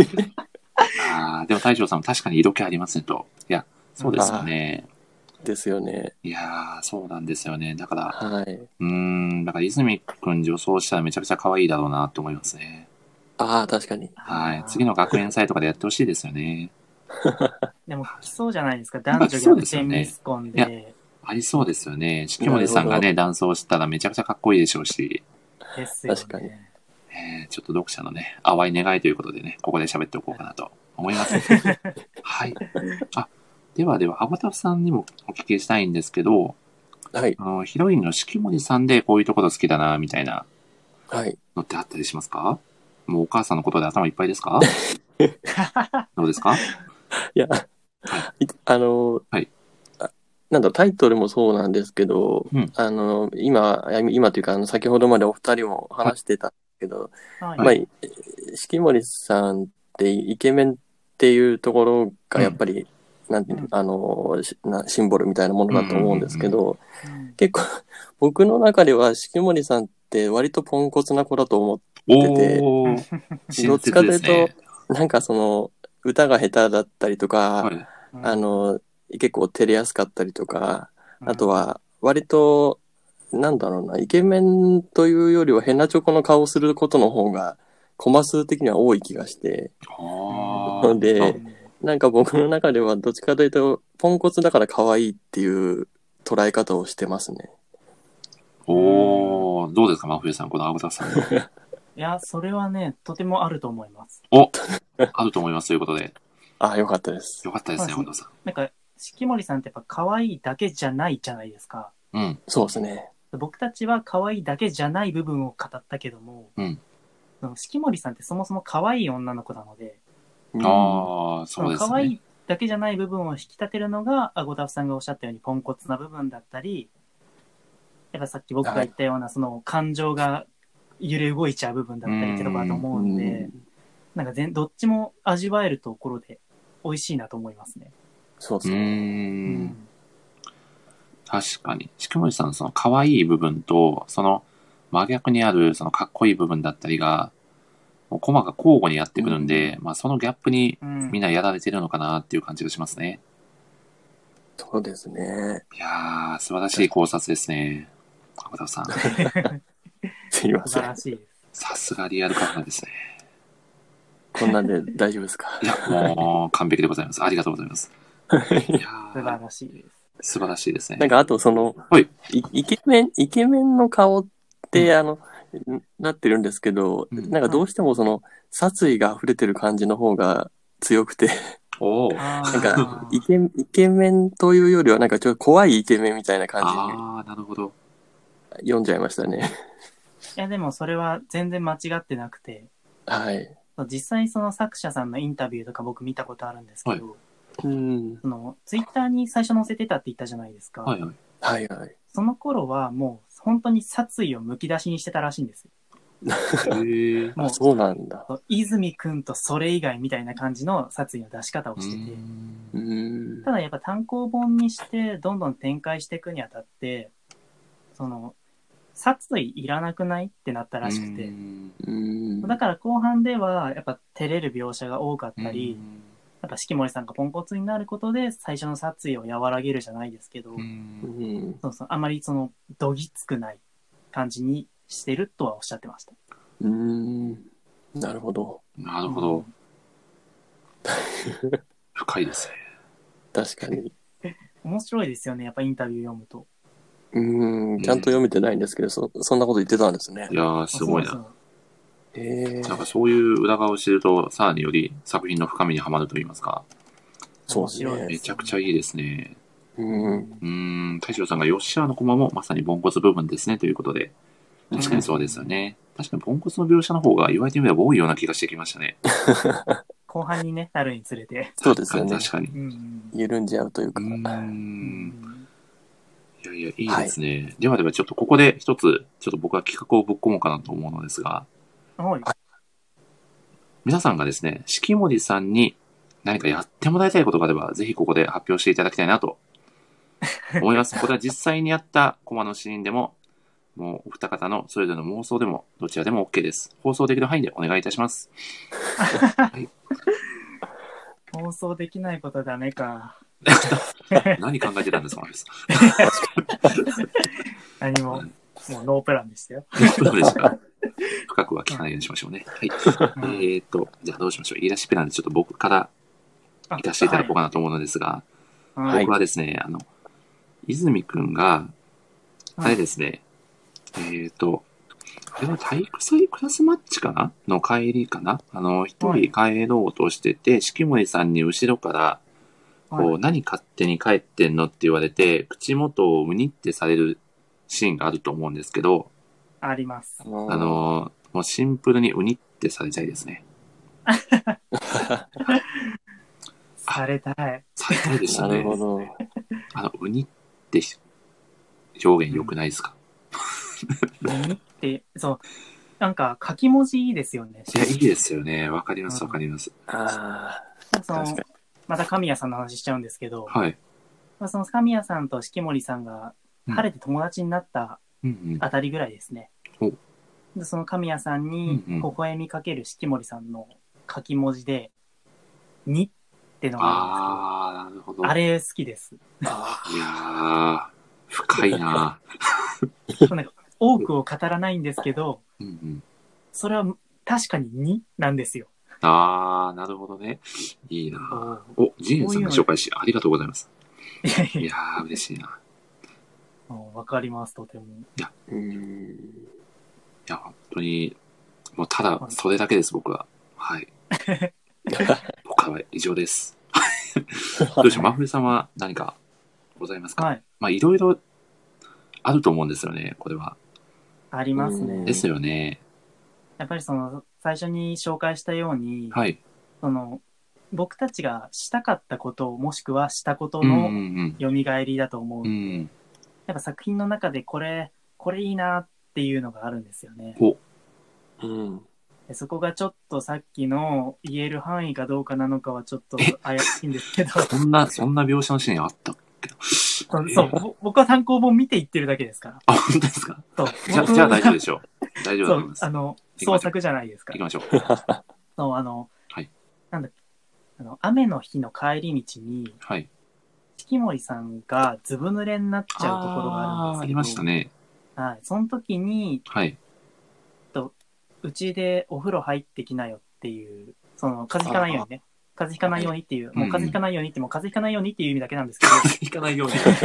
Speaker 1: あーでも大将さんも確かに色気ありますねと。いや、そうですよね。
Speaker 3: ですよね。
Speaker 1: いやー、そうなんですよね。だから、
Speaker 3: はい。
Speaker 1: うーん、だから泉くん女装したらめちゃくちゃ可愛いだろうなって思いますね。
Speaker 3: ああ、確かに。
Speaker 1: はい
Speaker 2: あ。ー
Speaker 1: 次の学園祭とかでやってほしいですよね。
Speaker 2: でも来そうじゃないですか。
Speaker 1: ん
Speaker 2: 男
Speaker 1: か来そう
Speaker 2: 女逆
Speaker 1: ですよ
Speaker 2: 転
Speaker 1: ね
Speaker 2: ミスコン
Speaker 1: いや
Speaker 2: で、
Speaker 1: ありそうですよね。しきもりさんが
Speaker 3: なる
Speaker 1: ね、断層したらめちゃくちゃかっこいいでしょうし、
Speaker 2: ですよ
Speaker 3: 確かに
Speaker 2: ね。
Speaker 1: えーちょっと読者のね、淡い願いということでね、ここで喋っておこうかなと思います。はい。あ、ではでは、アゴタフさんにもお聞きしたいんですけど、
Speaker 3: はい。
Speaker 1: あの、ヒロインのしきもりさんでこういうところ好きだな、みたいな
Speaker 3: はい。
Speaker 1: のってあったりしますかもうお母さんのことで頭いっぱいですかどうですか
Speaker 3: いや、いあの、
Speaker 1: はい
Speaker 3: あなんだ、タイトルもそうなんですけど、
Speaker 1: うん
Speaker 3: あの、今、あ今というか、あの、先ほどまでお二人も話してたんですけど、
Speaker 2: はい
Speaker 3: まあ、え四季森さんってイケメンっていうところがやっぱり、なんていうのあのしな、シンボルみたいなものだと思うんですけど、
Speaker 2: うん
Speaker 3: 結構、僕の中では四季森さんって割とポンコツな子だと思っ
Speaker 1: おー、
Speaker 3: ど
Speaker 1: 親
Speaker 3: っちか
Speaker 1: 切
Speaker 3: とい
Speaker 1: で
Speaker 3: う
Speaker 1: すね。
Speaker 3: て、なんかその、歌が下手だったりとか、
Speaker 1: はい。
Speaker 3: あの、結構照れやすかったりとか、
Speaker 2: うん
Speaker 3: あとは、割と、なんだろうな、イケメンというよりは、ヘナチョコの顔をすることの方が、コマ数的には多い気がして、
Speaker 1: あ
Speaker 3: なの
Speaker 1: ー
Speaker 3: で、なんか僕の中では、どっちかというと、ポンコツだから可愛いっていう捉え方をしてますね。
Speaker 1: おー、どうですか、真冬さん、このアゴタフさん。
Speaker 2: いや、それはね、とてもあると思います。
Speaker 1: おあると思いますということで。
Speaker 3: ああ、よかったです。
Speaker 1: よかったですね、
Speaker 2: はい
Speaker 1: 本田さ
Speaker 2: なんか、しきもりさんってやっぱ可愛いだけじゃないじゃないですか。
Speaker 1: ん。うん。
Speaker 3: そうですね。
Speaker 2: 僕たちは可愛いだけじゃない部分を語ったけども、
Speaker 1: うん
Speaker 2: そのしきもりさんってそもそも可愛い女の子なので、
Speaker 1: ああ、そうです
Speaker 2: 可愛
Speaker 1: ね。
Speaker 2: いだけじゃない部分を引き立てるのが、アゴダフさんがおっしゃったようにポンコツな部分だったり、やっぱさっき僕が言ったような、その感情が揺れ動いちゃう部分だったりってとこだと思うんで、なんか全どっちも味わえるところで美味しいなと思いますね。
Speaker 3: そう
Speaker 1: う
Speaker 3: そう。
Speaker 2: う
Speaker 1: ーん。
Speaker 2: ん
Speaker 1: 確かに。しくもりさんのその可愛い部分と、その真逆にあるそのかっこいい部分だったりが、もうコマが交互にやってくるんで、まあそのギャップに
Speaker 2: うん
Speaker 1: みんなやられてるのかなっていう感じがしますね。
Speaker 3: そうですね。
Speaker 1: いやー、素晴らしい考察ですね。小田さん、
Speaker 3: すいま
Speaker 2: 素
Speaker 3: せ
Speaker 2: 晴
Speaker 3: ん
Speaker 2: ら。しいです。
Speaker 1: さすがリアルカフナですね。
Speaker 3: こんなんで大丈夫ですか [LAUGHS]
Speaker 1: いや、もう完璧でございます。ありがとうございます。いや
Speaker 2: 素晴
Speaker 1: ー、
Speaker 2: らしいです。
Speaker 1: 素晴らしいです
Speaker 3: な
Speaker 1: ね
Speaker 3: ん。かあとその、
Speaker 1: はい
Speaker 3: イケメン、イケメンの顔って、あの、なってるんですけど、
Speaker 1: うん
Speaker 3: なんかどうしてもその、殺意が溢れてる感じの方が強くて、
Speaker 1: おー。
Speaker 2: な
Speaker 3: なんか、イケ、イケメンというよりは、なんかちょっと怖いイケメンみたいな感
Speaker 1: あー、なるほど。
Speaker 3: じに読んじゃいましたね。
Speaker 2: いやでもそれは全然間違ってなくて、
Speaker 3: はい。
Speaker 2: 実際その作者さんのインタビューとか僕見たことあるんですけど、
Speaker 3: うん。
Speaker 2: そのツイッターに最初載せてたって言ったじゃないですか。
Speaker 1: はい
Speaker 2: [LAUGHS]
Speaker 1: はい。
Speaker 3: はいはい。
Speaker 2: その頃はもう本当に殺意をむき出しにしてたらしいんですよ。
Speaker 1: へー
Speaker 2: も
Speaker 3: あ、
Speaker 2: う
Speaker 3: そうなんだ。
Speaker 2: 泉くんとそれ以外みたいな感じの殺意の出し方を
Speaker 1: う
Speaker 2: してて、
Speaker 1: ん
Speaker 3: うん
Speaker 2: た。だやっぱ単行本にしてどんどん展開していくにあたって、その殺意いらなくないってなったらしくて、
Speaker 1: うん
Speaker 3: うん。
Speaker 2: だから後半ではやっぱ照れる描写が多かったり、やっぱ四季森さんがポンコツになることで最初の殺意を和らげるじゃないですけど、
Speaker 1: うん
Speaker 3: うん。
Speaker 2: そうそうあまりそのどぎつくない感じにしてるとはおっしゃってました。
Speaker 3: うん。なるほど。
Speaker 1: なるほど。深いですね。
Speaker 3: 確かに。
Speaker 2: 面白いですよねやっぱインタビュー読むと。
Speaker 3: うん。ちゃんと読めてないんですけど、そ、そんなこと言ってたんですね
Speaker 1: い。やー、すごい
Speaker 2: そう
Speaker 1: な。
Speaker 2: そう
Speaker 3: ええ
Speaker 1: なんかそういう裏側を知ると、さらにより作品の深みにはまると言いますか。
Speaker 3: そうです
Speaker 2: 面白い
Speaker 3: ね
Speaker 1: め。ちゃくちゃいいですね。
Speaker 3: うん。
Speaker 1: うーん、大将さんが吉原の駒もまさにポンコツ部分ですねということで。
Speaker 2: うん
Speaker 1: 確かにそうですよね。確かにポンコツの描写の方が言われてみれば多いような気がしてきましたね。
Speaker 2: 後半にねなるにつれて。
Speaker 3: そうですよね。
Speaker 1: 確かに。
Speaker 2: うんうん
Speaker 3: 緩んじゃうという
Speaker 1: う
Speaker 3: か。
Speaker 1: ー。
Speaker 2: うんん
Speaker 1: いやいや、いいですね。ではでは、ちょっとここで一つ、ちょっと僕は企画をぶっ込もうかなと思うのですが、
Speaker 2: はい
Speaker 1: 皆さんがですね、四季森さんに何かやってもらいたいことがあれば、ぜひここで発表していただきたいなと思います。これは実際にやったコマのシーンでも、もうお二方のそれぞれの妄想でも、どちらでも OK です。放送できる範囲でお願いいたします。
Speaker 2: 放送できないことはダメか。
Speaker 1: 何考えてたんですか、マリさ
Speaker 2: 何も、もうノープランでしたよ。
Speaker 1: んどうでしたか深くは聞かないようにしましょうね。はい。
Speaker 2: うん
Speaker 1: えー、と、じゃあどうしましょう。言い出しっぺなんで、ちょっと僕から行かせていただこうかなと思うのですが、
Speaker 2: あはい
Speaker 3: はい
Speaker 1: 僕はですね、あの、泉くんが、
Speaker 2: はい
Speaker 1: あれですね、えっ、と、これは体育祭クラスマッチかなの帰りかなあの、一人帰ろうとしてて、四季森さんに後ろから、
Speaker 2: はい
Speaker 1: こう、何勝手に帰ってんのって言われて、口元をうにってされるシーンがあると思うんですけど、
Speaker 2: あります。
Speaker 1: あ
Speaker 3: あ、
Speaker 1: の、もうシンプルにうにってされたいですね。
Speaker 2: されたい。
Speaker 1: されたいです
Speaker 3: な
Speaker 1: よね。
Speaker 3: るほど。
Speaker 1: あの、ウニって表現良くないですか、
Speaker 2: 耳って、そう。なんか書き文字いいですよね。
Speaker 1: いや、いいですよね。わかります、わかります。
Speaker 3: あ
Speaker 2: その
Speaker 3: 確か
Speaker 2: また神谷さんの話しちゃうんですけど、
Speaker 1: はい。
Speaker 2: まあ、その神谷さんと四季森さんが
Speaker 1: うん
Speaker 2: 晴れて友達になった
Speaker 1: うん
Speaker 2: あたりぐらいですね。
Speaker 1: お
Speaker 2: でその神谷さんに
Speaker 1: うんうん
Speaker 2: 微笑みかける四季森さんの書き文字で、にってのが
Speaker 1: あ
Speaker 2: あ
Speaker 1: ー、なるほ
Speaker 2: るんですけ
Speaker 1: ど。
Speaker 2: ど、あれ好きです。
Speaker 3: に。あ
Speaker 1: いやー、深いな
Speaker 2: なんか多くを語らないんですけど、
Speaker 1: うんうん。
Speaker 2: それは確かにになんですよ。
Speaker 1: あー、なるほどね。いいなお、ジーンさんの紹介し、ありがとうございます。
Speaker 2: いやい
Speaker 1: い
Speaker 2: や
Speaker 1: やー、嬉しいな。
Speaker 2: もうわかります、とても。
Speaker 3: ーうん。
Speaker 1: いや、本当に、もうただ、それだけです、僕は。はい。僕は以上です。どうでしょう、まふりさんは何かございますか
Speaker 2: はい。
Speaker 1: まあ、いろいろあると思うんですよね、これは。
Speaker 2: ありますね。
Speaker 3: うん
Speaker 1: ですよね。
Speaker 2: やっぱりその最初に紹介したように、
Speaker 1: はい。
Speaker 2: その僕たちがしたかったこともしくはしたこと
Speaker 1: うんう
Speaker 2: の
Speaker 1: ん
Speaker 2: 蘇りだと思う、
Speaker 1: うん。うん。
Speaker 2: やっぱ作品の中でこれこれいいなっていうのがあるんですよね
Speaker 1: お、
Speaker 3: うん。
Speaker 2: でそこがちょっとさっきの言える範囲かどうかなのかはちょっと
Speaker 1: え
Speaker 2: 怪しい
Speaker 1: [LAUGHS]
Speaker 2: んですけど、
Speaker 1: そん
Speaker 2: [LAUGHS]
Speaker 1: な、そんな描写のシーンあった
Speaker 2: そうそうぼ僕は参考本見て言ってるだけですから。
Speaker 1: あ、本当ですか
Speaker 2: そう
Speaker 1: じゃあ、じゃあ大丈夫でしょう。大丈夫だ
Speaker 2: そ
Speaker 1: と思いうま、す。
Speaker 2: あ
Speaker 1: 行
Speaker 2: の、
Speaker 1: きましょう
Speaker 2: 創作じゃないですか
Speaker 1: き。ましょう。
Speaker 2: そう、あの、
Speaker 1: はい
Speaker 2: なんだっけ、あの、雨の日の帰り道に、
Speaker 1: はい。
Speaker 2: 四季森さんがずぶ濡れになっちゃうところがあるんですけど、
Speaker 1: ありましたね。
Speaker 2: はい。その時に、
Speaker 1: はい。
Speaker 2: うちでお風呂入ってきなよっていう、その、風邪ひかないようにね。風邪ひかないようにっていう、もう風邪ひかないようにって、もう風邪ひかないようにっていう意味だけなんですけ
Speaker 1: [LAUGHS]
Speaker 2: ど、
Speaker 1: 風邪ひかないように。風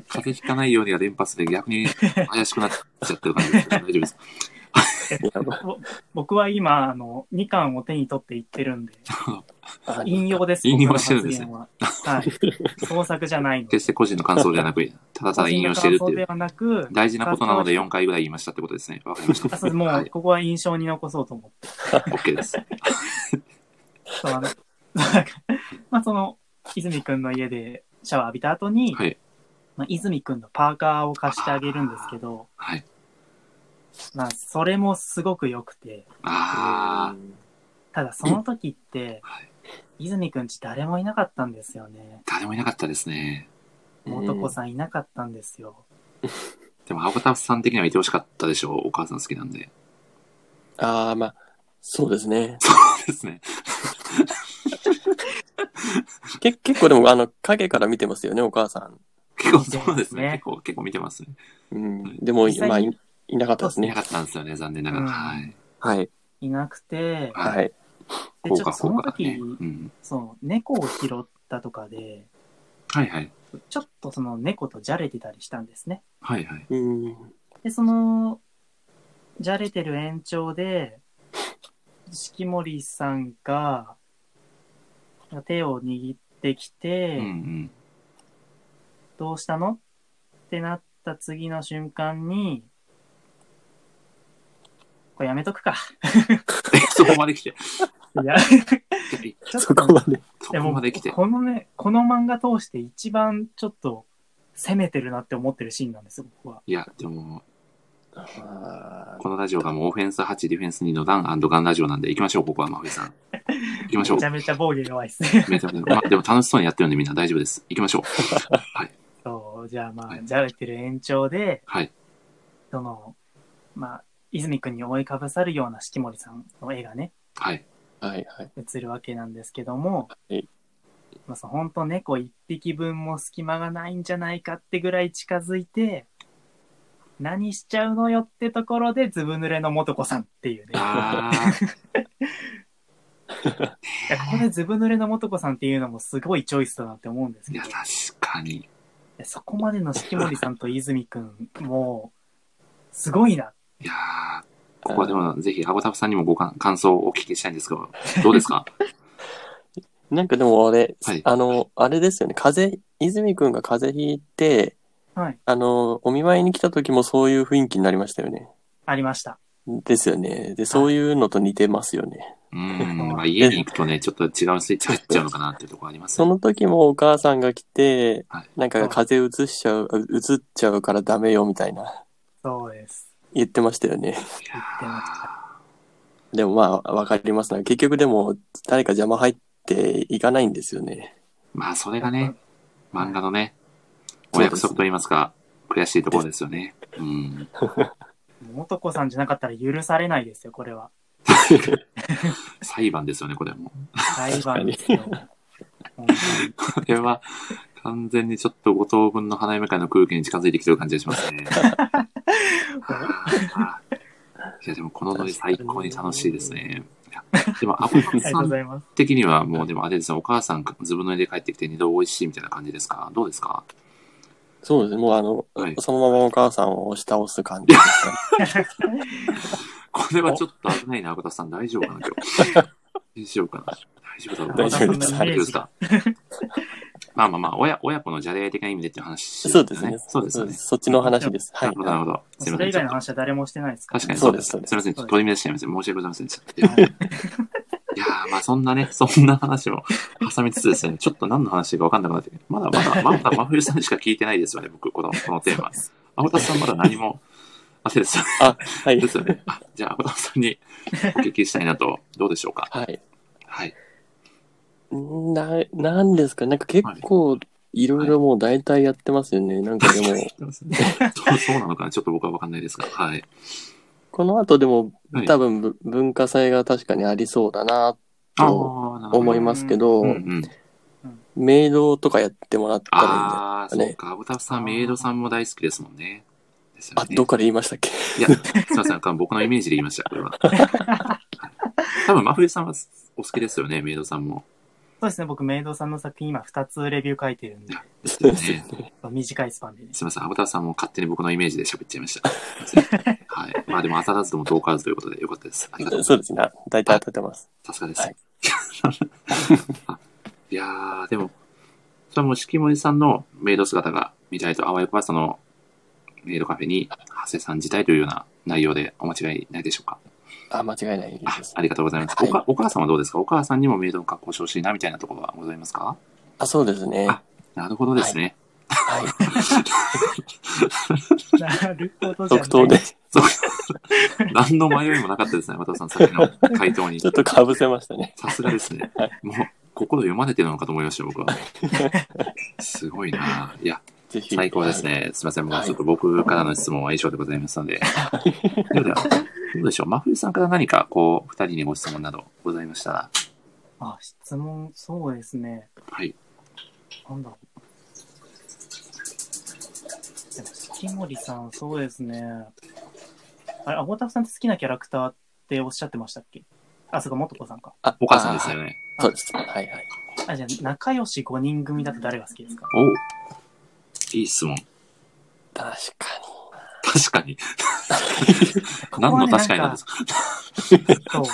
Speaker 1: 邪ひかないようにが連発で逆に怪しくなっちゃってる感じですけど、大丈夫です。
Speaker 2: ぼ僕は今、あの、2巻を手に取って言ってるんで、引用です。
Speaker 1: 引用してるんですね
Speaker 2: 僕の発言は。はい。創作じゃないの
Speaker 1: [LAUGHS]
Speaker 2: で。
Speaker 1: 決して個人の感想ではなく、ただただ引用しているって
Speaker 2: 個人
Speaker 1: い
Speaker 2: の
Speaker 1: う。
Speaker 2: 感想ではなく、
Speaker 1: 大事なことなので4回ぐらい言いましたってことですね。わかりました。
Speaker 2: あそうも
Speaker 1: は
Speaker 2: う、
Speaker 1: い、
Speaker 2: ここは印象に残そうと思って。
Speaker 1: OK です。
Speaker 2: そうあのなんか [LAUGHS] まあ、その、泉くんの家でシャワー浴びた後に、
Speaker 1: はい。
Speaker 2: まあ、泉くんのパーカーを貸してあげるんですけど、
Speaker 1: はい。
Speaker 2: まあ、それもすごく良くて、
Speaker 1: あー、
Speaker 2: ただその時って、
Speaker 1: はい
Speaker 2: 泉くんち誰もいなかったんですよね。
Speaker 1: 誰もいなかったですね。
Speaker 2: 男さんいなかったんですよ。
Speaker 1: でも、青田さん的にはいてほしかったでしょう。お母さん好きなんで。
Speaker 3: ああ、まあ、そうですね。
Speaker 1: ですね。
Speaker 3: け結構でも、あの、影から見てますよね、お母さん。
Speaker 1: 結構そうですね。
Speaker 2: ね
Speaker 1: 結構、結構見てますね。
Speaker 3: うん。でも
Speaker 2: 実、際に
Speaker 3: まあ、いいなかったです
Speaker 1: いな
Speaker 3: ね
Speaker 1: か。ったんですよね、残念ながら。
Speaker 2: うん
Speaker 1: はい。
Speaker 3: はい。
Speaker 2: いなくて、
Speaker 1: はい。
Speaker 3: はい。
Speaker 2: で、
Speaker 1: 効
Speaker 2: ちょっ
Speaker 1: 果、
Speaker 2: とそ
Speaker 1: 効果
Speaker 2: の
Speaker 1: が
Speaker 2: 時、
Speaker 1: ね。うん。
Speaker 2: そう、猫を拾ったとかで、
Speaker 1: はいはい。
Speaker 2: ちょっとその猫とじゃれてたりしたんですね。
Speaker 1: はいはい。
Speaker 3: うん。
Speaker 2: で、その、じゃれてる延長で、四季森さんが、手を握ってきて、
Speaker 1: うんうん。 [LAUGHS]
Speaker 2: どうしたのってなった次の瞬間に、これやめとくか。
Speaker 1: え、そこまで来て。
Speaker 2: い [LAUGHS] や、ちょっ
Speaker 3: そ
Speaker 2: と
Speaker 3: こまで。
Speaker 1: そ
Speaker 2: で
Speaker 1: こまで来て。
Speaker 2: このね、この漫画通して一番ちょっと攻めてるなって思ってるシーンなんですよ、僕は。
Speaker 1: いや、でも、
Speaker 3: あ
Speaker 1: このラジオがもうオフェンス8、ディフェンス2のダンガンラジオなんで、行きましょう、ここは、真冬さん。行きましょう
Speaker 2: めち。ゃめちゃ防御弱いですね。 [LAUGHS]
Speaker 1: めちゃめちゃまあでも楽しそうにやってるんで、みんな大丈夫です。行きましょう。
Speaker 2: そう、じゃあま
Speaker 1: は
Speaker 2: あ、
Speaker 1: い
Speaker 2: じゃれてる延長で、
Speaker 1: はい。
Speaker 2: その、まあ、泉くんに覆いかぶさるような四季森さんの絵がね、
Speaker 1: はい。
Speaker 3: あ。はい、はい。
Speaker 2: 映るわけなんですけども、
Speaker 3: はい
Speaker 2: まあ、そうほんと猫一匹分も隙間がないんじゃないかってぐらい近づいて、何しちゃうのよってところで、ずぶ濡れの素子さんっていうね。
Speaker 1: あー、
Speaker 2: いやこれずぶ濡れの素子さんっていうのもすごいチョイスだなって思うんです
Speaker 1: い
Speaker 2: け
Speaker 1: や、
Speaker 2: ど、
Speaker 1: 確かに。
Speaker 2: そこまでの四季森さんと泉くんも、すごいな。
Speaker 1: いやー、ここはでも、ぜひ、アゴタフさんにもご感感想をお聞きしたいんですけど、どうですか
Speaker 3: なんかでも、あれ、
Speaker 1: はい
Speaker 3: あの、あれですよね。風邪、泉くんが風邪ひいて、
Speaker 2: はい、
Speaker 3: あの、お見舞いに来た時もそういう雰囲気になりましたよね。
Speaker 2: ありました。
Speaker 3: ですよね。で、そういうのと似てますよね。
Speaker 1: うーん、まあ、家に行くとね、ちょっと違うスイッチ入っちゃうのかなっていうところあります
Speaker 3: そ
Speaker 1: ね。
Speaker 3: の時もお母さんが来て
Speaker 1: はい、
Speaker 3: なんか風邪うつしちゃう、うつっちゃうからダメよみたいな
Speaker 2: そうです。
Speaker 3: 言ってましたよね。
Speaker 1: いやー
Speaker 3: でもまあわかりますね。結局でも誰か邪魔入っていかないんですよね。
Speaker 1: まあ、それが
Speaker 2: やっ
Speaker 1: ね、漫画のね、
Speaker 3: そう
Speaker 1: お
Speaker 3: です
Speaker 1: 約束と言いますか、悔しいところですよね。うん。
Speaker 2: 素子さんじゃなかったら許されないですよ、こ
Speaker 1: [LAUGHS]
Speaker 2: れは。
Speaker 1: 裁判ですよね、これも。
Speaker 2: 裁判ですよ。本
Speaker 1: これは、完全にちょっと五等分の花嫁会の空気に近づいてきてる感じがしますね。あーいや、でもこのノリ最高に楽しいですね。いやでも、アボ
Speaker 2: 当
Speaker 1: カ
Speaker 2: にあり
Speaker 1: さ
Speaker 2: がとうご
Speaker 1: ん
Speaker 2: ざいます。
Speaker 1: 的にはもう、でもあれですね、お母さんずぶ濡れで帰ってきて二度美味しいみたいな感じですかどうですか
Speaker 3: そうですね。もうあの、
Speaker 1: はい
Speaker 3: そのままお母さんを押し倒す感じでしたね。
Speaker 1: これはちょっと危ないな、アボカさん。大丈夫かな、今 [LAUGHS] 日。大丈夫かな大丈夫だろう
Speaker 3: 大丈夫です
Speaker 2: ア
Speaker 1: 大丈
Speaker 2: ゴ
Speaker 1: 夫で
Speaker 2: タ
Speaker 1: す
Speaker 2: さんのイメージ
Speaker 1: か
Speaker 2: が
Speaker 1: まあまあまあ、親親子のじゃれ合い的な意味でっていう話、 [LAUGHS]
Speaker 3: そうですね。
Speaker 1: そうですよね。
Speaker 3: そっちの話です。は
Speaker 1: ないる。ほど、なるほど。すい
Speaker 2: そ
Speaker 1: ま
Speaker 2: れ
Speaker 1: せん。
Speaker 2: 以
Speaker 1: ちょっ
Speaker 2: 外の
Speaker 1: と
Speaker 2: 話は誰もしてないですから
Speaker 1: 確か
Speaker 2: ね、
Speaker 1: に
Speaker 3: そ
Speaker 1: そうう
Speaker 3: で
Speaker 1: ですす。
Speaker 3: そ
Speaker 1: す
Speaker 3: うで
Speaker 1: み
Speaker 3: す
Speaker 1: ません。ちょっと取り乱してしまいません。申し訳ございませんでした。い
Speaker 2: はい
Speaker 1: やー、まあそんなね、そんな話を挟みつつですね、ちょっと何の話か分かんなくなって、まだまだ、まだ真冬さんしか聞いてないですよね、僕、この、このテーマ。青田さんまだ何も、あ、そうです。
Speaker 3: はい
Speaker 1: で。すよね。あ、じゃあ、アゴダさんにお聞きしたいなと、 [LAUGHS] どうでしょうか。
Speaker 3: はい。
Speaker 1: はい。
Speaker 3: な、なんですかなんか結構、いろいろもう大体やってますよね。なんかで
Speaker 1: [LAUGHS]
Speaker 3: も、
Speaker 1: そうそうなのかなちょっと僕はわかんないですが。はい。
Speaker 3: この後でも
Speaker 1: はい
Speaker 3: 多分ぶ文化祭が確かにありそうだなと
Speaker 1: ああ、
Speaker 3: 思いますけど、
Speaker 1: うんうん。
Speaker 3: メイドとかやってもらったらいいんじゃない
Speaker 1: ああ、そうか。アゴタフさん、メイドさんも大好きですもんね。ですよ
Speaker 3: あ、
Speaker 1: ね。
Speaker 3: どっから言いましたっけ [LAUGHS]
Speaker 1: いや、すみません。あかん僕のイメージで言いました、これは。多分、真冬さんはお好きですよね、メイドさんも。
Speaker 2: そうですね、僕、メイドさんの作品今2つレビュー書いてるんで、
Speaker 1: ですよね。
Speaker 2: 短いスパンで、ね。 [LAUGHS]
Speaker 1: すみません、アボタさんも勝手に僕のイメージで喋っちゃいました。すいませんはい。まあでも当たらずとも遠からずということでよかったです。ありがとうござ
Speaker 3: そ
Speaker 1: いうま
Speaker 3: ですね。大体当たってます。
Speaker 1: す。さすがです。
Speaker 3: はい
Speaker 1: い、 [LAUGHS] やー、でも、それはもう、しきもりさんのメイド姿が見たいと、あわよくばその、メイドカフェに、長谷さん自体というような内容でお間違いないでしょうか。
Speaker 3: [LAUGHS] あ、間違いないで
Speaker 1: あ
Speaker 3: す。
Speaker 1: ありがとうございます、
Speaker 3: はい
Speaker 1: おか。お母さんはどうですかお母さんにもメイドの格好してほしいなみたいなところはございますか
Speaker 3: あ、そうですね。
Speaker 1: あなるほどです
Speaker 3: [LAUGHS]
Speaker 1: ね。
Speaker 3: はい。
Speaker 1: [LAUGHS]
Speaker 2: なるほどじゃな
Speaker 3: 即
Speaker 2: い
Speaker 3: 答で、
Speaker 1: 何の迷いもなかったですね、和田さん、さっきの回答
Speaker 3: [LAUGHS]
Speaker 1: に
Speaker 3: ちょ。っとかぶせましたね。
Speaker 1: さすがですね。もう、心読まれてるのかと思いましたよ、僕は。
Speaker 3: [LAUGHS]
Speaker 1: すごいなぁいや、
Speaker 3: ぜひ。
Speaker 1: 最高です。ね。すみません。も
Speaker 3: は
Speaker 1: う
Speaker 3: い
Speaker 1: ちょっと僕からの質問は以上でございますので。 [LAUGHS] では、どうでしょう。真冬さんから何か、こう、二人にご質問などございましたら。
Speaker 2: あ、質問、そうですね。
Speaker 1: はい。
Speaker 2: なんだろう。でも、月森さん、そうですね。あれ、アゴタフさんって好きなキャラクターっておっしゃってましたっけあ、そうか、もとこさんか。
Speaker 3: あ、
Speaker 1: お母さんです
Speaker 3: あ
Speaker 1: よね。
Speaker 3: はいそうです。はいはい。
Speaker 2: あ、じゃあ、仲良し5人組だと誰が好きですか
Speaker 1: おういい質問。
Speaker 3: 確か
Speaker 1: 確かに。
Speaker 2: ここ
Speaker 1: 何
Speaker 2: は
Speaker 1: の
Speaker 2: ね
Speaker 1: 確かになんですか。
Speaker 2: そう。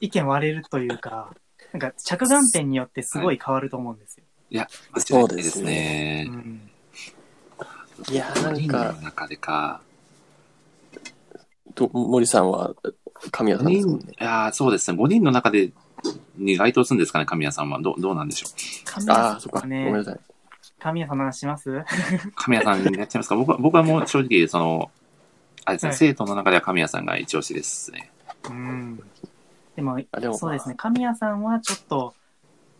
Speaker 2: 意見割れるというか、なんか着眼点によってすごい変わると思うんですよ。
Speaker 1: 間違いないで
Speaker 3: そうですす
Speaker 1: ね。
Speaker 2: うん。
Speaker 3: いやーなんか
Speaker 1: 五人の中でか。
Speaker 3: に。と、森さんは、神谷さんですもんね。
Speaker 1: いやーそうですね。5人の中で、に該当するんですかね、神谷さんは。どうどうなんでしょ
Speaker 2: 神谷
Speaker 3: あ
Speaker 2: さ
Speaker 3: あ、
Speaker 2: ん
Speaker 3: そっ
Speaker 2: と
Speaker 3: か。
Speaker 2: か
Speaker 3: ごめ
Speaker 2: ね
Speaker 3: んな、さい。
Speaker 2: 神谷さんの話します
Speaker 1: う。神谷さんにやっちゃいますか僕は、僕はもう正直、その、あれですね、
Speaker 2: はい
Speaker 1: 生徒の中では神谷さんが一押しですね。
Speaker 2: うん。でも、
Speaker 3: あでも
Speaker 2: そうですね、神谷さんはちょっと、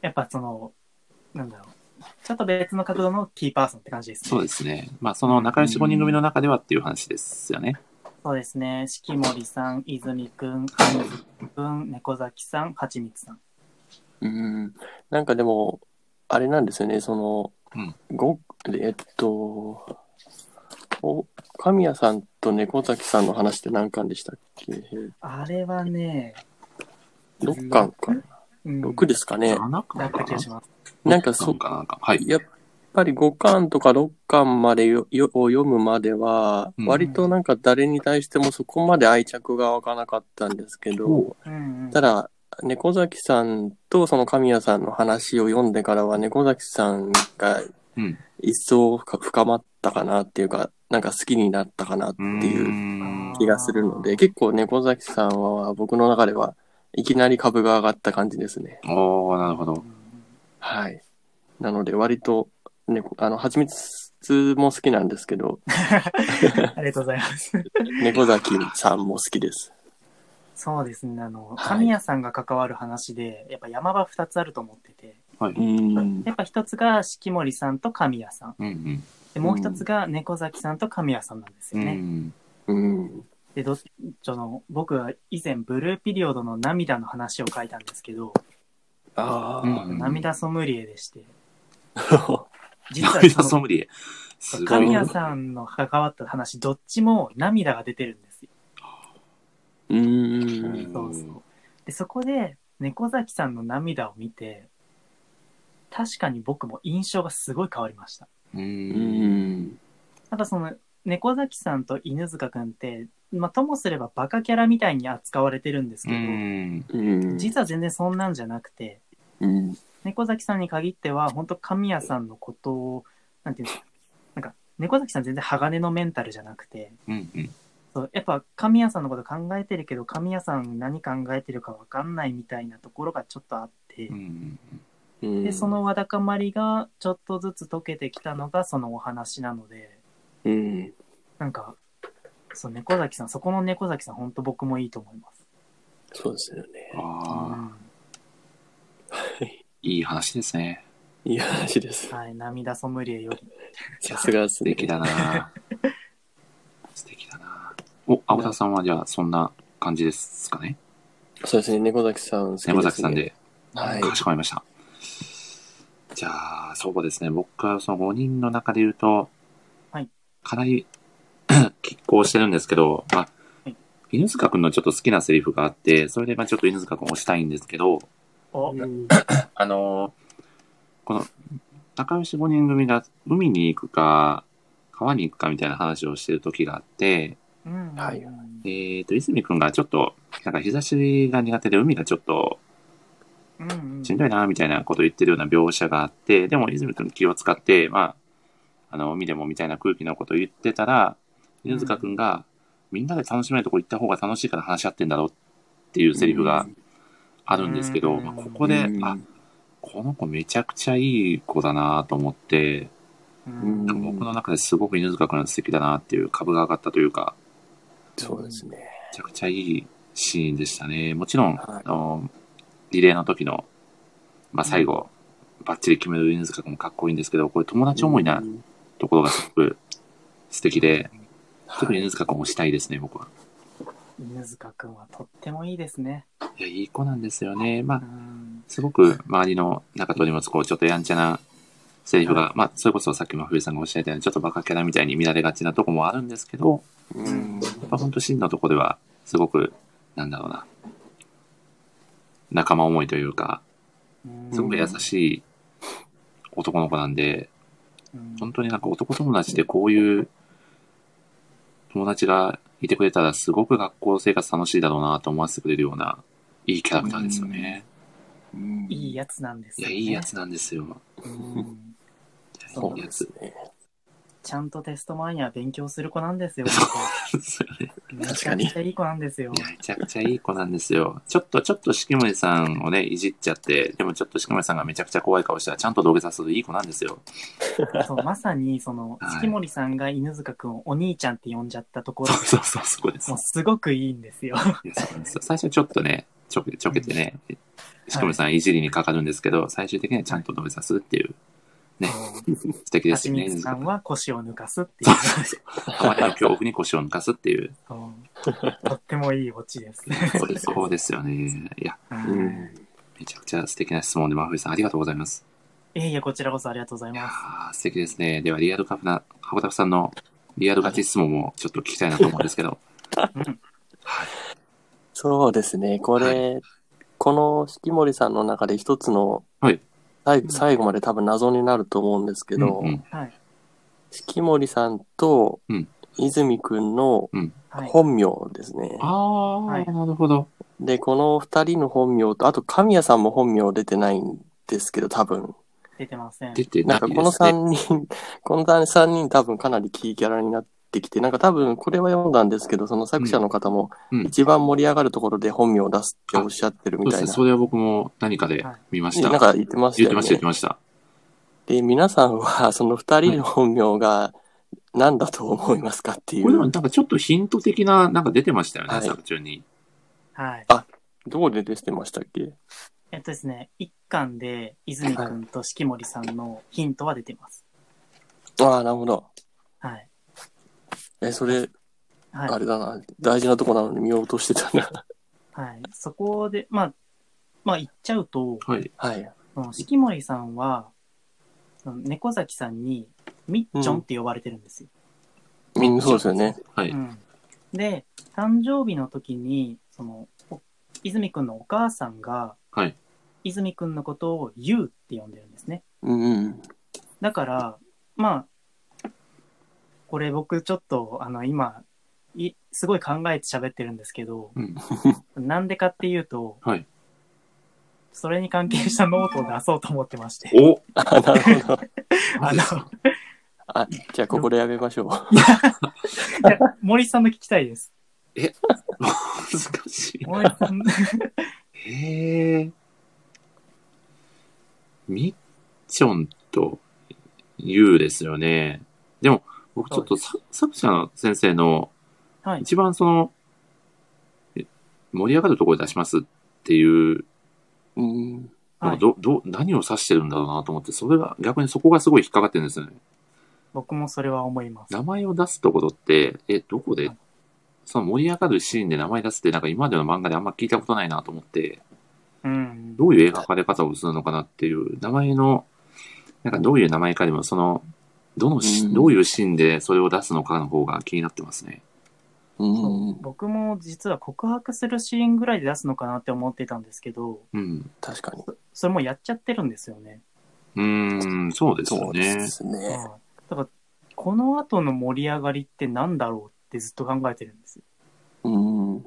Speaker 2: やっぱその、なんだろう、ちょっと別の角度のキーパーソンって感じですね。
Speaker 1: そうですね。まあ、その仲良し5人組の中ではっていう話ですよね。
Speaker 2: そうですね、四季森さん、泉くん、神木くん、猫崎さん、はちみつさん。
Speaker 3: うん。なんかでも、あれなんですよね、その、
Speaker 1: うん
Speaker 3: ごえっと、お神谷さんと猫崎さんの話って何巻でしたっけ
Speaker 2: あれはね、
Speaker 3: ?6 巻か。
Speaker 2: うん、
Speaker 3: 6ですかね。
Speaker 1: 7
Speaker 2: だ
Speaker 1: 巻
Speaker 2: った
Speaker 1: か
Speaker 2: 気がします。
Speaker 1: な
Speaker 3: なんかそ
Speaker 1: そう
Speaker 3: う、
Speaker 1: かなんか。はい。
Speaker 3: やっぱり5巻とか6巻までよよを読むまでは
Speaker 1: う、ん
Speaker 3: 割となんか誰に対してもそこまで愛着が湧かなかったんですけど、
Speaker 2: うん、うん。
Speaker 3: ただ、猫崎さんとその神谷さんの話を読んでからは、猫崎さんが
Speaker 1: うん。
Speaker 3: 一層深深まったかなっていうか、なんか好きになったかなって
Speaker 1: うー。
Speaker 3: いうん気がするの
Speaker 2: あ
Speaker 3: で、
Speaker 2: ー
Speaker 3: 結構猫崎さんは僕の中ではいきなり株が上がった感じですね。
Speaker 1: おー、なるほ
Speaker 2: う
Speaker 1: ど。
Speaker 2: ん
Speaker 3: はい。なので割と、猫、あの、蜂蜜も好きなんですけど、
Speaker 2: ありがとうございます。
Speaker 3: 猫崎さんも好きです。
Speaker 2: そうですね、あの、
Speaker 3: はい。
Speaker 2: 神谷さんが関わる話で、やっぱ山場2つあると思ってて、
Speaker 1: はいう
Speaker 3: ん。
Speaker 2: やっぱ1つが四季森さんと神谷さん。
Speaker 1: うんうん。
Speaker 2: でもう一つが猫崎さんと神谷さんなんです
Speaker 1: う
Speaker 2: よね。
Speaker 1: ん。
Speaker 3: うん。
Speaker 2: でどその僕は以前ブルーピリオドの涙の話を書いたんですけど、
Speaker 3: あ
Speaker 1: うん [LAUGHS]
Speaker 2: 涙ソムリエでして
Speaker 3: あ。
Speaker 2: 実は
Speaker 1: 涙
Speaker 2: そ
Speaker 1: ソ
Speaker 2: の
Speaker 1: ムリエ。すごい
Speaker 2: 神。谷さんの関わった話どっちも涙が出てるんですよ。
Speaker 3: う。
Speaker 1: うんん
Speaker 2: そうそうでそこで猫崎さんの涙を見て確かに僕も印象がすごい変わりました。
Speaker 1: う。
Speaker 3: うんん。
Speaker 2: やっぱその猫崎さんと犬塚くんって、まあ、ともすればバカキャラみたいに扱われてるんです
Speaker 1: う
Speaker 2: けど、
Speaker 1: ん。
Speaker 3: うん。
Speaker 2: 実は全然そんなんじゃなくて
Speaker 3: うん。
Speaker 2: 猫崎さんに限っては本当神谷さんのことをなんていうんですかなんか猫崎さん全然鋼のメンタルじゃなくて
Speaker 1: うんうん。
Speaker 2: そうやっぱ神谷さんのこと考えてるけど神谷さん何考えてるか分かんないみたいなところがちょっとあって
Speaker 1: う、ん
Speaker 3: うん
Speaker 2: でそ、のわだかまりがちょっとずつ解けてきたのがそのお話なので
Speaker 3: うん。
Speaker 2: なんかそう、猫崎さん、そこの猫崎さん、本当僕もいいと思います。
Speaker 3: そうですよね。
Speaker 2: う
Speaker 1: ああ、
Speaker 2: ん
Speaker 1: いい話ですね。
Speaker 3: いい話です。
Speaker 2: はい、涙ソムリエより。
Speaker 3: さすがです
Speaker 1: 素
Speaker 3: ね。
Speaker 1: 敵だ
Speaker 3: [LAUGHS]
Speaker 1: な素敵だなお、青田さんはじゃあそんな感じですかね。
Speaker 3: そうですね。猫崎さん好きです、ね。
Speaker 1: 山崎さんで。。
Speaker 3: はい。
Speaker 1: かしこまりました。じゃあ、そうですね。僕はその5人の中で言うと、
Speaker 2: はい
Speaker 1: かなり [COUGHS] 拮抗してるんですけど、まあ
Speaker 2: はい、
Speaker 1: 犬塚くんのちょっと好きなセリフがあって、それでまあちょっと犬塚くんを推したいんですけど、
Speaker 2: お、
Speaker 1: [LAUGHS] あのーこの、仲良し5人組が海に行くか、川に行くかみたいな話をしてる時があって、
Speaker 2: うん。
Speaker 3: はい
Speaker 2: うん
Speaker 1: えっ、と、泉くんがちょっと、なんか日差しが苦手で海がちょっと
Speaker 2: うん。
Speaker 1: しんどいな、みたいなことを言ってるような描写があって、でも、泉君の気を使って、まあ、あの、海でもみたいな空気のことを言ってたら、犬塚君が、みんなで楽しめるとこ行った方が楽しいから話し合ってんだろうっていうセリフがあるんですけど、
Speaker 2: うん
Speaker 1: まあ、ここで
Speaker 3: う、ん
Speaker 1: あ、この子めちゃくちゃいい子だなと思って、
Speaker 2: うん。
Speaker 1: なんか僕の中ですごく犬塚君が素敵だなっていう株が上がったというか、
Speaker 3: そうですね。
Speaker 1: めちゃくちゃいいシーンでしたね。もちろん、
Speaker 3: はい
Speaker 1: あのリレーの時の、まあ、最後、バッチリ決める犬塚君もかっこいいんですけど、これ友達思いな
Speaker 3: うん
Speaker 1: ところがすごく素敵で、特
Speaker 3: は
Speaker 1: に
Speaker 3: い
Speaker 1: 犬塚君を推したいですね、僕は。
Speaker 2: 犬塚くんはとってもいいですね。
Speaker 1: いや、いい子なんですよね。ま
Speaker 2: う
Speaker 1: あ、
Speaker 2: ん。
Speaker 1: すごく周りの中取り持つ、こう、ちょっとやんちゃなセリフが、まあ、それこそさっきも冬さんがおっしゃったように、ちょっとバカキャラみたいに見られがちなとこもあるんですけど、
Speaker 3: う
Speaker 1: や
Speaker 3: ん
Speaker 1: っぱ本当真のとこでは、すごく、なんだろうな、仲間思いというか、
Speaker 2: うん
Speaker 1: すごく優しい男の子なんで、
Speaker 2: うん
Speaker 1: 本当になんか男友達でこういう友達がいてくれたらすごく学校生活楽しいだろうなと思わせてくれるような、いいキャラクターですよね。
Speaker 2: いいやつなんです
Speaker 1: い
Speaker 2: よ
Speaker 1: や、
Speaker 2: ね
Speaker 1: いいやつなんですよ。
Speaker 2: うん
Speaker 1: い
Speaker 3: そう
Speaker 1: いや
Speaker 3: で
Speaker 1: つ
Speaker 3: す。ね。
Speaker 2: ちゃんとテスト前には勉強する子なんで
Speaker 1: [LAUGHS]
Speaker 2: すよ。
Speaker 1: そうよね
Speaker 2: めち
Speaker 3: か
Speaker 2: ゃ
Speaker 3: に
Speaker 2: くちゃいい子なんで
Speaker 1: [LAUGHS]
Speaker 2: すよ
Speaker 1: い。やめちゃくちゃいい子なんですよ。ちょっと、ちょっとしきもりさんをね、いじっちゃって、でもちょっとしきもりさんがめちゃくちゃ怖い顔したら、ちゃんと土下座するいい子なんですよ。
Speaker 2: そうまさに、その
Speaker 1: は、い
Speaker 2: 月森さんが犬塚くんをお兄ちゃんって呼んじゃったところ
Speaker 1: そう、そうそう、そこです
Speaker 2: もう。すごくいいんで
Speaker 1: [LAUGHS]
Speaker 2: すよ。
Speaker 1: いやそうなんですよ最初ちょっとね、ちょけ、ちょけてね、しこみさんいじりにかかるんですけど、最終的にはちゃんと伸びさすって [LAUGHS] いう、ね、素敵で
Speaker 2: は
Speaker 1: す
Speaker 2: ち
Speaker 1: よね。
Speaker 2: みつさんは腰を抜かすってい
Speaker 1: そうう。そうそう。あまりの恐怖に腰を抜かすっていう、
Speaker 2: そう [LAUGHS] とってもいいオチですね。
Speaker 1: 最高ですよね。いや、
Speaker 3: うん
Speaker 1: めちゃくちゃ素敵な質問で、真冬さんありがとうございます。
Speaker 2: いやいや、こちらこそありがとうござい
Speaker 1: いや
Speaker 2: ま
Speaker 1: ー
Speaker 2: す。
Speaker 1: 素敵ですね。では、リアルカフナ、ハコタフさんのリアルガチ質問もちょっと聞きたいなと思うんです
Speaker 3: [LAUGHS]
Speaker 1: けど、
Speaker 3: そうですね。これ、この四季森さんの中で一つの、
Speaker 1: はい
Speaker 3: 最後最後まで多分謎になると思うんですけど、
Speaker 1: うんうん
Speaker 2: はい。
Speaker 3: 四季森さんと
Speaker 1: うん
Speaker 3: 泉くんの
Speaker 2: はい。
Speaker 3: 本名ですね。
Speaker 1: ああ、
Speaker 2: はい
Speaker 1: なるほど。
Speaker 3: で、この二人の本名と、あと神谷さんも本名出てないんですけど、多分。
Speaker 2: 出てません。
Speaker 1: 出てな
Speaker 3: ないん
Speaker 1: で
Speaker 3: か
Speaker 1: すね。
Speaker 3: この三人、 [LAUGHS] この三人多分かなりキーキャラになってきて、なんか多分これは読んだんですけど、その作者の方も
Speaker 1: うんうん
Speaker 3: 一番盛り上がるところで本名を出すっておっしゃってる
Speaker 1: そう
Speaker 3: み
Speaker 1: で
Speaker 3: た
Speaker 1: す
Speaker 3: い
Speaker 1: ね。
Speaker 3: な。
Speaker 1: それは僕も何かで見ました。
Speaker 3: なんか言ってまし
Speaker 1: 言ったてました、言
Speaker 3: よね
Speaker 1: って。ました。
Speaker 3: で、皆さんはその二人の本名が何だと思いますかってい
Speaker 1: これでも
Speaker 3: う。
Speaker 1: なんかちょっとヒント的な、なんか出てましたよね、
Speaker 3: はい
Speaker 1: 作中に。
Speaker 2: はい。
Speaker 3: どこで出てましたっけ
Speaker 2: えっとですね、一巻で泉くんと四季森さんのヒントは出てます。
Speaker 3: ああ、なるほど。
Speaker 2: はい。
Speaker 3: え、それ、
Speaker 2: はい。
Speaker 3: あれだな。大事なとこなのに見落としてたな。
Speaker 2: はい。そこで、まあ、まあ言っちゃうと、
Speaker 1: はい。
Speaker 3: はい。
Speaker 2: その四季森さんは、その猫崎さんにみっちょんって呼ばれてるんですよ。
Speaker 3: うん、そうですよね。
Speaker 1: は
Speaker 2: う
Speaker 1: い。
Speaker 2: んで、誕生日の時に、その、お泉くんのお母さんが、
Speaker 1: はい。
Speaker 2: 泉くんのことをゆうって呼んでるんですね。
Speaker 3: うんうん。
Speaker 2: だから、まあ、これ僕ちょっと、あの、今、いすごい考えて喋ってるんですけど、
Speaker 1: うん。
Speaker 2: なんでかっていうと、
Speaker 1: はい。
Speaker 2: それに関係したノートを出そうと思ってまして。
Speaker 1: [LAUGHS] お
Speaker 3: あなる
Speaker 1: [LAUGHS]
Speaker 3: ほど。
Speaker 2: あの、
Speaker 3: あ、じゃあここでやめましょう。
Speaker 2: いや森さんの聞きたいです。
Speaker 1: 難しい。
Speaker 2: 森さん、
Speaker 1: へえ。みっちょんとゆうですよね。でも、僕ちょっとさ作者の先生の
Speaker 2: はい。
Speaker 1: 一番その、え盛り上がるところで出しますっていう
Speaker 3: うん。
Speaker 1: なん
Speaker 2: は
Speaker 1: か
Speaker 2: い、
Speaker 1: ど、ど、何を指してるんだろうなと思って、それが、逆にそこがすごい引っかかってるんですよね。
Speaker 2: 僕もそれは思います。
Speaker 1: 名前を出すところって、え、どこで
Speaker 2: はい、
Speaker 1: その盛り上がるシーンで名前出すって、なんか今までの漫画であんま聞いたことないなと思って、
Speaker 2: うん。
Speaker 1: どういう描かれ方をするのかなっていう、名前の、なんかどういう名前かでも、その、どのし、
Speaker 3: うん
Speaker 1: どういうシーンでそれを出すのかの方が気になってますね。
Speaker 3: うん。
Speaker 2: 僕も実は告白するシーンぐらいで出すのかなって思ってたんですけど、
Speaker 1: うん。
Speaker 3: 確かに。
Speaker 2: それもうやっちゃってるんですよね。
Speaker 1: うーん、そうですよね。
Speaker 3: すね。
Speaker 2: はいだから、この後の盛り上がりってなんだろうってずっと考えてるんですよ。
Speaker 3: うん。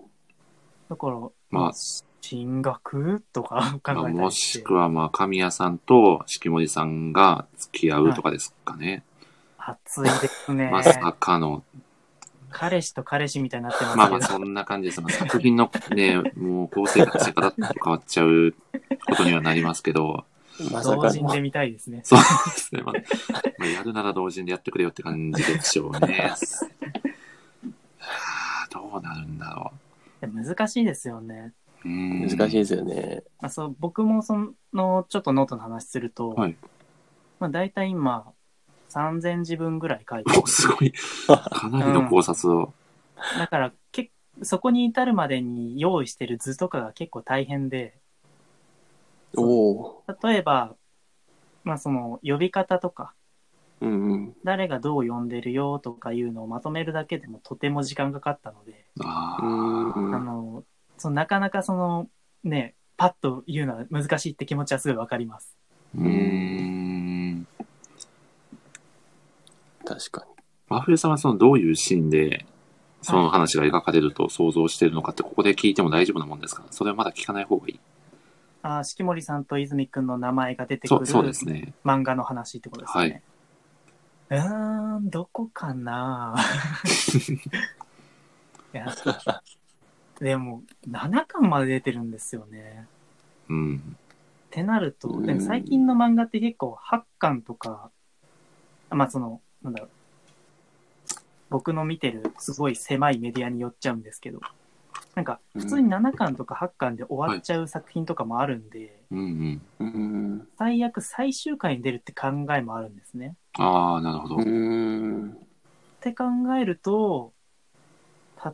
Speaker 2: だから、
Speaker 1: まあ、
Speaker 2: 進学とか考
Speaker 1: まあ
Speaker 2: えた
Speaker 1: も
Speaker 2: りし。
Speaker 1: してくは、まあ、神谷さんと四季森さんが付き合うとかですかね。
Speaker 2: 暑いですね。
Speaker 1: まさかの
Speaker 2: 彼氏と彼氏みたいになって
Speaker 1: ま
Speaker 2: ま
Speaker 1: あ
Speaker 2: す
Speaker 1: まあ
Speaker 2: けど。
Speaker 1: そんな感じです。まあ作品のね、 [LAUGHS] もう構成が仕方と変わっちゃうことにはなりますけど、
Speaker 3: まさ
Speaker 2: 同
Speaker 3: か
Speaker 2: 人
Speaker 3: の。
Speaker 2: で見たいですね。
Speaker 1: そうですね。まあ、まあやるなら同時にやってくれよって感じでしょうね。はあどうなるんだろ
Speaker 2: 難しいですよね。
Speaker 1: う。うん
Speaker 3: 難しい。ですよね。
Speaker 2: まあ、そう僕もそのちょっとノートの話すると、
Speaker 1: はい
Speaker 2: まあ、大体今3000字分ぐらい書いて
Speaker 1: [LAUGHS] おすごい。かなりの考察を。
Speaker 2: だからけそこに至るまでに用意してる図とかが結構大変で
Speaker 3: おお。
Speaker 2: 例えば、まあ、その呼び方とか
Speaker 3: うんうん。
Speaker 2: 誰がどう呼んでるよとかいうのをまとめるだけでもとても時間かかったので、
Speaker 1: あ
Speaker 3: う
Speaker 1: あ
Speaker 3: ん
Speaker 2: あのそのなかなかそのねパッと言うのは難しいって気持ちはすごいわかります。
Speaker 1: うーん。
Speaker 3: 確か
Speaker 1: 真冬さんはそのどういうシーンで、その話が描かれると想像しているのかって、ここで聞いても大丈夫なもんですかそれはまだ聞かない方がいい。
Speaker 2: あー四季森さんと泉くんの名前が出て
Speaker 1: そ
Speaker 2: く
Speaker 1: う、
Speaker 2: る
Speaker 1: そうですね。
Speaker 2: 漫画の話ってことですよね。うーん、どこか
Speaker 1: [LAUGHS]
Speaker 2: ないやでも、7巻まで出てるんですよね。
Speaker 1: うん。
Speaker 2: ってなると、
Speaker 3: うん
Speaker 2: でも最近の漫画って結構8巻とか、まあその、なんだろう。僕の見てるすごい狭いメディアによっちゃうんですけど、なんか
Speaker 3: うん
Speaker 2: 普通に7巻とか8巻で終わっちゃう作品とかもあるんで、
Speaker 1: うんうん。
Speaker 3: に。うん。
Speaker 2: 最悪最終回に出るって考えもあるんですね。
Speaker 1: ああ、なるほど。
Speaker 3: うん。
Speaker 2: って考えると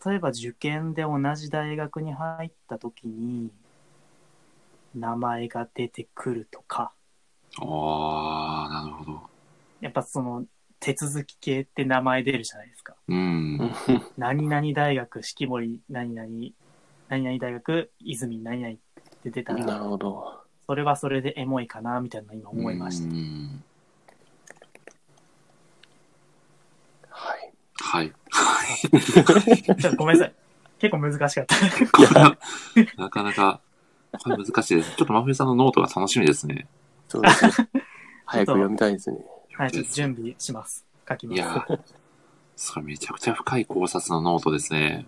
Speaker 2: 例えば受験で同じ大学に入った時に名前が出てくるとか
Speaker 1: ああ、なるほど。
Speaker 2: やっぱその手続き系って名前出るじゃないですか
Speaker 1: うん。
Speaker 2: 何々大学式守何々何々大学泉何々って出た
Speaker 3: [LAUGHS] な
Speaker 2: ら
Speaker 3: るほど。
Speaker 2: それはそれでエモいかなみたいなの今思いました、
Speaker 1: うん
Speaker 3: はい。
Speaker 1: はい。
Speaker 2: ちょっとごめんなさい結構難しか
Speaker 1: [LAUGHS]
Speaker 2: った
Speaker 1: これはなかなか、これ難しいです。ちょっと真冬さんのノートが楽しみですね。
Speaker 3: そうですね。 [LAUGHS] 早く読みたいですね。
Speaker 2: はいちょっと準備します書きま
Speaker 1: い
Speaker 2: す
Speaker 1: やー、それめちゃくちゃ深い考察のノートですね。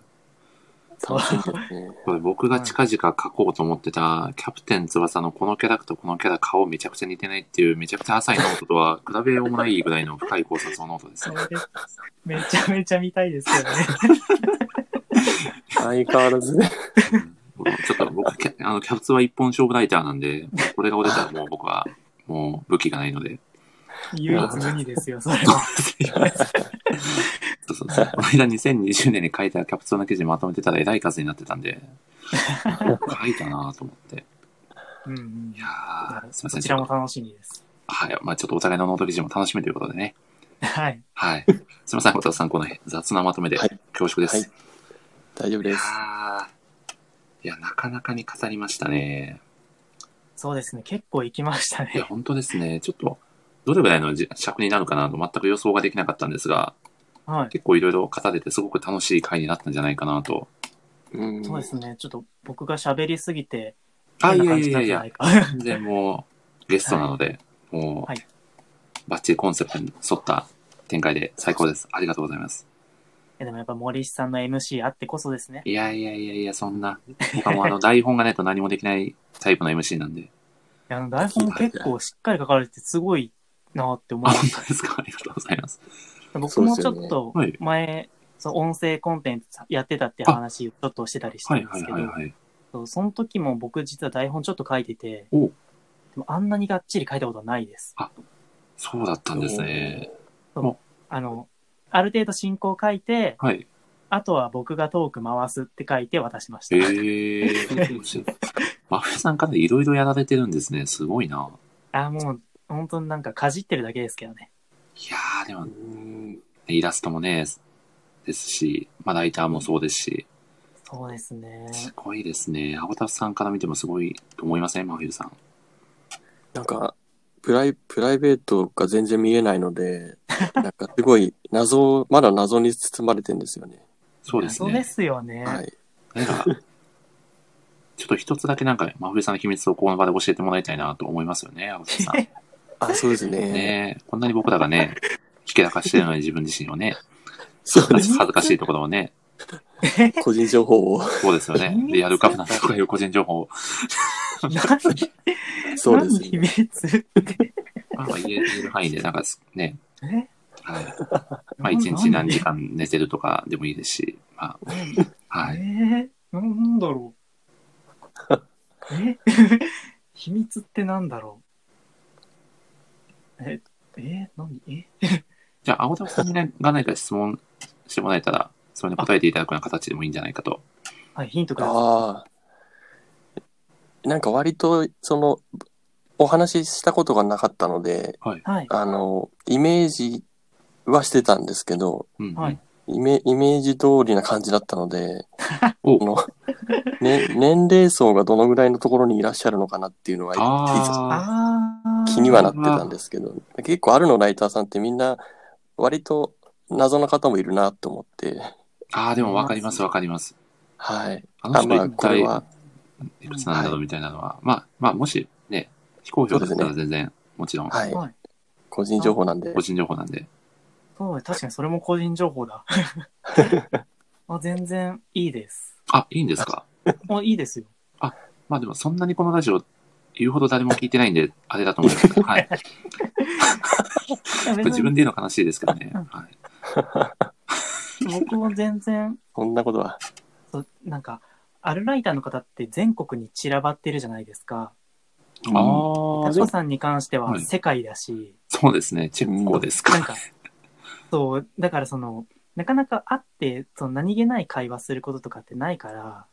Speaker 2: そう
Speaker 3: 楽しみですね。
Speaker 1: これ僕が近々書こうと思ってた、キャプテン翼のこのキャラクターとこのキャラ顔めちゃくちゃ似てないっていう、めちゃくちゃ浅いノートとは比べようもないぐらいの深い考察のノートです
Speaker 2: そ
Speaker 1: ね。
Speaker 2: れでめちゃめちゃ見たいです
Speaker 1: [LAUGHS]
Speaker 2: よね
Speaker 3: 相変わらずね。 [LAUGHS]
Speaker 1: うんちょっと僕、キャ [LAUGHS] あのキャプツは一本勝負ライターなんで、これが折れたらもう僕は、もう武器がないので。 [LAUGHS]
Speaker 2: 唯一無二ですよ、それは。
Speaker 1: そうそうそう。この間2020年に書いたキャプツの記事まとめてたら偉い数になってたんで、書いたなぁと思って。
Speaker 2: うんうん
Speaker 1: い。やーすいませ
Speaker 2: そ
Speaker 1: ん。
Speaker 2: ち
Speaker 1: ち
Speaker 2: ら
Speaker 1: ょっ
Speaker 2: も
Speaker 1: と
Speaker 2: 楽しみです。
Speaker 1: はい。まあちょっとお互いのノート記事も楽しみということでね。
Speaker 2: はい。
Speaker 1: はい。すいません、小田さん、この雑なまとめで
Speaker 3: はい
Speaker 1: 恐縮です。
Speaker 3: はい大丈夫
Speaker 1: い
Speaker 3: で
Speaker 1: や
Speaker 3: す。
Speaker 1: ーいや、なかなかに語りましたね。
Speaker 2: そうですね、結構行きました
Speaker 1: いや、
Speaker 2: ね。
Speaker 1: 本当ですね。ちょっと、どれぐらいのじ尺になるかなと全く予想ができなかったんですが、
Speaker 2: はい。
Speaker 1: 結構いろいろ語れてすごく楽しい回になったんじゃないかなと。
Speaker 3: うん
Speaker 2: そうですね、ちょっと僕が喋りすぎて、
Speaker 1: あ、い
Speaker 2: 変
Speaker 1: や
Speaker 2: な感
Speaker 1: い
Speaker 2: じ
Speaker 1: やい
Speaker 2: にな
Speaker 1: や
Speaker 2: っ
Speaker 1: い
Speaker 2: て
Speaker 1: や、
Speaker 2: ないか。 [LAUGHS]
Speaker 1: 全然もう、ゲストなので、もう、
Speaker 2: はい
Speaker 1: バッチリコンセプトに沿った展開で最高です。ありがとうございます。
Speaker 2: えでもやっぱ森下さんの MC あってこそですね。
Speaker 1: いやいやいやいや、そんな。僕はもうあの、台本がないと何もできないタイプの MC [LAUGHS] なんで。
Speaker 2: いやあの台本結構しっかり書かれてて、すごいなって思い
Speaker 1: あ、
Speaker 2: ま
Speaker 1: 本
Speaker 2: す。
Speaker 1: 当ですか。ありがとうございます。
Speaker 2: 僕もちょ
Speaker 3: そう
Speaker 2: っ
Speaker 3: です
Speaker 2: と
Speaker 1: ねはい
Speaker 2: 前、その音声コンテンツやってたって話をちょっとしてたりした
Speaker 1: はい
Speaker 2: んで
Speaker 1: はい
Speaker 2: すけ
Speaker 1: はい
Speaker 2: ど、
Speaker 1: はい。
Speaker 2: そうその時も僕実は台本ちょっと書いてて、
Speaker 1: お
Speaker 2: でもあんなにがっちり書いたことはないです。
Speaker 1: そうだったんですね。
Speaker 2: あの、ある程度進行書いて、
Speaker 1: はい。
Speaker 2: あとは僕がトーク回すって書いて渡しました。
Speaker 1: ええ [LAUGHS] ー。マフさんからいろいろやられてるんですね。すごいな。
Speaker 2: あ、もう、本当になんかかじってるだけですけどね。
Speaker 1: いやー、でも、イラストもね、ですし、まあ、ライターもそうですし、
Speaker 2: そうですね。
Speaker 1: すごいですね。アゴタフさんから見てもすごいと思いません、マフィルさん。
Speaker 3: なんか、プライ、プライベートが全然見えないの [LAUGHS] で、なんかすごい謎、まだ謎に包まれてんですよね。
Speaker 1: そうです
Speaker 2: そう
Speaker 1: ね
Speaker 2: で。すよね。
Speaker 3: はい。
Speaker 1: なんか、ちょっと一つだけなんか、真冬さんの秘密をこの場で教えてもらいたいなと思いますよね、青木さん。 [LAUGHS]
Speaker 3: あ、そうですね。
Speaker 1: ねえこんなに僕らがね、ひけらかしてるのに自分自身をね、
Speaker 3: そうで
Speaker 1: 恥
Speaker 3: す。
Speaker 1: ずかしいところをね、
Speaker 3: 個人情報 [LAUGHS] を。
Speaker 1: そうですよ [LAUGHS] ね。リアルカフナンスとかいう個人情報を、
Speaker 2: 何
Speaker 3: そうです
Speaker 2: 何
Speaker 3: ね
Speaker 2: 秘。密
Speaker 1: まあまあ言え言える範囲で、なんかね、
Speaker 2: え [LAUGHS]
Speaker 1: はいまあ一日何時間寝てるとかでもいいですし、まあ、はい。
Speaker 2: えー、なんだろう。え秘密ってなんだろう。え、え、何え
Speaker 1: じゃあ、青田さんにねが何か質問してもらえたら、それに答えていただくような形でもいいんじゃないかと。
Speaker 2: はい、ヒントくださ
Speaker 3: ああ。なんか割と、その、お話ししたことがなかったので、
Speaker 2: い。はい。
Speaker 3: あの、イメージはしてたんですけど、
Speaker 1: うん、、
Speaker 2: はい
Speaker 3: イメイメージ通りな感じだったので
Speaker 1: [LAUGHS] お
Speaker 3: このね、年齢層がどのぐらいのところにいらっしゃるのかなっていうのは
Speaker 1: あ
Speaker 2: ああ。
Speaker 3: 気にはなってたんですけど、結構あるのライターさんってみんな割と謎の方もいるなと思って、
Speaker 1: あ、ああ、でも分かります分かります。
Speaker 3: はい。
Speaker 1: あの
Speaker 3: あ、
Speaker 1: 人
Speaker 3: まあ
Speaker 1: 一
Speaker 3: これ
Speaker 1: 体
Speaker 3: は、
Speaker 1: いくつなんだろうみたいなのは、まあ、まあ、もしね、非公表だったら全然、もちろん、
Speaker 3: はい。
Speaker 2: はい。
Speaker 3: 個人情報なんで
Speaker 1: 個、人情報なんで。
Speaker 2: そう、確かにそれも個人情報だ。あ全然いいです。
Speaker 1: あ、いいんですか
Speaker 2: あ、いいですよ。
Speaker 1: まあでも、そんなにこのラジオ、言うほど誰も聞いてないんで、あれだと思い
Speaker 3: [LAUGHS]
Speaker 1: ますけど、はい。
Speaker 2: いや別に
Speaker 1: 自分で言うの悲しいですけどね。はい、
Speaker 2: 僕も全然、
Speaker 3: そんなことは。
Speaker 2: そうなんか、アルライターの方って全国に散らばってるじゃないですか。
Speaker 3: うん
Speaker 1: あ
Speaker 2: タ
Speaker 1: あ、
Speaker 2: コさんに関して
Speaker 1: は
Speaker 2: はい世界だし、
Speaker 1: そうですね。チェッコですか。
Speaker 2: なんか、 [LAUGHS] そう、だからその、なかなか会って、その何気ない会話することとかってないから、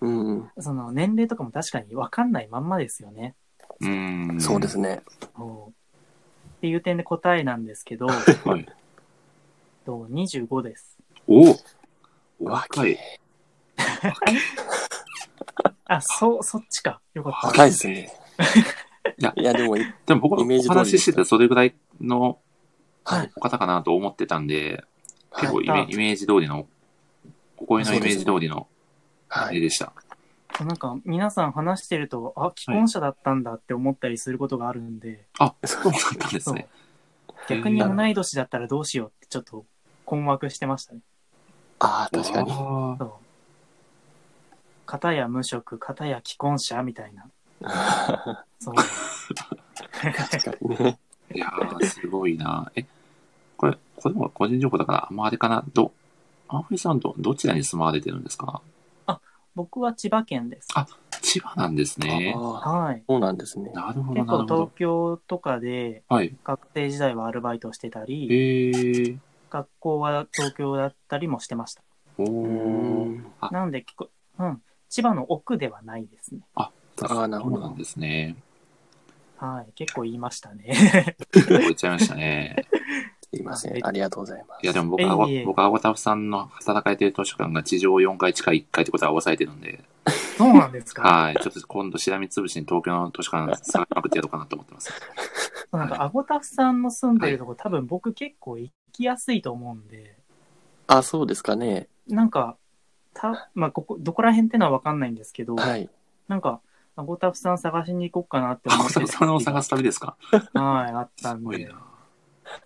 Speaker 3: うん、
Speaker 2: その年齢とかも確かに分かんないまんまですよね。
Speaker 1: うーん。
Speaker 3: そうですね。
Speaker 2: そうっていう点で答えなんですけど、
Speaker 1: はい。
Speaker 2: と25です。
Speaker 1: おお若い。
Speaker 2: あ、そ、そっちか。よかった。
Speaker 3: 若いですね。
Speaker 1: いや
Speaker 3: いや、でも、い
Speaker 1: でも僕
Speaker 3: イメージ
Speaker 1: お
Speaker 3: 通りです
Speaker 1: 話ししてたそれぐらいの
Speaker 3: はい。
Speaker 1: お方かなと思ってたんで、結構イメ
Speaker 2: はい
Speaker 1: イメージ通りの、お声のイメージ通りのあ
Speaker 3: は
Speaker 1: れ
Speaker 3: い。
Speaker 1: でした。
Speaker 2: そうなんか皆さん話してると、あ、既婚者だったんだって思ったりすることがあるんで、
Speaker 1: あ、そうだったんですね。
Speaker 2: そう逆に同い年だったらどうしようってちょっと困惑してましたね。
Speaker 3: あ [LAUGHS] あ、確かに。
Speaker 1: あ
Speaker 2: そう。片や無職、片や既婚者みたいな。
Speaker 1: [LAUGHS]
Speaker 2: そう。
Speaker 3: 確かにね。
Speaker 1: ーいやー、すごいな。え、これ、これも個人情報だから、あんまあれかな。ど、アンフィさんど、どちらに住まわれてるんですか
Speaker 2: 僕は千葉県です。
Speaker 1: あ千葉なんですね。
Speaker 3: [LAUGHS] ああ、
Speaker 2: はい。
Speaker 3: そうなんですね。
Speaker 1: なるほど、
Speaker 2: 結
Speaker 1: なる
Speaker 2: 構
Speaker 1: ほ
Speaker 2: 東
Speaker 1: ど。
Speaker 2: 京とかで
Speaker 1: はい。
Speaker 2: 学生時代はアルバイトしてた
Speaker 1: え
Speaker 2: り、
Speaker 1: ー、
Speaker 2: 学校は東京だったりもしてました。
Speaker 1: お
Speaker 3: う
Speaker 1: ー。
Speaker 3: ん。
Speaker 1: あ
Speaker 2: なんで結構、うん。千葉の奥ではないですね。
Speaker 3: ああ、なる
Speaker 1: そ
Speaker 3: ほ
Speaker 1: うな
Speaker 3: ど
Speaker 1: ん。ですね。
Speaker 2: はい。結構言いました
Speaker 1: [LAUGHS]
Speaker 2: ね。
Speaker 1: 覚えちゃいましたね。 [LAUGHS]
Speaker 3: すいません。ありがとうございます。
Speaker 1: いや、でも僕
Speaker 2: えいえ
Speaker 1: は、僕はアゴタフさんの働かれてる図書館が地上4階、地下1階ってことは抑えてるんで、 [LAUGHS]
Speaker 2: そうなんですか
Speaker 1: はい。ちょっと今度、しらみつぶしに東京の図書館探りまくってやろうかなと思ってます。 [LAUGHS]
Speaker 2: なんか、アゴタフさんの住んでるとこ、多分僕結構行きやすいと思うんで、
Speaker 3: あ、そうですかね。
Speaker 2: なんか、た、まあ、ここ、どこら辺ってのはわかんないんですけど、
Speaker 3: はい。
Speaker 2: なんか、アゴタフさん探しに行こうかなって
Speaker 1: ア
Speaker 2: 思
Speaker 1: ゴ
Speaker 2: って
Speaker 1: タ
Speaker 2: る
Speaker 1: フさんを探す旅ですか
Speaker 2: はい、あった
Speaker 1: す
Speaker 2: ん
Speaker 1: ごい [LAUGHS]
Speaker 2: で。
Speaker 1: な。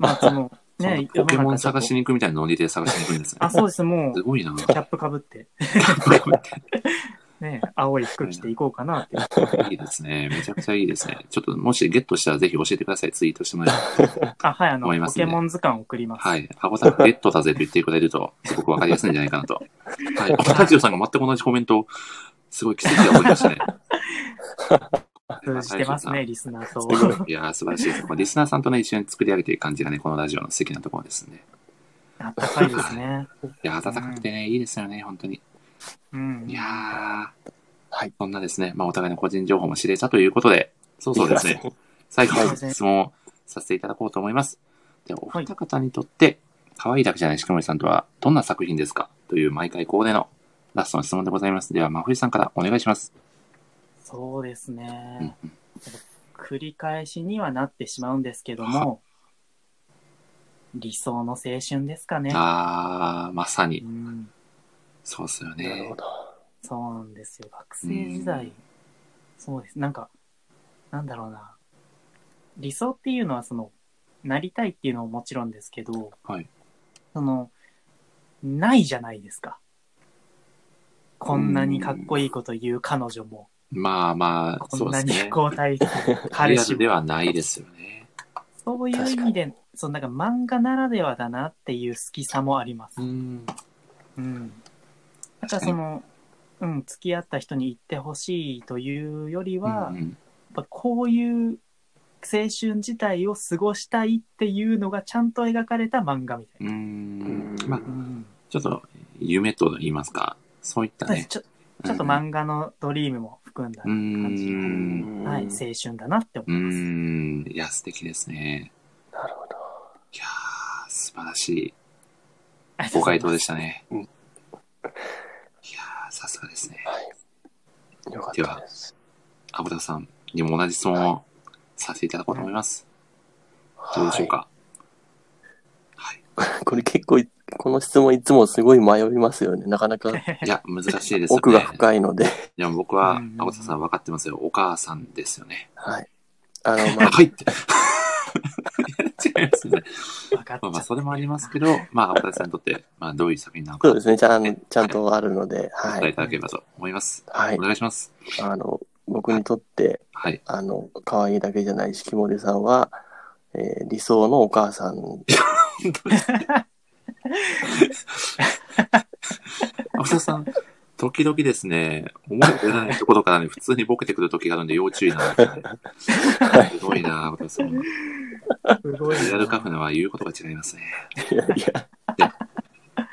Speaker 2: まあ、その、ね、
Speaker 1: ポケモン探し
Speaker 2: に。
Speaker 1: に行くみた [LAUGHS] いなノリで探しに行くんですね。
Speaker 2: あ、そうです、も
Speaker 1: す
Speaker 2: う、
Speaker 1: ごいな。
Speaker 2: キャップかぶって。ね、青い服着ていこうかなって。
Speaker 1: いいですね。めちゃくちゃいいですね。ちょっともしゲットしたらぜひ教えてください。ツイートしてもらえば。
Speaker 2: あ、はい、あの、
Speaker 1: 思いま
Speaker 2: ポ
Speaker 1: すね
Speaker 2: ケモン図鑑送ります。
Speaker 1: はい。ハコさんゲットだぜと言ってくれると、すごくわかりやすいんじゃないかなと。はい。オタラジオさんが全く同じコメントを、すごい奇跡が起こりま
Speaker 2: [LAUGHS]
Speaker 1: したね。
Speaker 2: 通じてますね、リスナーと。
Speaker 1: いやー、素晴らしいです。リスナーさんとね、一緒に作り上げている感じがね、このラジオの素敵なところですね。
Speaker 2: あったか
Speaker 1: [LAUGHS]
Speaker 2: いですね。
Speaker 1: いやー、暖かくてね、いいですよね、本当に。
Speaker 2: うん。
Speaker 1: いやー、
Speaker 3: はい。
Speaker 1: そんなですね、まあ、お互いの個人情報も知れたということで、そうそうですね、最後の質問をさせていただこうと思います。では、お二方にとって、可愛いだけじゃないしくもりさんとは、どんな作品ですかという毎回恒例のラストの質問でございます。では、真冬さんからお願いします。
Speaker 2: そうですね。
Speaker 1: うんうん
Speaker 2: 繰り返しにはなってしまうんですけども、理想の青春ですかね。
Speaker 1: あー、まさ
Speaker 2: う
Speaker 1: に、
Speaker 2: ん、
Speaker 1: そうですよ
Speaker 3: なる
Speaker 1: ね
Speaker 3: ほ。ど。
Speaker 2: そうなんですよ。学生時代、
Speaker 1: うん
Speaker 2: そうです。なんか、なんだろうな。理想っていうのは、その、なりたいっていうのももちろんですけど、
Speaker 1: はい
Speaker 2: その、ないじゃないですか。こんなにかっこいいこと言う彼女も、
Speaker 1: まあまあ、そ
Speaker 2: こん
Speaker 1: う
Speaker 2: な
Speaker 1: です
Speaker 2: に
Speaker 1: ね
Speaker 2: 不。幸体
Speaker 1: リ
Speaker 2: 彼
Speaker 1: ア
Speaker 2: 氏
Speaker 1: ル
Speaker 2: も
Speaker 1: で。はないですよね。
Speaker 2: そういう意味で、そのなんか漫画ならではだなっていう好きさもあります。
Speaker 1: ん。
Speaker 2: うん。だからその、うん、付き合った人に言ってほしいというよりは、
Speaker 1: うん
Speaker 2: や
Speaker 1: うん
Speaker 2: っぱこういう青春自体を過ごしたいっていうのがちゃんと描かれた漫画みたいうな。
Speaker 1: ーんまあ
Speaker 2: う、ん。
Speaker 1: ちょっと夢と言いますか、そういった
Speaker 2: そうで
Speaker 1: ね
Speaker 2: す。ちょちょっと
Speaker 1: 画
Speaker 2: 漫画のドリームも含んだ感じ
Speaker 1: う
Speaker 2: の、
Speaker 1: ん
Speaker 2: はい、青
Speaker 3: なる
Speaker 2: 春だなって思
Speaker 1: うー
Speaker 2: い [LAUGHS] ます。
Speaker 1: ん、いや、素敵ですね。
Speaker 3: ほど。
Speaker 1: いやー、素晴らしい
Speaker 2: ありがと
Speaker 1: ご
Speaker 2: うござい
Speaker 1: 回答で
Speaker 2: ます
Speaker 1: したね。
Speaker 3: うん
Speaker 1: いやー、さすがですね。
Speaker 3: よかったです。
Speaker 1: アブダさんにも同じ質問をさせていただこうと思います。どうでしょうか。はい。
Speaker 3: はいこれ結構い、この質問いつもすごい迷いますよね。なかなか
Speaker 1: いや、難しいですよね。
Speaker 3: [LAUGHS] 奥が深いので。
Speaker 1: いや、僕
Speaker 2: う
Speaker 1: は
Speaker 2: んうんう、ん
Speaker 1: アブダさん分かってますよ。お母さんですよね。
Speaker 3: はい。あの、 [LAUGHS]
Speaker 1: [LAUGHS]
Speaker 3: まあ、
Speaker 1: はいって。違いますね。
Speaker 2: わかっち
Speaker 1: まあ
Speaker 2: ゃっ
Speaker 1: ま
Speaker 2: た
Speaker 1: あ、それもありますけど、まあ、青田さんにとって、まあ、どういう作品なのか、
Speaker 3: そう
Speaker 1: お
Speaker 3: ですね。ちゃん、ちゃんとあるので、は
Speaker 1: 答えい
Speaker 3: い。
Speaker 1: ただければと思います。
Speaker 3: はい
Speaker 1: お。願いします。
Speaker 3: あの、僕にとって、
Speaker 1: はい。
Speaker 3: あの、可愛いだけじゃないし、木森さんは、えー理想のお母さん。
Speaker 1: [LAUGHS] 青田さん、時々ですね、思い出ないところからね、普通にボケてくる時があるんで、要注意なんですね。すごいな、青田さん。リ
Speaker 2: すごいな。
Speaker 1: アルカフナは言うことが違いますね。
Speaker 3: いやいや、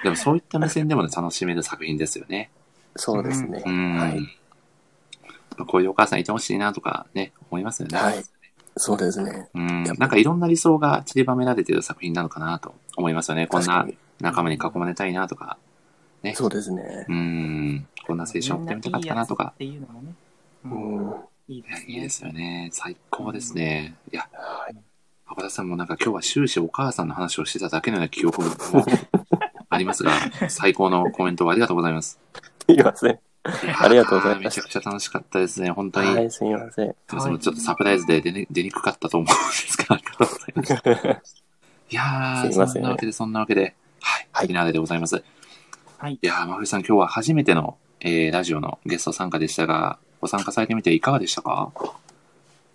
Speaker 1: でも、そういった目線でもね、楽しめる作品ですよね。
Speaker 3: そうですね。
Speaker 1: うん。
Speaker 3: はい
Speaker 1: まあこういうお母さんいてほしいなとかね、思いますよね。
Speaker 3: はい。そうですね。
Speaker 1: うん。なんかいろんな理想が散りばめられてる作品なのかなと思いますよね。こん
Speaker 3: 確
Speaker 1: な
Speaker 3: かに
Speaker 1: 仲間に囲まれたいなとか、
Speaker 3: そうですね
Speaker 1: う。ーん、こんな青春送ってみたかったなとか。
Speaker 2: みんないいやつっていうのもね。う
Speaker 3: うんん。
Speaker 2: い
Speaker 1: い
Speaker 2: い
Speaker 1: や
Speaker 2: ですね。
Speaker 1: いいですよね。最高ですね。いや、
Speaker 3: はい
Speaker 1: 箱田さんもなんか今日は終始お母さんの話をしてただけのような記憶も
Speaker 3: [LAUGHS]
Speaker 1: ありますが、最高のコメントをありがとうございます。
Speaker 3: すいません。
Speaker 1: いやー
Speaker 3: [LAUGHS] ありがとうございます
Speaker 1: めちゃくちゃ楽しかったですね。本当に。
Speaker 3: はい、すいません。
Speaker 1: そのちょっとサプライズで出,、ね、出にくかったと思うんですが、ありがとうございます。いやー、
Speaker 3: すいません
Speaker 1: そんなわけで、そんなわけで、はい、
Speaker 3: はい
Speaker 1: フィナーレでございます。
Speaker 2: はい
Speaker 1: いやー、まふりさん、今日は初めての、えーラジオのゲスト参加でしたが、ご参加されてみていかがでしたか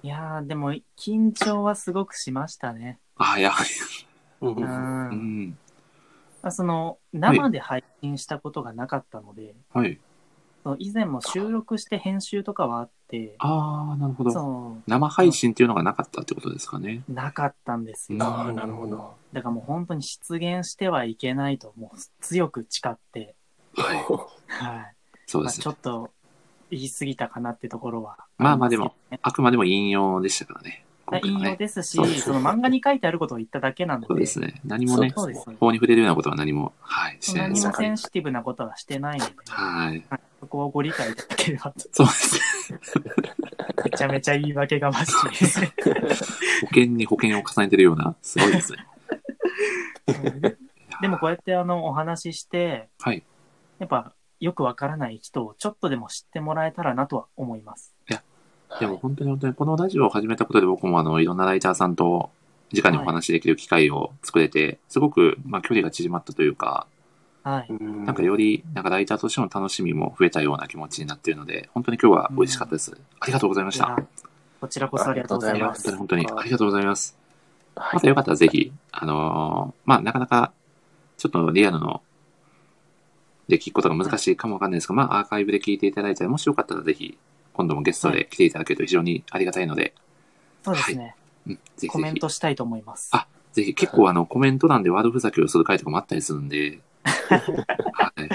Speaker 2: いやー、でも、緊張はすごくしましたね。
Speaker 1: あー、やはり。
Speaker 2: う
Speaker 3: う
Speaker 2: ん
Speaker 3: ん。
Speaker 1: う。ん。
Speaker 2: まあその、生で配信したことがなかったので、
Speaker 1: はい。
Speaker 2: その以前も収録して編集とかはあって、
Speaker 1: あー、なるほど。
Speaker 2: そ
Speaker 1: 生配信っていうのがなかったってことですかね。
Speaker 2: う、なかったんですよ。
Speaker 1: うん
Speaker 3: ああ、なるほど。
Speaker 2: だからもう本当に出現してはいけないと、もう強く誓って、
Speaker 1: はい。
Speaker 2: はい。
Speaker 1: [LAUGHS] そうで
Speaker 2: まあ、
Speaker 1: す
Speaker 2: ちょ
Speaker 1: ね。
Speaker 2: っと、言い過ぎたかなってところは。
Speaker 1: まあまあでも
Speaker 2: りすけどね、
Speaker 1: あくまでも引用でしたからね。
Speaker 2: ま
Speaker 1: 今
Speaker 2: あ
Speaker 1: 回
Speaker 2: 引
Speaker 1: はね
Speaker 2: 用ですし、
Speaker 1: そうです
Speaker 2: その漫画に書いてあることを言っただけなので、
Speaker 1: そうですね。何もね、
Speaker 2: そうですね
Speaker 1: 法に触れるようなことは何も、はい、してないで
Speaker 2: 何
Speaker 1: す
Speaker 2: も
Speaker 1: か
Speaker 2: セ
Speaker 1: ら
Speaker 2: ン。シティブなことはしてないので、
Speaker 1: はい。
Speaker 2: そこをご理解いただければと、
Speaker 1: そうですね。
Speaker 2: めちゃめちゃ言い訳がま
Speaker 1: [LAUGHS]
Speaker 2: しい。
Speaker 1: 保険に保険を重ねてるような、すごい
Speaker 2: [LAUGHS]
Speaker 1: ですね。
Speaker 2: でもこうやってあのお話しして、
Speaker 1: はい。い
Speaker 2: やっぱよくわからない人をちょっとでも知ってもらえたらなとは思います。
Speaker 1: や、もう本当に本当に、このラジオを始めたことで僕もあの、いろんなライターさんと、直にお話しできる機会を作れて、すごく、まあ、距離が縮まったというか、
Speaker 2: はい。
Speaker 1: なんか
Speaker 3: よ
Speaker 1: より、なんかライターとしての楽しみも増えたような気持ちになっているので、本当に今日は美味しかったです。ありがとうございまし
Speaker 2: い
Speaker 1: た。
Speaker 2: やこちらこそありがとうございま
Speaker 1: 本
Speaker 2: す。
Speaker 1: 当に本当にありがとうございます。
Speaker 3: は
Speaker 1: またよかったらぜひ、あのーまあ、なかなか、ちょっとリアルの、で聞くことが難しいかもわかんないですが、まあ、アーカイブで聞いていただいたり、もしよかったらぜひ、今度もゲストで来ていただけると非常にありがたいので、
Speaker 2: そうですね。
Speaker 1: うん、ぜひぜひ。
Speaker 2: コメントしたいと思います。
Speaker 1: あぜひ、結構あの、コメント欄でワードふざけをする回とかもあったりするん
Speaker 2: [LAUGHS]
Speaker 1: で、はい、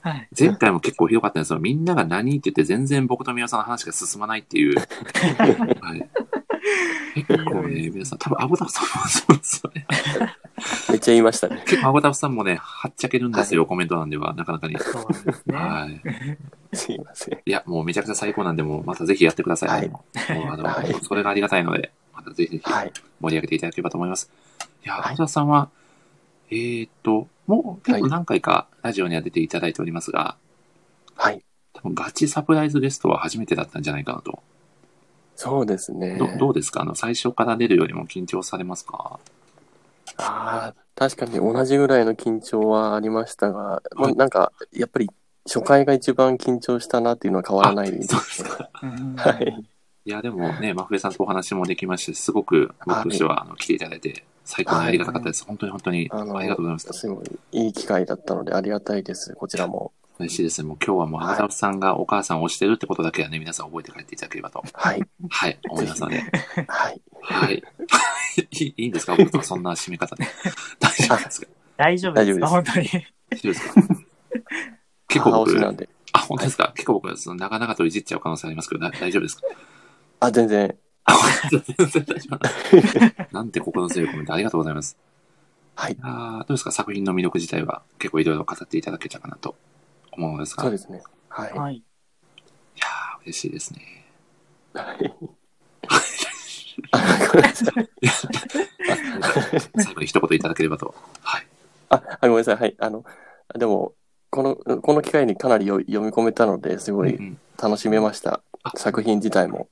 Speaker 2: はい。
Speaker 1: 前回も結構ひどかったんですよ。みんなが何って言って全然僕と宮尾さんの話が進まないって
Speaker 3: [LAUGHS]
Speaker 1: いう。はい、結構ね、皆さん、多分アゴタフさんもそうですよ
Speaker 3: [LAUGHS]
Speaker 1: ね。
Speaker 3: めっちゃ言いましたね。
Speaker 1: 結構アゴタフさんもね、はっちゃけるんですよ、コメント欄では、なかなかに。
Speaker 2: そうなんですね。
Speaker 1: はい。
Speaker 3: すいません。
Speaker 1: いや、もうめちゃくちゃ最高なんで、もうまたぜひやってください。
Speaker 3: はい
Speaker 1: もうあの、
Speaker 3: はい
Speaker 1: それがありがたいので、またぜひぜひ
Speaker 3: はい。
Speaker 1: 盛り上げていただければと思います。いや、
Speaker 3: はい
Speaker 1: アゴタフさんは、えーっと、もう結構何回かラジオには出ていただいておりますが、
Speaker 3: はい。
Speaker 1: 多分ガチサプライズゲストは初めてだったんじゃないかなと。
Speaker 3: そうですね。
Speaker 1: どどうですかあの、最初から出るよりも緊張されますか
Speaker 3: ああ、確かに同じぐらいの緊張はありましたが、ま
Speaker 1: は
Speaker 3: あ、
Speaker 1: い
Speaker 3: なんか、やっぱり初回が一番緊張したなっていうのは変わらないです
Speaker 1: そうですか。
Speaker 2: うん
Speaker 3: はい。
Speaker 1: いや、でもね、真冬さんとお話もできましたし、すごく僕としては、あの、来ていただいて、最高にありがたかったです。本当に本当に、
Speaker 3: あの
Speaker 1: ありがとうございます。
Speaker 3: すごいいい機会だったのでありがたいです、こちらも。
Speaker 1: 嬉しいですね。もう今日はもう、
Speaker 3: はい
Speaker 1: 花沢さんがお母さんを推してるってことだけはね、皆さん覚えて帰っていただければと、[LAUGHS]
Speaker 3: [LAUGHS] はい。
Speaker 1: はい、思いますので。
Speaker 3: はい。
Speaker 1: はい。 [LAUGHS] いいいいんですか僕とそんな締め方で。 [LAUGHS] 大丈夫ですか
Speaker 2: 大丈夫ですか
Speaker 3: 大
Speaker 2: 本当に。
Speaker 1: 大丈夫
Speaker 3: [LAUGHS]
Speaker 1: ですか結構
Speaker 3: 母推しな
Speaker 1: 僕
Speaker 3: ん、で。
Speaker 1: あ、本当ですか結構僕、その、長々といじっちゃう可能性ありますけど、だ大丈夫ですか
Speaker 3: あ、全然。
Speaker 1: 全然大丈夫 [LAUGHS] なんて心強いコメントありがとうございます。
Speaker 3: はい。
Speaker 1: あーどうですか作品の魅力自体は結構いろいろ語っていただけたかなと思うのですが、
Speaker 3: そう
Speaker 1: い
Speaker 3: ですね。はい。
Speaker 2: はい。
Speaker 1: やー嬉しいですね。
Speaker 3: [LAUGHS] あごめんなさい
Speaker 1: 最後に一言いただければと。 [LAUGHS] はい。
Speaker 3: あ、あごめんなさい。はい。あの、でも、この、この機会にかなりよ読み込めたので、すご
Speaker 1: う
Speaker 3: い
Speaker 1: ん
Speaker 3: 楽しめました。
Speaker 1: あ
Speaker 3: 作品自体も。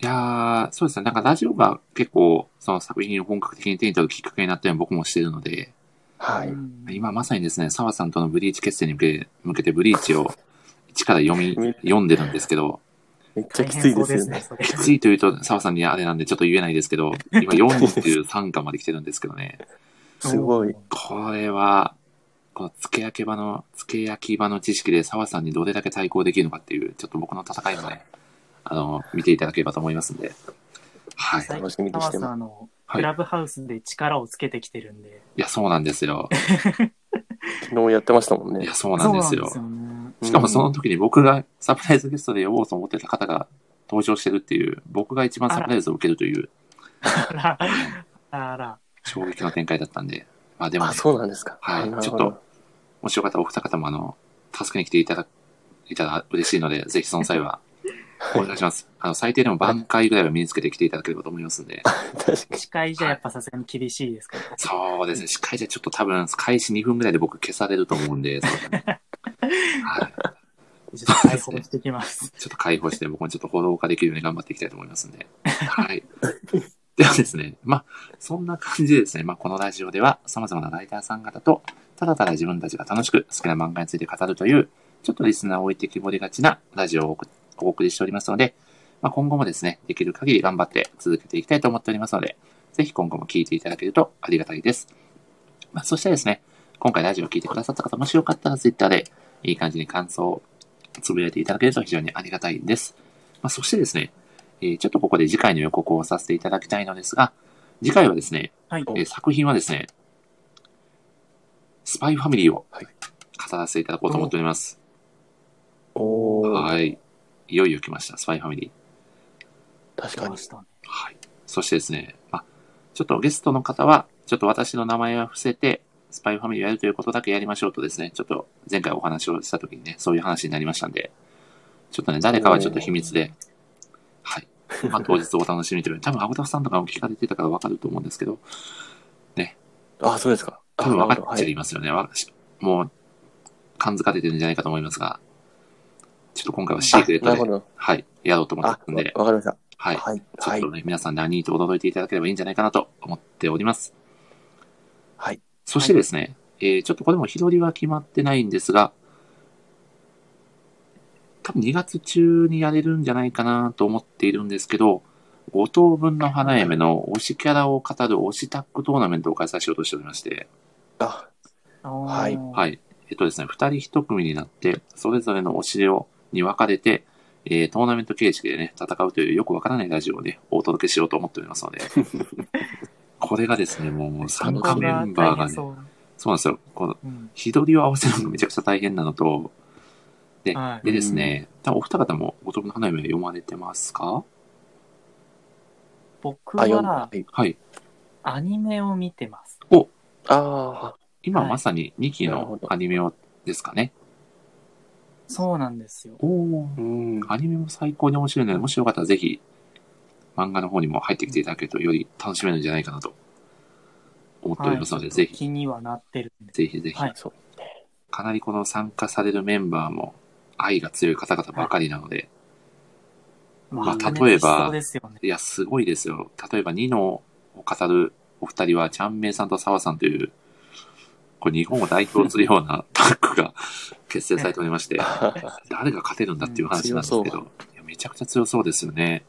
Speaker 1: いやーそうですね。なんかラジオが結構、その作品を本格的に手に取るきっかけになったように僕もしているので、
Speaker 3: はい。
Speaker 2: うん
Speaker 1: 今まさにですね、澤さんとのブリーチ決戦に向け向けてブリーチを一から読み、読んでるんですけ
Speaker 3: [LAUGHS]
Speaker 1: ど、
Speaker 3: めっちゃ
Speaker 2: 大
Speaker 3: きつい
Speaker 2: 変そ
Speaker 3: で
Speaker 2: う
Speaker 3: すよね。
Speaker 2: それ
Speaker 1: きついというと、澤さんにあれなんでちょっと言えないですけど、今43巻まで来てるんですけどね。
Speaker 3: [LAUGHS] すごい。
Speaker 1: これは、この付け焼き場の、付け焼き場の知識で澤さんにどれだけ対抗できるのかっていう、ちょっと僕の戦いも [LAUGHS] ね、あの、見ていただければと思いますんで。はい。
Speaker 2: 最
Speaker 3: 楽しみに
Speaker 2: タ
Speaker 3: し
Speaker 2: ワさ
Speaker 3: て
Speaker 2: ん、
Speaker 3: ま
Speaker 2: あの、
Speaker 1: はい
Speaker 2: クラブハウスで力をつけてきてるんで。
Speaker 1: いや、そうなんですよ。
Speaker 3: す。昨日やってましたもん
Speaker 1: い
Speaker 3: ね
Speaker 1: や、。そうなんですよ。
Speaker 2: そうなんで
Speaker 1: しかもその時に僕がサプライズゲストで呼ぼうと思ってた方が登場してるっていう、僕が一番サプライズを受けるという
Speaker 3: [LAUGHS]
Speaker 2: すよね。あら、あら、
Speaker 1: 衝撃の展開だったんで。まあで
Speaker 3: うん
Speaker 1: も
Speaker 3: あ、、そうなんですか。
Speaker 1: はい
Speaker 3: なる
Speaker 1: ちょ
Speaker 3: ほ
Speaker 1: っ
Speaker 3: ど
Speaker 1: と。もしよかったらお二方もあの、助けに来ていただいたら嬉しいので、ぜひその際はお願いします。あの、最低でも挽回ぐらいは身につけてきていただければと思いますんで。
Speaker 3: 確かに。
Speaker 2: 司会じゃやっぱさすがに厳しいですから。
Speaker 1: そうですね。司会じゃちょっと多分、開始2分ぐらいで僕消されると思うんで、そうです [LAUGHS] ねはい。
Speaker 2: ちょっと解放してきます。
Speaker 1: ちょっと解放して、僕もちょっとフォロー化できるように頑張っていきたいと思いますんで。はい。ではですね、まあ、そんな感じでですね、まあ、このラジオでは様々なライターさん方と、ただただ自分たちが楽しく好きな漫画について語るという、ちょっとリスナーを置いてきぼりがちなラジオをお送お送りしておりますので、まあ、今後もですね、できる限り頑張って続けていきたいと思っておりますので、ぜひ今後も聞いていただけるとありがたいです。まあ、そしてですね、今回ラジオを聞いてくださった方、もしよかったら Twitter でいい感じに感想をつぶやいていただけると非常にありがたいんです。まあ、そしてですね、えーちょっとここで次回の予告をさせていただきたいのですが、次回はですね、
Speaker 2: はい。
Speaker 1: えー作品はですね、スパイファミリーを
Speaker 3: はい
Speaker 1: 語らせていただこうと思っております。
Speaker 3: おー
Speaker 1: はい。いよいよ来ました、スパイファミリー。
Speaker 3: 確かに
Speaker 2: ま。したね。
Speaker 1: はい。そしてですね、まあ、ちょっとゲストの方は、ちょっと私の名前は伏せて、スパイファミリーをやるということだけやりましょうとですね、ちょっと前回お話をした時にね、そういう話になりましたんで、ちょっとね、誰かはちょっと秘密で、はい。まあ、当日お楽しみという、多分、アゴタフさんとかも聞かれてたからわかると思うんですけど、
Speaker 3: あ、そうですか。
Speaker 1: 多分
Speaker 3: あ
Speaker 1: 分か
Speaker 3: なる
Speaker 1: っ
Speaker 3: ほ
Speaker 1: ち
Speaker 3: ど
Speaker 1: ゃいますよね。わしもう、感づかれてるんじゃないかと思いますが、ちょっと今回はシークレッ
Speaker 3: はい。な
Speaker 1: ト
Speaker 3: るほ
Speaker 1: で、
Speaker 3: ど。
Speaker 1: はい、やろうと思
Speaker 3: あ、わわ
Speaker 1: って
Speaker 3: か
Speaker 1: たん
Speaker 3: り
Speaker 1: で、
Speaker 3: ました。
Speaker 1: はい。
Speaker 3: はい。
Speaker 1: ちょ
Speaker 3: は
Speaker 1: っ
Speaker 3: い
Speaker 1: と。ね、皆さん何と驚いていただければいいんじゃないかなと思っております。
Speaker 3: はい。
Speaker 1: そしてですね、えーちょっとこれも日取りは決まってないんですが、多分2月中にやれるんじゃないかなと思っているんですけど、5等分の花嫁の推しキャラを語る推しタッグトーナメントを開催しようとしておりまして、
Speaker 3: あ、はい
Speaker 1: はいい。えっとですね、二人一組になって、それぞれの推しを、に分かれて、えートーナメント形式でね、戦うというよくわからないラジオをね、お届けしようと思っておりますの [LAUGHS] で。これがですね、もう参加メンバーがね、そう
Speaker 2: そう。
Speaker 1: なんですよ。この、
Speaker 2: うん。
Speaker 1: 日取りを合わせるのがめちゃくちゃ大変なのと、で、
Speaker 2: はい
Speaker 1: でですね、多分お二方もご当分の花嫁は読まれてますか
Speaker 2: 僕
Speaker 3: あ、読んだ。
Speaker 2: は
Speaker 3: はい
Speaker 1: はい。
Speaker 2: アニメを見てます。
Speaker 3: あ
Speaker 1: 今
Speaker 2: はい
Speaker 1: まさに2期
Speaker 3: なるほ
Speaker 1: の
Speaker 3: ど
Speaker 1: アニメをですかね。
Speaker 2: そうなんですよ。
Speaker 1: おお
Speaker 3: あ、うん。
Speaker 1: アニメも最高に面白いので、もしよかったらぜひ、漫画の方にも入ってきていただけるとより楽しめるんじゃないかなと思っておりますので、
Speaker 2: はい
Speaker 1: ぜひ、
Speaker 2: 気にはなってるんで。
Speaker 1: ぜひぜひ、
Speaker 2: はい
Speaker 3: そう。
Speaker 1: かなりこの参加されるメンバーも愛が強い方々ばかりなので、
Speaker 2: ま
Speaker 1: まあ例えば
Speaker 2: そうですよね。
Speaker 1: い、や、すごいですよ。例えば、ニノを語るお二人は、チャンメイさんとサワさんという、これ日本を代表するようなタッグが結成されておりまして、誰が勝てるんだっていう話なんですけど、
Speaker 3: う
Speaker 1: いやめちゃくちゃ強そうですよね。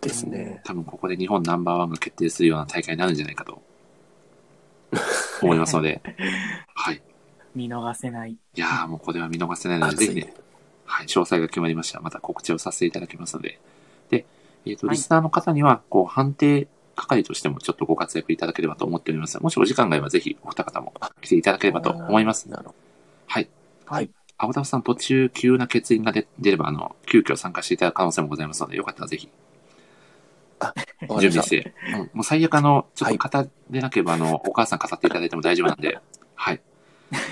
Speaker 3: ですね。
Speaker 1: 多分ここで日本ナンバーワンが決定するような大会になるんじゃないかと思いますので、はい。
Speaker 2: 見逃せない。
Speaker 1: いやーもうこれは見逃せないので、
Speaker 3: 熱
Speaker 1: ぜひ
Speaker 3: い
Speaker 1: ね、。はい、詳細が決まりましたら、また告知をさせていただきますので、で、えっ、と、
Speaker 2: はい
Speaker 1: リスナーの方には、こう、判定係としてもちょっとご活躍いただければと思っております。もしお時間があれば、ぜひお二方も来ていただければと思います。
Speaker 3: なるほ
Speaker 1: はい。
Speaker 3: はい。
Speaker 1: 青田さん、途中急な欠員が出出れば、あの、急遽参加していただく可能性もございますので、よかったらぜひ
Speaker 3: ど。わか
Speaker 1: 準
Speaker 3: りま
Speaker 1: 備
Speaker 3: し
Speaker 1: して。うんもう最悪あの、ちょ
Speaker 3: は
Speaker 1: っ
Speaker 3: い
Speaker 1: と語れなければ、あの、お母さん語っていただいても大丈夫なんで、はい。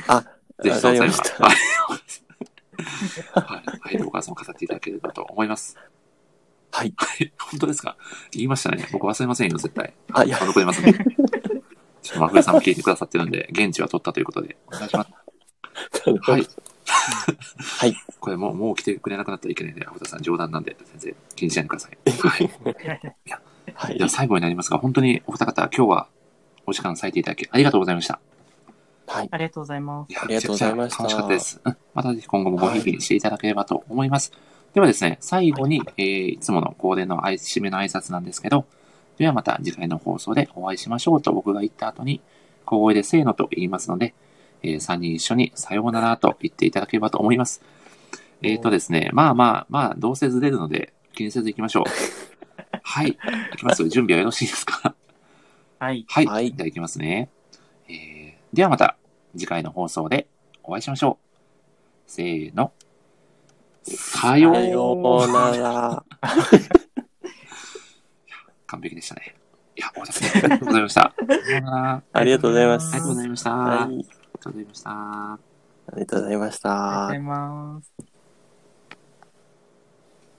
Speaker 3: た。あ、
Speaker 1: ぜ
Speaker 3: わ
Speaker 1: ひ、
Speaker 3: か
Speaker 1: その
Speaker 3: り
Speaker 1: 際
Speaker 3: ま
Speaker 1: は。
Speaker 3: した。
Speaker 1: はいはい。はい。お母さんも語っていただければと思います。
Speaker 3: はい。
Speaker 1: はい本当ですか言いましたね。僕忘れませんよ、絶対。
Speaker 3: あ、いや、
Speaker 1: 残りますね。ちょっと、まふるさんも聞いてくださってるんで、現地は取ったということで、お願いします。はい。
Speaker 3: はい。
Speaker 1: [LAUGHS] これもう、もう来てくれなくなったらいけないんで、青田さん冗談なんで、先生、気にしないでください。はい。
Speaker 3: はい
Speaker 1: では。最後になりますが、本当にお二方、今日はお時間割いていただきありがとうございました。
Speaker 3: はい。
Speaker 2: ありがとうございます。
Speaker 1: いや
Speaker 3: ありがとうございました
Speaker 1: めちゃくちゃ楽しかったです。うん [LAUGHS] またぜひ今後もごひいきにしていただければと思います。ではですね、最後に、えーいつもの恒例の挨締めの挨拶なんですけど、ではまた次回の放送でお会いしましょうと僕が言った後に、小声でせーのと言いますので、え3人一緒にさようならと言っていただければと思います。えっ、とですね、まあまあまあ、どうせずれるので気にせず行きましょう。はい、行きます。準備はよろしいですか
Speaker 2: はい。
Speaker 1: はい。、
Speaker 3: はいい
Speaker 1: ただきますね。えー、ではまた次回の放送でお会いしましょう。せーの。さよ
Speaker 3: さよ
Speaker 1: う
Speaker 3: うなら。
Speaker 1: 完璧でしたね。いや、お疲れ様でしたありがとうございま [LAUGHS] した。さようならあ
Speaker 3: ありがとうございま
Speaker 1: り
Speaker 3: す
Speaker 1: がとうございました。あ
Speaker 3: は
Speaker 1: り
Speaker 3: い。
Speaker 1: がとうございました。
Speaker 3: ありがとうございまし
Speaker 2: ありがとうご
Speaker 3: た
Speaker 2: ざい。ます。